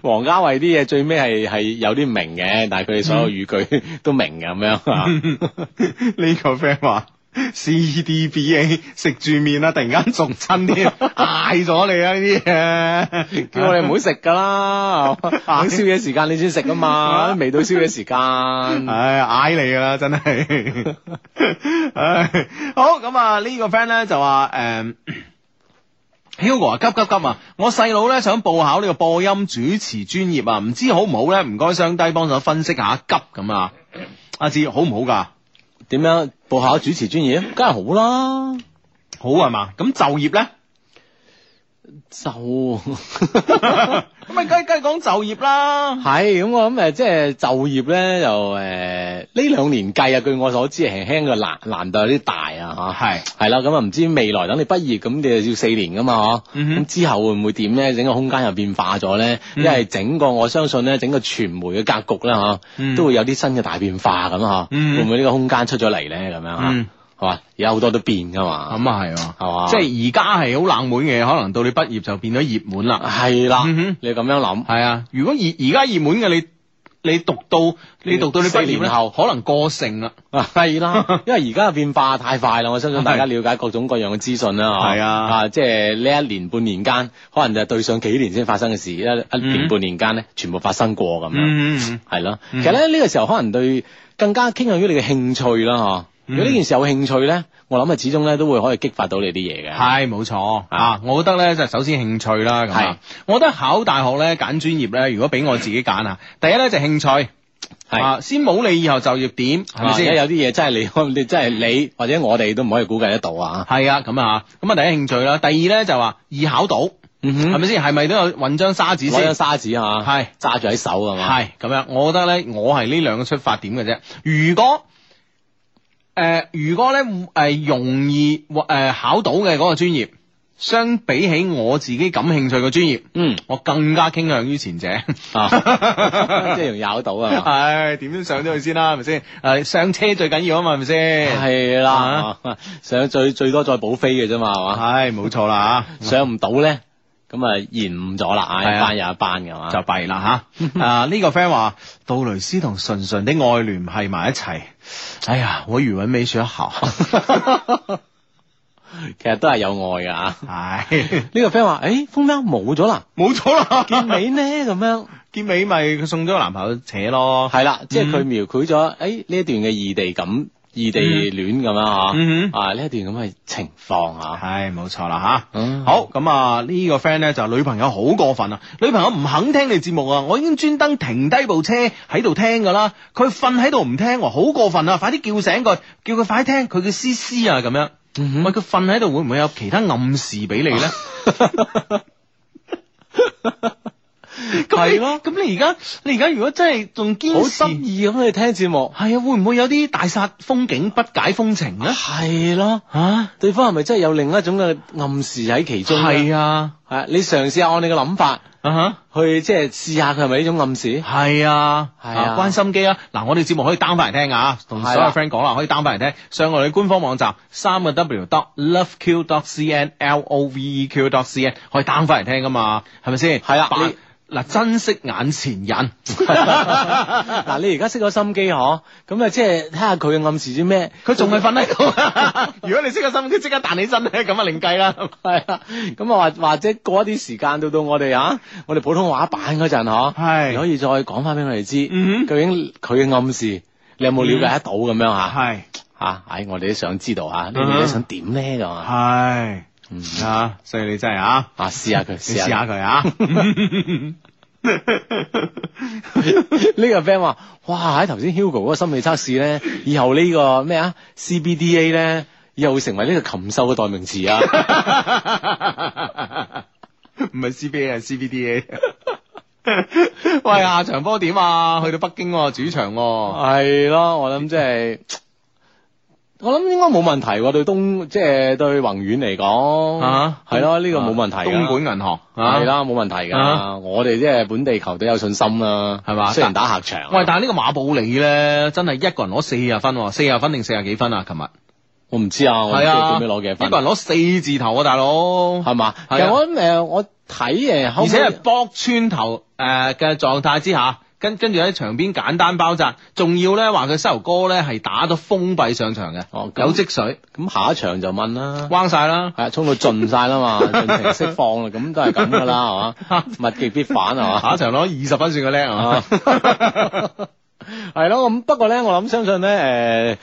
[SPEAKER 3] 王家卫啲嘢最尾係系有啲唔明嘅，但係佢哋所有語句 <laughs> 都明嘅咁樣啊。
[SPEAKER 1] 嗯呢個 friend 話 CDBA 食住面啊啦，突然間仲親
[SPEAKER 3] <laughs>
[SPEAKER 1] 添，嗌咗你啊呢啲嘢，
[SPEAKER 3] 叫我哋唔好食噶啦，等宵夜時間你先食啊嘛，未到宵夜時間。
[SPEAKER 1] 唉，嗌你噶啦，真
[SPEAKER 3] <laughs>
[SPEAKER 1] 係。唉，好咁啊，呢個 friend 咧就話誒。Hugo 啊，急急急啊！我細佬咧想報考呢個播音主持專業啊，唔知好唔好咧？唔該，雙低幫手分析下急咁啊！阿志好唔好噶？
[SPEAKER 3] 點樣報考主持專業？梗係好啦，
[SPEAKER 1] 好係嘛？咁就業
[SPEAKER 3] <laughs>
[SPEAKER 1] 咧，
[SPEAKER 3] 就
[SPEAKER 1] 咁咪梗梗係講就業啦。
[SPEAKER 3] <laughs> 係咁我諗誒，即係就業咧就誒呢兩年計啊，據我所知輕輕嘅難難度有啲大啊嚇。
[SPEAKER 1] 係
[SPEAKER 3] 係啦，咁啊唔知未來等你畢業，咁你就要四年噶嘛，嗬、
[SPEAKER 1] 嗯哼
[SPEAKER 3] 咁之後會唔會點咧？整個空間又變化咗咧，
[SPEAKER 1] 嗯
[SPEAKER 3] 因為整個我相信咧，整個傳媒嘅格局啦，嗬、
[SPEAKER 1] 嗯
[SPEAKER 3] 都會有啲新嘅大變化咁嗬，
[SPEAKER 1] 嗯
[SPEAKER 3] 會唔會呢個空間出咗嚟咧？咁樣嚇，
[SPEAKER 1] 嗯
[SPEAKER 3] 係嘛、而家好多都變噶嘛，
[SPEAKER 1] 咁啊係喎。
[SPEAKER 3] 係嘛、
[SPEAKER 1] 即係而家係好冷門嘅，可能到你畢業就變咗熱門啦。
[SPEAKER 3] 係啦，
[SPEAKER 1] 嗯哼
[SPEAKER 3] 你咁樣諗。
[SPEAKER 1] 係啊，如果而而家熱門嘅你，你讀到你讀到你
[SPEAKER 3] 四
[SPEAKER 1] 畢業
[SPEAKER 3] 年
[SPEAKER 1] 咧
[SPEAKER 3] 後
[SPEAKER 1] 可能過剩啦。<laughs>
[SPEAKER 3] 系啦，因為而家嘅變化太快啦，我相信大家
[SPEAKER 1] 係
[SPEAKER 3] 了解各種各樣嘅資訊啦，嗬
[SPEAKER 1] 係啊
[SPEAKER 3] 啊，即係呢一年半年間，可能就對上幾年先發生嘅事，一一
[SPEAKER 1] 嗯
[SPEAKER 3] 年半年間咧，全部發生過咁樣，
[SPEAKER 1] 嗯嗯
[SPEAKER 3] 係咯。其
[SPEAKER 1] 嗯
[SPEAKER 3] 實咧呢個時候可能對更加傾向於你嘅興趣啦，嗬。如
[SPEAKER 1] 嗯
[SPEAKER 3] 果呢件事有興趣咧，我諗啊，始終咧都會可以激發到你啲嘢嘅。
[SPEAKER 1] 係冇錯
[SPEAKER 3] 啊
[SPEAKER 1] 啊！我覺得咧就首先興趣啦咁啊，我覺得考大學咧揀專業咧，如果俾我自己揀啊，第一咧就興趣，
[SPEAKER 3] 係啊
[SPEAKER 1] 啊，先冇你以後就業點係
[SPEAKER 3] 係
[SPEAKER 1] 咪
[SPEAKER 3] 咪
[SPEAKER 1] 先
[SPEAKER 3] 先？？有啲嘢真係你，你真係你 <laughs> 或者我哋都唔可以估計得到啊。
[SPEAKER 1] 係啊，咁啊，咁啊第一興趣啦，第二咧就話易考到，
[SPEAKER 3] 嗯
[SPEAKER 1] 係
[SPEAKER 3] 哼，
[SPEAKER 1] 咪先？係咪都有揾張沙紙
[SPEAKER 3] 攞張
[SPEAKER 1] 先？
[SPEAKER 3] 沙紙啊，
[SPEAKER 1] 係
[SPEAKER 3] 揸住喺手啊嘛。
[SPEAKER 1] 係咁樣，我覺得咧，我係呢兩個出發點嘅啫。如果誒、呃如果咧誒、呃容易誒、呃考到嘅嗰個專業，相比起我自己感興趣嘅專業，
[SPEAKER 3] 嗯
[SPEAKER 1] 我更加傾向於前者。
[SPEAKER 3] 啊， <laughs> 即係容易咬到啊嘛。
[SPEAKER 1] <laughs> 唉，點都上咗去先啦，係咪 <laughs> 先？誒，呃上車最緊要啊嘛，係咪先？
[SPEAKER 3] 系 <laughs> 啦，啊上最最多再補飛嘅啫嘛，係嘛？
[SPEAKER 1] 係冇錯啦啊嚇，
[SPEAKER 3] 上唔到咧，咁啊延誤咗啦，
[SPEAKER 1] 係啊
[SPEAKER 3] 一班又一班嘅嘛。
[SPEAKER 1] 就弊 <laughs> 啦嚇。啊，呢個 friend 話杜蕾斯同純純的愛聯繫埋一齊，哎呀，我語文沒學好。 <laughs>
[SPEAKER 3] 其實都係有愛㗎啊。
[SPEAKER 1] 唉，
[SPEAKER 3] 呢個 friend 話：，誒，風喵冇咗啦，
[SPEAKER 1] 冇咗啦，
[SPEAKER 3] 結尾呢？咁樣
[SPEAKER 1] 結尾咪佢送咗個男朋友扯咯。
[SPEAKER 3] 係啦，即係佢描繪咗誒呢一段嘅異地感、異地戀咁樣
[SPEAKER 1] 嗯
[SPEAKER 3] 嚇，啊呢一段咁嘅情況啊
[SPEAKER 1] 哼，
[SPEAKER 3] 嚇。
[SPEAKER 1] 係冇錯啦嚇。
[SPEAKER 3] 嗯
[SPEAKER 1] 好咁啊！呢個 friend 咧就女朋友好過分啊！女朋友唔肯聽你節目啊！我已經專登停低部車喺度聽噶啦，佢瞓喺度唔聽喎，好過分啊！快啲叫醒佢，叫佢快啲聽佢嘅詩詩啊！咁樣，
[SPEAKER 3] 嗯
[SPEAKER 1] 喂，佢瞓喺度會唔會有其他暗示俾你
[SPEAKER 3] <laughs>
[SPEAKER 1] 咧？咁你
[SPEAKER 3] 係咯
[SPEAKER 1] 咁你而家你而家如果真係仲
[SPEAKER 3] 好
[SPEAKER 1] 堅持，
[SPEAKER 3] 心
[SPEAKER 1] 係
[SPEAKER 3] 意咁去聽節目，
[SPEAKER 1] 啊，會唔會有啲大煞風景不解風情咧？
[SPEAKER 3] 係咯，
[SPEAKER 1] 啊，
[SPEAKER 3] 對方係咪真係有另一種嘅暗示喺其中呢？
[SPEAKER 1] 係啊，
[SPEAKER 3] 係你嘗試下按你嘅諗法。
[SPEAKER 1] 啊哈。
[SPEAKER 3] 去即係試下佢係咪呢種暗示？
[SPEAKER 1] 系啊，
[SPEAKER 3] 係啊
[SPEAKER 1] 關心機啊！嗱，我哋節目可以 down 翻嚟聽啊，同所有
[SPEAKER 3] 係啊
[SPEAKER 1] friend 講啦，可以 down 翻嚟聽。上我哋官方網站三個 W dot loveq dot cn l o v e q dot cn 可以 down 翻嚟聽噶嘛，係咪先？
[SPEAKER 3] 係啊
[SPEAKER 1] 把
[SPEAKER 3] 你
[SPEAKER 1] 嗱，珍惜眼前人， <laughs>
[SPEAKER 3] 嗱，你而家識咗心機嗬，咁啊即係睇下佢嘅暗示啲咩？
[SPEAKER 1] 佢仲係瞓喺度。 <laughs> 如果你識個心，佢即刻彈起身咧，咁啊另計啦。
[SPEAKER 3] 係啦，咁啊或或者過一啲時間到到我哋啊，我哋普通話版嗰陣嗬，
[SPEAKER 1] 係
[SPEAKER 3] 你可以再講翻俾我哋知，
[SPEAKER 1] 嗯哼嗯
[SPEAKER 3] 究竟佢嘅暗示你有冇了解得到咁樣嚇
[SPEAKER 1] 係
[SPEAKER 3] 嚇？唉，我哋都想知道啊嚇，你
[SPEAKER 1] 嗯哼
[SPEAKER 3] 哋想點咧咁啊？
[SPEAKER 1] 係
[SPEAKER 3] 嗯
[SPEAKER 1] 啊，所以你真係啊。
[SPEAKER 3] 啊，試下佢，
[SPEAKER 1] 你試
[SPEAKER 3] 試
[SPEAKER 1] 下
[SPEAKER 3] 下佢。
[SPEAKER 1] 佢啊！ <laughs>
[SPEAKER 3] 呢個 friend 話：，哇！喺頭先 Hugo 嗰個心理測試咧，以後呢個咩啊 CBDA 咧，以後會成為呢個禽獸嘅代名詞啊！
[SPEAKER 1] 唔係 CBA 係 CBDA。喂，下場波點啊？去到北京喎，主場
[SPEAKER 3] 啊
[SPEAKER 1] 喎。
[SPEAKER 3] 係咯，我諗即係，我諗應該冇問題喎。對東即係對宏遠嚟講，
[SPEAKER 1] 啊
[SPEAKER 3] 係咯，呢個冇問題㗎。
[SPEAKER 1] 東莞銀行啊
[SPEAKER 3] 係，啦，冇問題
[SPEAKER 1] 啊
[SPEAKER 3] 㗎。我哋即係本地球隊有信心啦，
[SPEAKER 1] 係嘛
[SPEAKER 3] 雖然打客場，啊
[SPEAKER 1] 喂，但係呢個馬布里咧，真係一個人攞四十分喎，四十分定四十幾分啊？琴日
[SPEAKER 3] 我唔知啊，我唔知
[SPEAKER 1] 係啊，
[SPEAKER 3] 佢最尾攞幾多
[SPEAKER 1] 一個
[SPEAKER 3] 分，
[SPEAKER 1] 人攞四字頭啊，大佬。
[SPEAKER 3] 係嘛？其
[SPEAKER 1] 係啊
[SPEAKER 3] 實我諗誒，我睇誒，呃
[SPEAKER 1] 而且
[SPEAKER 3] 後尾
[SPEAKER 1] 係搏穿頭誒嘅狀態之下，跟跟住喺場邊簡單包紮，仲要咧話佢膝頭哥咧係打咗封閉上場嘅，
[SPEAKER 3] 哦咁
[SPEAKER 1] 有積水，
[SPEAKER 3] 咁下一場就問啦。
[SPEAKER 1] 彎晒啦。
[SPEAKER 3] 系啊，冲到盡晒啦嘛，盡情釋放啦，咁都係咁噶啦，
[SPEAKER 1] <laughs>
[SPEAKER 3] 係嘛，物極必反係嘛，
[SPEAKER 1] 下一場攞二十分算佢叻啊！ <laughs>
[SPEAKER 3] 係咯，咁不過咧，我諗相信咧，诶、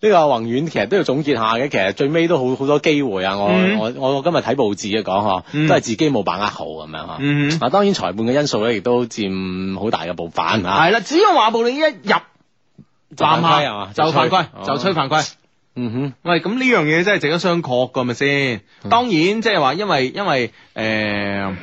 [SPEAKER 3] 呢、個宏遠其實都要總結下嘅，其實最尾都好好多機會啊！我、
[SPEAKER 1] 嗯
[SPEAKER 3] 我我我今日睇報紙嘅啊講
[SPEAKER 1] 嗯
[SPEAKER 3] 嗬，都係自己冇把握好咁樣嗬。
[SPEAKER 1] 嗯
[SPEAKER 3] 啊，當然裁判嘅因素咧，亦都佔好大嘅部分啊。
[SPEAKER 1] 係啦，只要話布你一入站
[SPEAKER 3] 犯規
[SPEAKER 1] 下
[SPEAKER 3] 係嘛
[SPEAKER 1] 嗯就犯規，啊
[SPEAKER 3] 就吹
[SPEAKER 1] 就吹哦犯規。
[SPEAKER 3] 嗯哼，
[SPEAKER 1] 喂，咁呢樣嘢真係值得商榷噶，係咪先？
[SPEAKER 3] 嗯
[SPEAKER 1] 當然，即係話，因為因為誒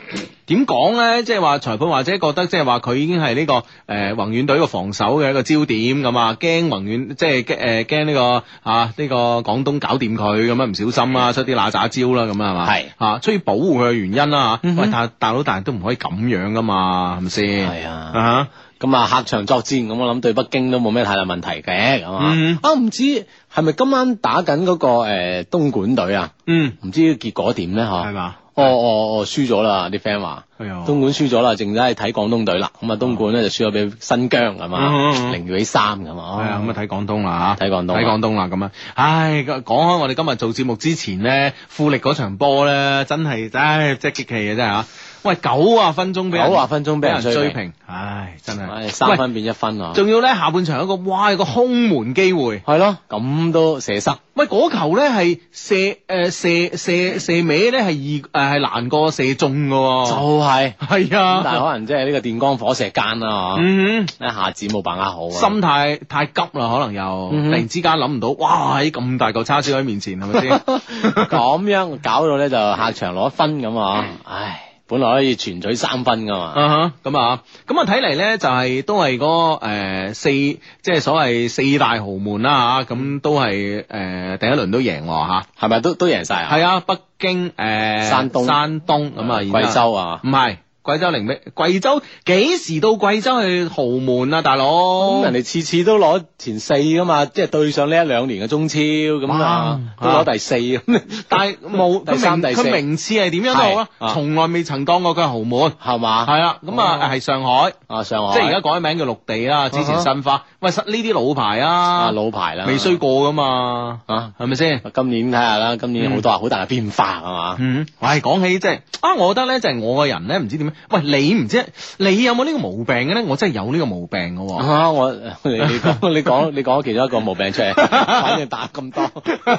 [SPEAKER 1] 點講咧，即係話裁判或者覺得即係話佢已經係呢、個誒、宏遠隊嘅防守嘅一個焦點咁啊，驚宏遠即係誒驚呢個啊呢、個廣東搞掂佢咁啊樣唔小心啦，出啲嗱喳招啦咁啊係嘛？
[SPEAKER 3] 嗯係
[SPEAKER 1] 啊，出於保護佢嘅原因啦嚇。
[SPEAKER 3] 嗯哼
[SPEAKER 1] 喂，大大佬，但係都唔可以咁樣噶嘛，係咪先？
[SPEAKER 3] 係啊
[SPEAKER 1] 啊
[SPEAKER 3] 咁啊客場作戰，咁我諗對北京都冇咩太大問題嘅，咁
[SPEAKER 1] 嗯
[SPEAKER 3] 啊，啊唔知係咪今晚打緊嗰個誒東莞隊啊？
[SPEAKER 1] 嗯，
[SPEAKER 3] 唔知結果點咧？
[SPEAKER 1] 係
[SPEAKER 3] 嗬，
[SPEAKER 1] 嘛？
[SPEAKER 3] 哦哦哦，輸咗啦！啲 friend 話。
[SPEAKER 1] 哎呀
[SPEAKER 3] 東莞輸咗啦，剩低睇廣東隊啦。咁啊，東莞咧就輸咗俾新疆咁
[SPEAKER 1] 嗯嗯
[SPEAKER 3] 啊，
[SPEAKER 1] 嗯
[SPEAKER 3] 零比三咁啊。
[SPEAKER 1] 系啊，咁啊睇廣東啦嚇
[SPEAKER 3] 睇廣東啊
[SPEAKER 1] 睇廣東啦咁啊，唉，講開我哋今日做節目之前咧，富力嗰場波咧，真係唉，即係激氣啊嘅真係嚇。喂，九啊分鐘俾人
[SPEAKER 3] 90分鐘俾人追
[SPEAKER 1] 追
[SPEAKER 3] 平
[SPEAKER 1] 平，唉，真
[SPEAKER 3] 唉
[SPEAKER 1] 係
[SPEAKER 3] 三分變一分啊
[SPEAKER 1] 喂，，仲要咧下半場有個哇，有個空門機會。
[SPEAKER 3] 係咯，咁都射失。
[SPEAKER 1] 喂，嗰球咧係射誒、呃射射射歪咧係易誒係難過射中嘅
[SPEAKER 3] 就
[SPEAKER 1] 喎。
[SPEAKER 3] 係，
[SPEAKER 1] 係
[SPEAKER 3] 咁但係
[SPEAKER 1] 啊，
[SPEAKER 3] 可能即係呢個電光火石間啦，嗬，
[SPEAKER 1] 嗯。
[SPEAKER 3] 一下子冇把握好啊。
[SPEAKER 1] 心態太急啦，可能又
[SPEAKER 3] 嗯
[SPEAKER 1] 突
[SPEAKER 3] 哼
[SPEAKER 1] 然之間諗唔到，哇！喺咁大嚿叉燒喺面前，係咪先？
[SPEAKER 3] <laughs> 咁樣搞到咧就客場攞一分咁啊，唉，本來可以全取三分噶嘛。
[SPEAKER 1] 嗯啊哈，咁啊，咁啊睇嚟咧就係、都係嗰、個、呃、四，即係所謂四大豪門啦嚇，咁、都係誒、呃第一輪都贏喎嚇，
[SPEAKER 3] 係咪都都贏晒啊？
[SPEAKER 1] 係啊，北京誒、呃
[SPEAKER 3] 山東
[SPEAKER 1] 山東咁啊，然之後
[SPEAKER 3] 貴州啊，
[SPEAKER 1] 唔係貴州零比貴州幾時到貴州去豪門啊，大佬？
[SPEAKER 3] 咁人哋次次都攞前四噶嘛，即係對上呢一兩年嘅中超咁啊，都
[SPEAKER 1] 哇
[SPEAKER 3] 攞第四咁，
[SPEAKER 1] 但係冇
[SPEAKER 3] 第
[SPEAKER 1] 佢名
[SPEAKER 3] 三第四
[SPEAKER 1] 佢名次係點樣都好啦
[SPEAKER 3] 係，啊
[SPEAKER 1] 從來未曾當過佢係豪門。
[SPEAKER 3] 係嘛？
[SPEAKER 1] 係啦，咁啊
[SPEAKER 3] 哦
[SPEAKER 1] 係上海，
[SPEAKER 3] 啊，上海
[SPEAKER 1] 即係而家改名叫綠地啦，之前
[SPEAKER 3] 啊哈
[SPEAKER 1] 申花。喂，實呢啲老牌
[SPEAKER 3] 啊
[SPEAKER 1] 啊，
[SPEAKER 3] 老牌啦，
[SPEAKER 1] 未衰過噶嘛，
[SPEAKER 3] 啊。
[SPEAKER 1] 係咪先？
[SPEAKER 3] 今年睇下啦，今年好多好大嘅變化係嘛？
[SPEAKER 1] 嗯，喂，講起即係啊，我覺得咧就係我個人咧唔知點樣，喂，你唔知你有冇呢個毛病嘅咧？我真係有呢個毛病嘅喎、
[SPEAKER 3] 啊！我 <laughs> 你你講你講你講其中一個毛病
[SPEAKER 1] <laughs>
[SPEAKER 3] 出嚟，反正打咁多，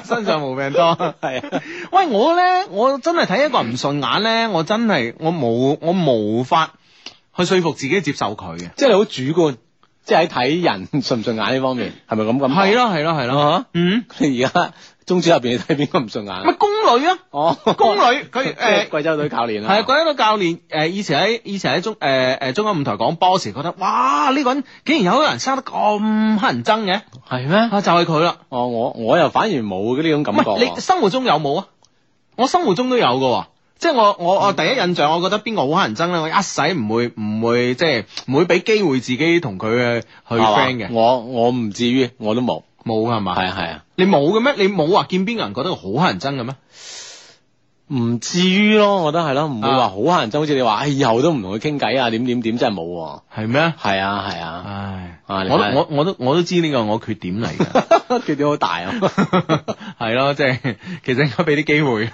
[SPEAKER 1] 身上毛病多。 <laughs>
[SPEAKER 3] 係啊，
[SPEAKER 1] 喂，我咧，我真係睇一個人唔順眼咧，我真係我冇我無法去說服自己接受佢嘅。
[SPEAKER 3] 即係你好主觀，即係喺睇人 <laughs> 順唔順眼呢方面，係咪咁咁？
[SPEAKER 1] 係，咯係咯係咯，嗯，
[SPEAKER 3] 你而家中超入邊你睇邊個唔順
[SPEAKER 1] 咪
[SPEAKER 3] 眼？
[SPEAKER 1] 宮女啊，
[SPEAKER 3] 哦，
[SPEAKER 1] 宮女佢
[SPEAKER 3] <laughs> 即係
[SPEAKER 1] 誒。
[SPEAKER 3] 貴州隊教練
[SPEAKER 1] 系
[SPEAKER 3] 啦，
[SPEAKER 1] 啊，嗰一個教練誒、以前喺以前喺中誒誒、中央五台講波時，覺得哇呢、個人竟然有個人生得咁乞人憎嘅，
[SPEAKER 3] 係咩？
[SPEAKER 1] 啊就係佢啦。
[SPEAKER 3] 哦，我我又反而冇呢種
[SPEAKER 1] 唔
[SPEAKER 3] 感覺啊
[SPEAKER 1] 係你
[SPEAKER 3] 喎。
[SPEAKER 1] 生活中有冇啊？我生活中都有嘅喎。即係我我
[SPEAKER 3] 嗯
[SPEAKER 1] 我第一印象，我覺得邊個好乞人憎咧，我一世唔會唔會即係唔會俾機會自己同佢嘅去
[SPEAKER 3] 係嘛
[SPEAKER 1] friend 嘅，
[SPEAKER 3] 我我唔至於，我都冇。
[SPEAKER 1] 冇係嘛？
[SPEAKER 3] 係啊係啊，
[SPEAKER 1] 你冇嘅咩？你冇話見邊個人覺得佢好乞人憎嘅咩？
[SPEAKER 3] 唔至於咯，我覺得係咯，唔會
[SPEAKER 1] 啊
[SPEAKER 3] 話好乞人憎，好似你話，哎，以後都唔同佢傾偈啊，點點點，真係冇喎。
[SPEAKER 1] 係咩？
[SPEAKER 3] 係啊係
[SPEAKER 1] <laughs>
[SPEAKER 3] 啊，
[SPEAKER 1] 唉，
[SPEAKER 3] 啊
[SPEAKER 1] 我
[SPEAKER 3] 你
[SPEAKER 1] 都
[SPEAKER 3] 睇
[SPEAKER 1] 我我都我都知呢個我缺點嚟嘅。
[SPEAKER 3] 缺點好大啊！
[SPEAKER 1] <laughs> 係咯，即係其實應該俾啲機會，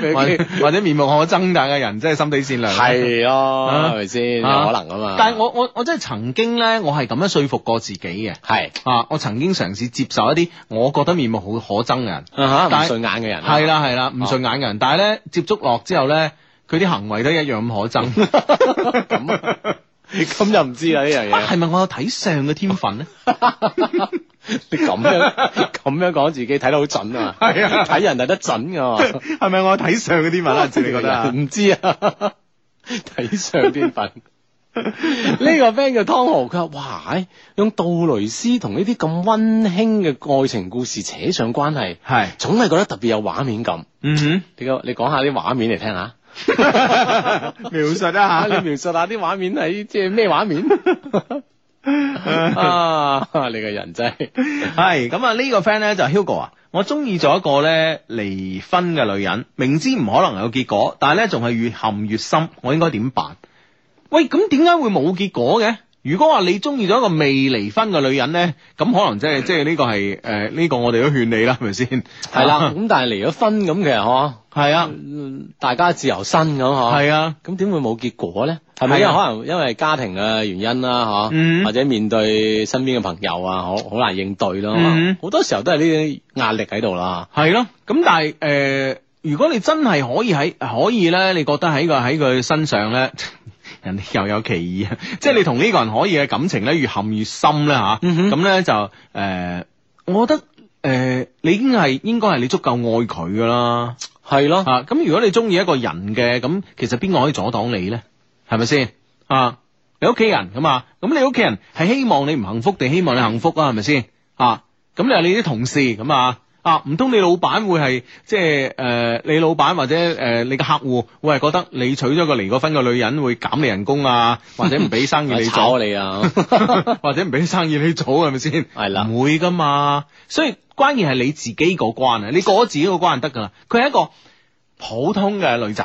[SPEAKER 3] 俾
[SPEAKER 1] 或
[SPEAKER 3] 啲
[SPEAKER 1] 者或者面目可憎，但嘅人真係心地善良。
[SPEAKER 3] 係咯，
[SPEAKER 1] 啊
[SPEAKER 3] 係咪先？有
[SPEAKER 1] 啊
[SPEAKER 3] 可能啊嘛。
[SPEAKER 1] 但係我我我真係曾經咧，我係咁樣說服過自己嘅。
[SPEAKER 3] 係
[SPEAKER 1] 啊，我曾經嘗試接受一啲我覺得面目好可憎嘅人，
[SPEAKER 3] 啊
[SPEAKER 1] 但係
[SPEAKER 3] 嚇唔順眼嘅人啊
[SPEAKER 1] 係，啦係啦，唔順眼嘅人，但係咧接觸落之後咧，佢啲行為都一樣咁可憎。
[SPEAKER 3] 咁就唔知啦呢樣
[SPEAKER 1] <laughs> 啊
[SPEAKER 3] 嘢。
[SPEAKER 1] <laughs> 係咪我有睇相嘅天分咧？
[SPEAKER 3] 你咁樣 <laughs> 咁樣講自己睇得好準啊！
[SPEAKER 1] 係啊
[SPEAKER 3] 睇人睇得準㗎嘛。
[SPEAKER 1] <laughs> 係咪我有睇相嘅天分啊？你覺得啊？
[SPEAKER 3] <laughs> 唔知啊， <laughs> 睇上天份。呢個 friend 叫湯豪，佢話：哇，唉用杜蕾斯同呢啲咁温馨嘅愛情故事扯上關係，
[SPEAKER 1] <laughs> 係，
[SPEAKER 3] 總係覺得特別有畫面感。
[SPEAKER 1] 嗯哼，
[SPEAKER 3] 你講你講下啲畫面嚟聽下。
[SPEAKER 1] <laughs> 描述一下
[SPEAKER 3] 啊！你描述下啲畫面係即係咩畫 <laughs> 面啊？你個人真係
[SPEAKER 1] 係咁啊！呢個 friend 咧就係 Hugo 啊，我中意咗一個咧離婚嘅女人，明知唔可能有結果，但係咧仲係越陷越深，我應該點辦？喂，咁點解會冇結果嘅？如果話你中意咗一個未離婚嘅女人咧，咁可能即係即係呢個係誒呢個我哋都勸你啦，係咪先？
[SPEAKER 3] 係啦。，
[SPEAKER 1] <laughs>
[SPEAKER 3] 咁但係離咗婚咁，其實嗬，
[SPEAKER 1] 係啊，
[SPEAKER 3] 嗯大家自由身咁嗬，
[SPEAKER 1] 係啊，
[SPEAKER 3] 咁點會冇結果咧？係咪
[SPEAKER 1] 係
[SPEAKER 3] 因
[SPEAKER 1] 啊
[SPEAKER 3] 為可能因為家庭嘅原因啦，嗬、
[SPEAKER 1] 嗯
[SPEAKER 3] 或者面對身邊嘅朋友啊，好好難應對咯。
[SPEAKER 1] 嗯
[SPEAKER 3] 好多時候都係呢啲壓力喺度啦。
[SPEAKER 1] 係咯。咁但係誒、呃如果你真係可以喺可以咧，你覺得喺個喺佢身上咧， <laughs> 人哋又有歧義啊！ <laughs> 即係你同呢個人可以嘅感情咧，越陷越深啦吓。
[SPEAKER 3] 嗯哼
[SPEAKER 1] 咁咧、就誒、呃我覺得誒、呃你已經係應該係你足夠愛佢噶啦
[SPEAKER 3] 係咯，
[SPEAKER 1] 啊！咁如果你中意一個人嘅，咁其實邊個可以阻擋你咧？係咪先啊？你屋企人咁啊，咁你屋企人係希望你唔幸福定希望你幸福啊？係咪先啊？咁你話你啲同事咁啊？啊，唔通你老闆會係即係誒、呃你老闆或者誒、呃你嘅客戶會係覺得你娶咗個離過婚嘅女人會減你人工啊，或者唔俾生意
[SPEAKER 3] 你
[SPEAKER 1] 你
[SPEAKER 3] 炒
[SPEAKER 1] 做，<laughs>
[SPEAKER 3] 你啊！
[SPEAKER 1] 或者唔俾生意你做係咪先？
[SPEAKER 3] 係啦
[SPEAKER 1] 唔會噶嘛。所以關鍵係你自己個關啊，你過咗自己個關就得噶啦。佢係一個普通嘅女仔，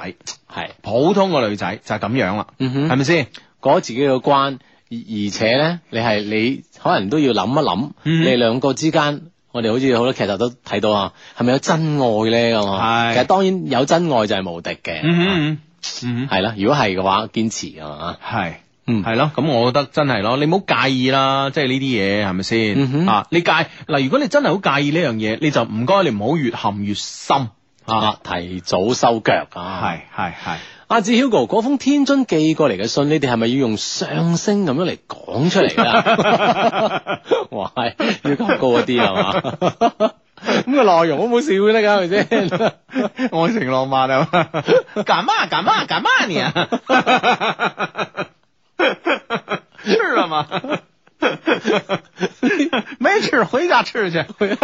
[SPEAKER 3] 係，
[SPEAKER 1] 普通嘅女仔就係咁樣啦，
[SPEAKER 3] 嗯哼
[SPEAKER 1] 係咪先？
[SPEAKER 3] 過咗自己嘅關，而而且咧，你係你可能都要諗一諗，
[SPEAKER 1] 嗯
[SPEAKER 3] 你哋兩個之間，我哋好似好多劇集都睇到啊，係咪有真愛咧咁啊？
[SPEAKER 1] 係
[SPEAKER 3] 其實當然有真愛就係無敵嘅，
[SPEAKER 1] 嗯哼嗯哼，
[SPEAKER 3] 係啦。如果係嘅話，堅持啊
[SPEAKER 1] 係。
[SPEAKER 3] 嘛，
[SPEAKER 1] 系咯，咁我覺得真係咯，你唔好介意啦，即係呢啲嘢係咪
[SPEAKER 3] 嗯哼
[SPEAKER 1] 先？啊，你介嗱，如果你真係好介意呢樣嘢，你就唔該你唔好越陷越深啊。
[SPEAKER 3] 啊，提早收腳啊，
[SPEAKER 1] 係係係，
[SPEAKER 3] 阿志 Hugo 嗰封天津寄過嚟嘅信，你哋係咪要用相聲咁樣嚟講出嚟 <laughs> 噶？哇，係要咁高一啲係嘛？ <laughs> 咁個內容好唔好笑得㗎？係咪先？
[SPEAKER 1] <laughs> 愛情浪漫啊，幹嘛幹嘛幹嘛你 <laughs> 啊？吃了嗎？ <laughs> 沒吃，回家吃去。 <laughs>
[SPEAKER 3] 呢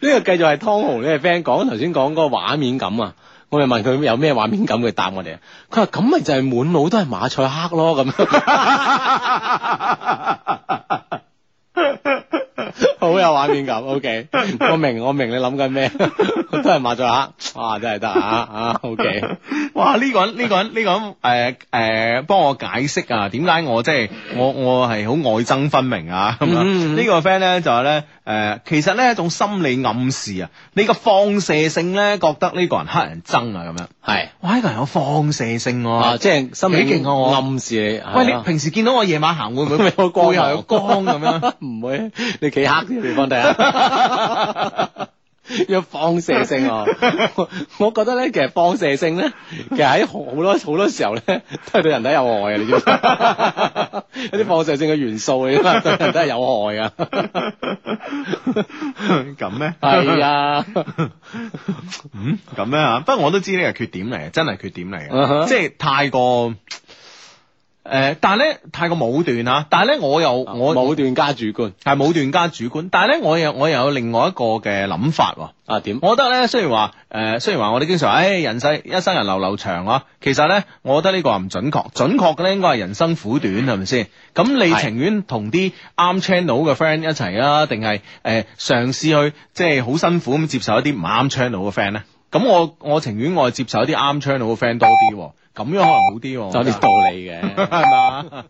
[SPEAKER 3] 個繼續係湯豪呢個 friend 講頭先講嗰個畫面感啊！我咪問佢有咩畫面感，佢答我哋啊！佢話咁咪就係滿腦都係馬賽克咯，咁樣 <laughs> 好有畫面感。OK，我明我明你諗緊咩，都係馬賽克，哇真係得啊啊！OK，
[SPEAKER 1] 哇！呢、個人呢、個人呢、個人誒誒，幫、幫我解釋啊，點解我即係我我係好愛憎分明啊咁樣？
[SPEAKER 3] 嗯嗯嗯
[SPEAKER 1] 呢個 friend 咧就係咧誒，其實咧一種心理暗示啊，你個放射性咧覺得呢個人黑人憎啊咁樣。
[SPEAKER 3] 係
[SPEAKER 1] 哇！呢、個人有放射性喎、
[SPEAKER 3] 啊，即係心理
[SPEAKER 1] 幾勁啊我
[SPEAKER 3] 暗示你。
[SPEAKER 1] 喂，
[SPEAKER 3] 係啊
[SPEAKER 1] 你平時見到我夜晚行會唔 <laughs> 會
[SPEAKER 3] 有光
[SPEAKER 1] 背後
[SPEAKER 3] 啊
[SPEAKER 1] 有光咁樣？
[SPEAKER 3] <laughs> 唔會，你企黑啲嘅地方睇下。 <laughs> 要放射性啊！ <laughs> 我我覺得咧，其實放射性咧，其實喺好多好多時候咧，都係對人體有害啊！你知唔知？ <laughs> 有啲放射性嘅元素嚟啊嘛，對人體係有害啊！
[SPEAKER 1] <laughs> 咁咩？
[SPEAKER 3] 係 <laughs> 啊，
[SPEAKER 1] <laughs> 嗯，咁樣啊，不過我都知呢個缺點嚟，真係缺點嚟嘅
[SPEAKER 3] 嗯哼
[SPEAKER 1] 即係太過誒、呃但係咧太過武斷啊！但係咧我又我
[SPEAKER 3] 武斷加主觀
[SPEAKER 1] 係武斷加主觀，但係咧我又我又有另外一個嘅諗法喎。
[SPEAKER 3] 啊點？
[SPEAKER 1] 我覺得咧，雖然話誒、呃，雖然話我哋經常話，誒、人世一生人流流長啊，其實咧，我覺得呢個唔準確，準確嘅咧應該係人生苦短，係咪先？咁你
[SPEAKER 3] 係
[SPEAKER 1] 情願同啲啱 channel 嘅 friend 一齊啊，定係誒嘗試去即係好辛苦咁接受一啲唔啱 channel 嘅 friend 咧？咁我我情願 <laughs> 我係接受一啲啱 channel 嘅 friend 多啲喎，咁樣可能好啲喎，
[SPEAKER 3] 有啲道理嘅。
[SPEAKER 1] 係嘛？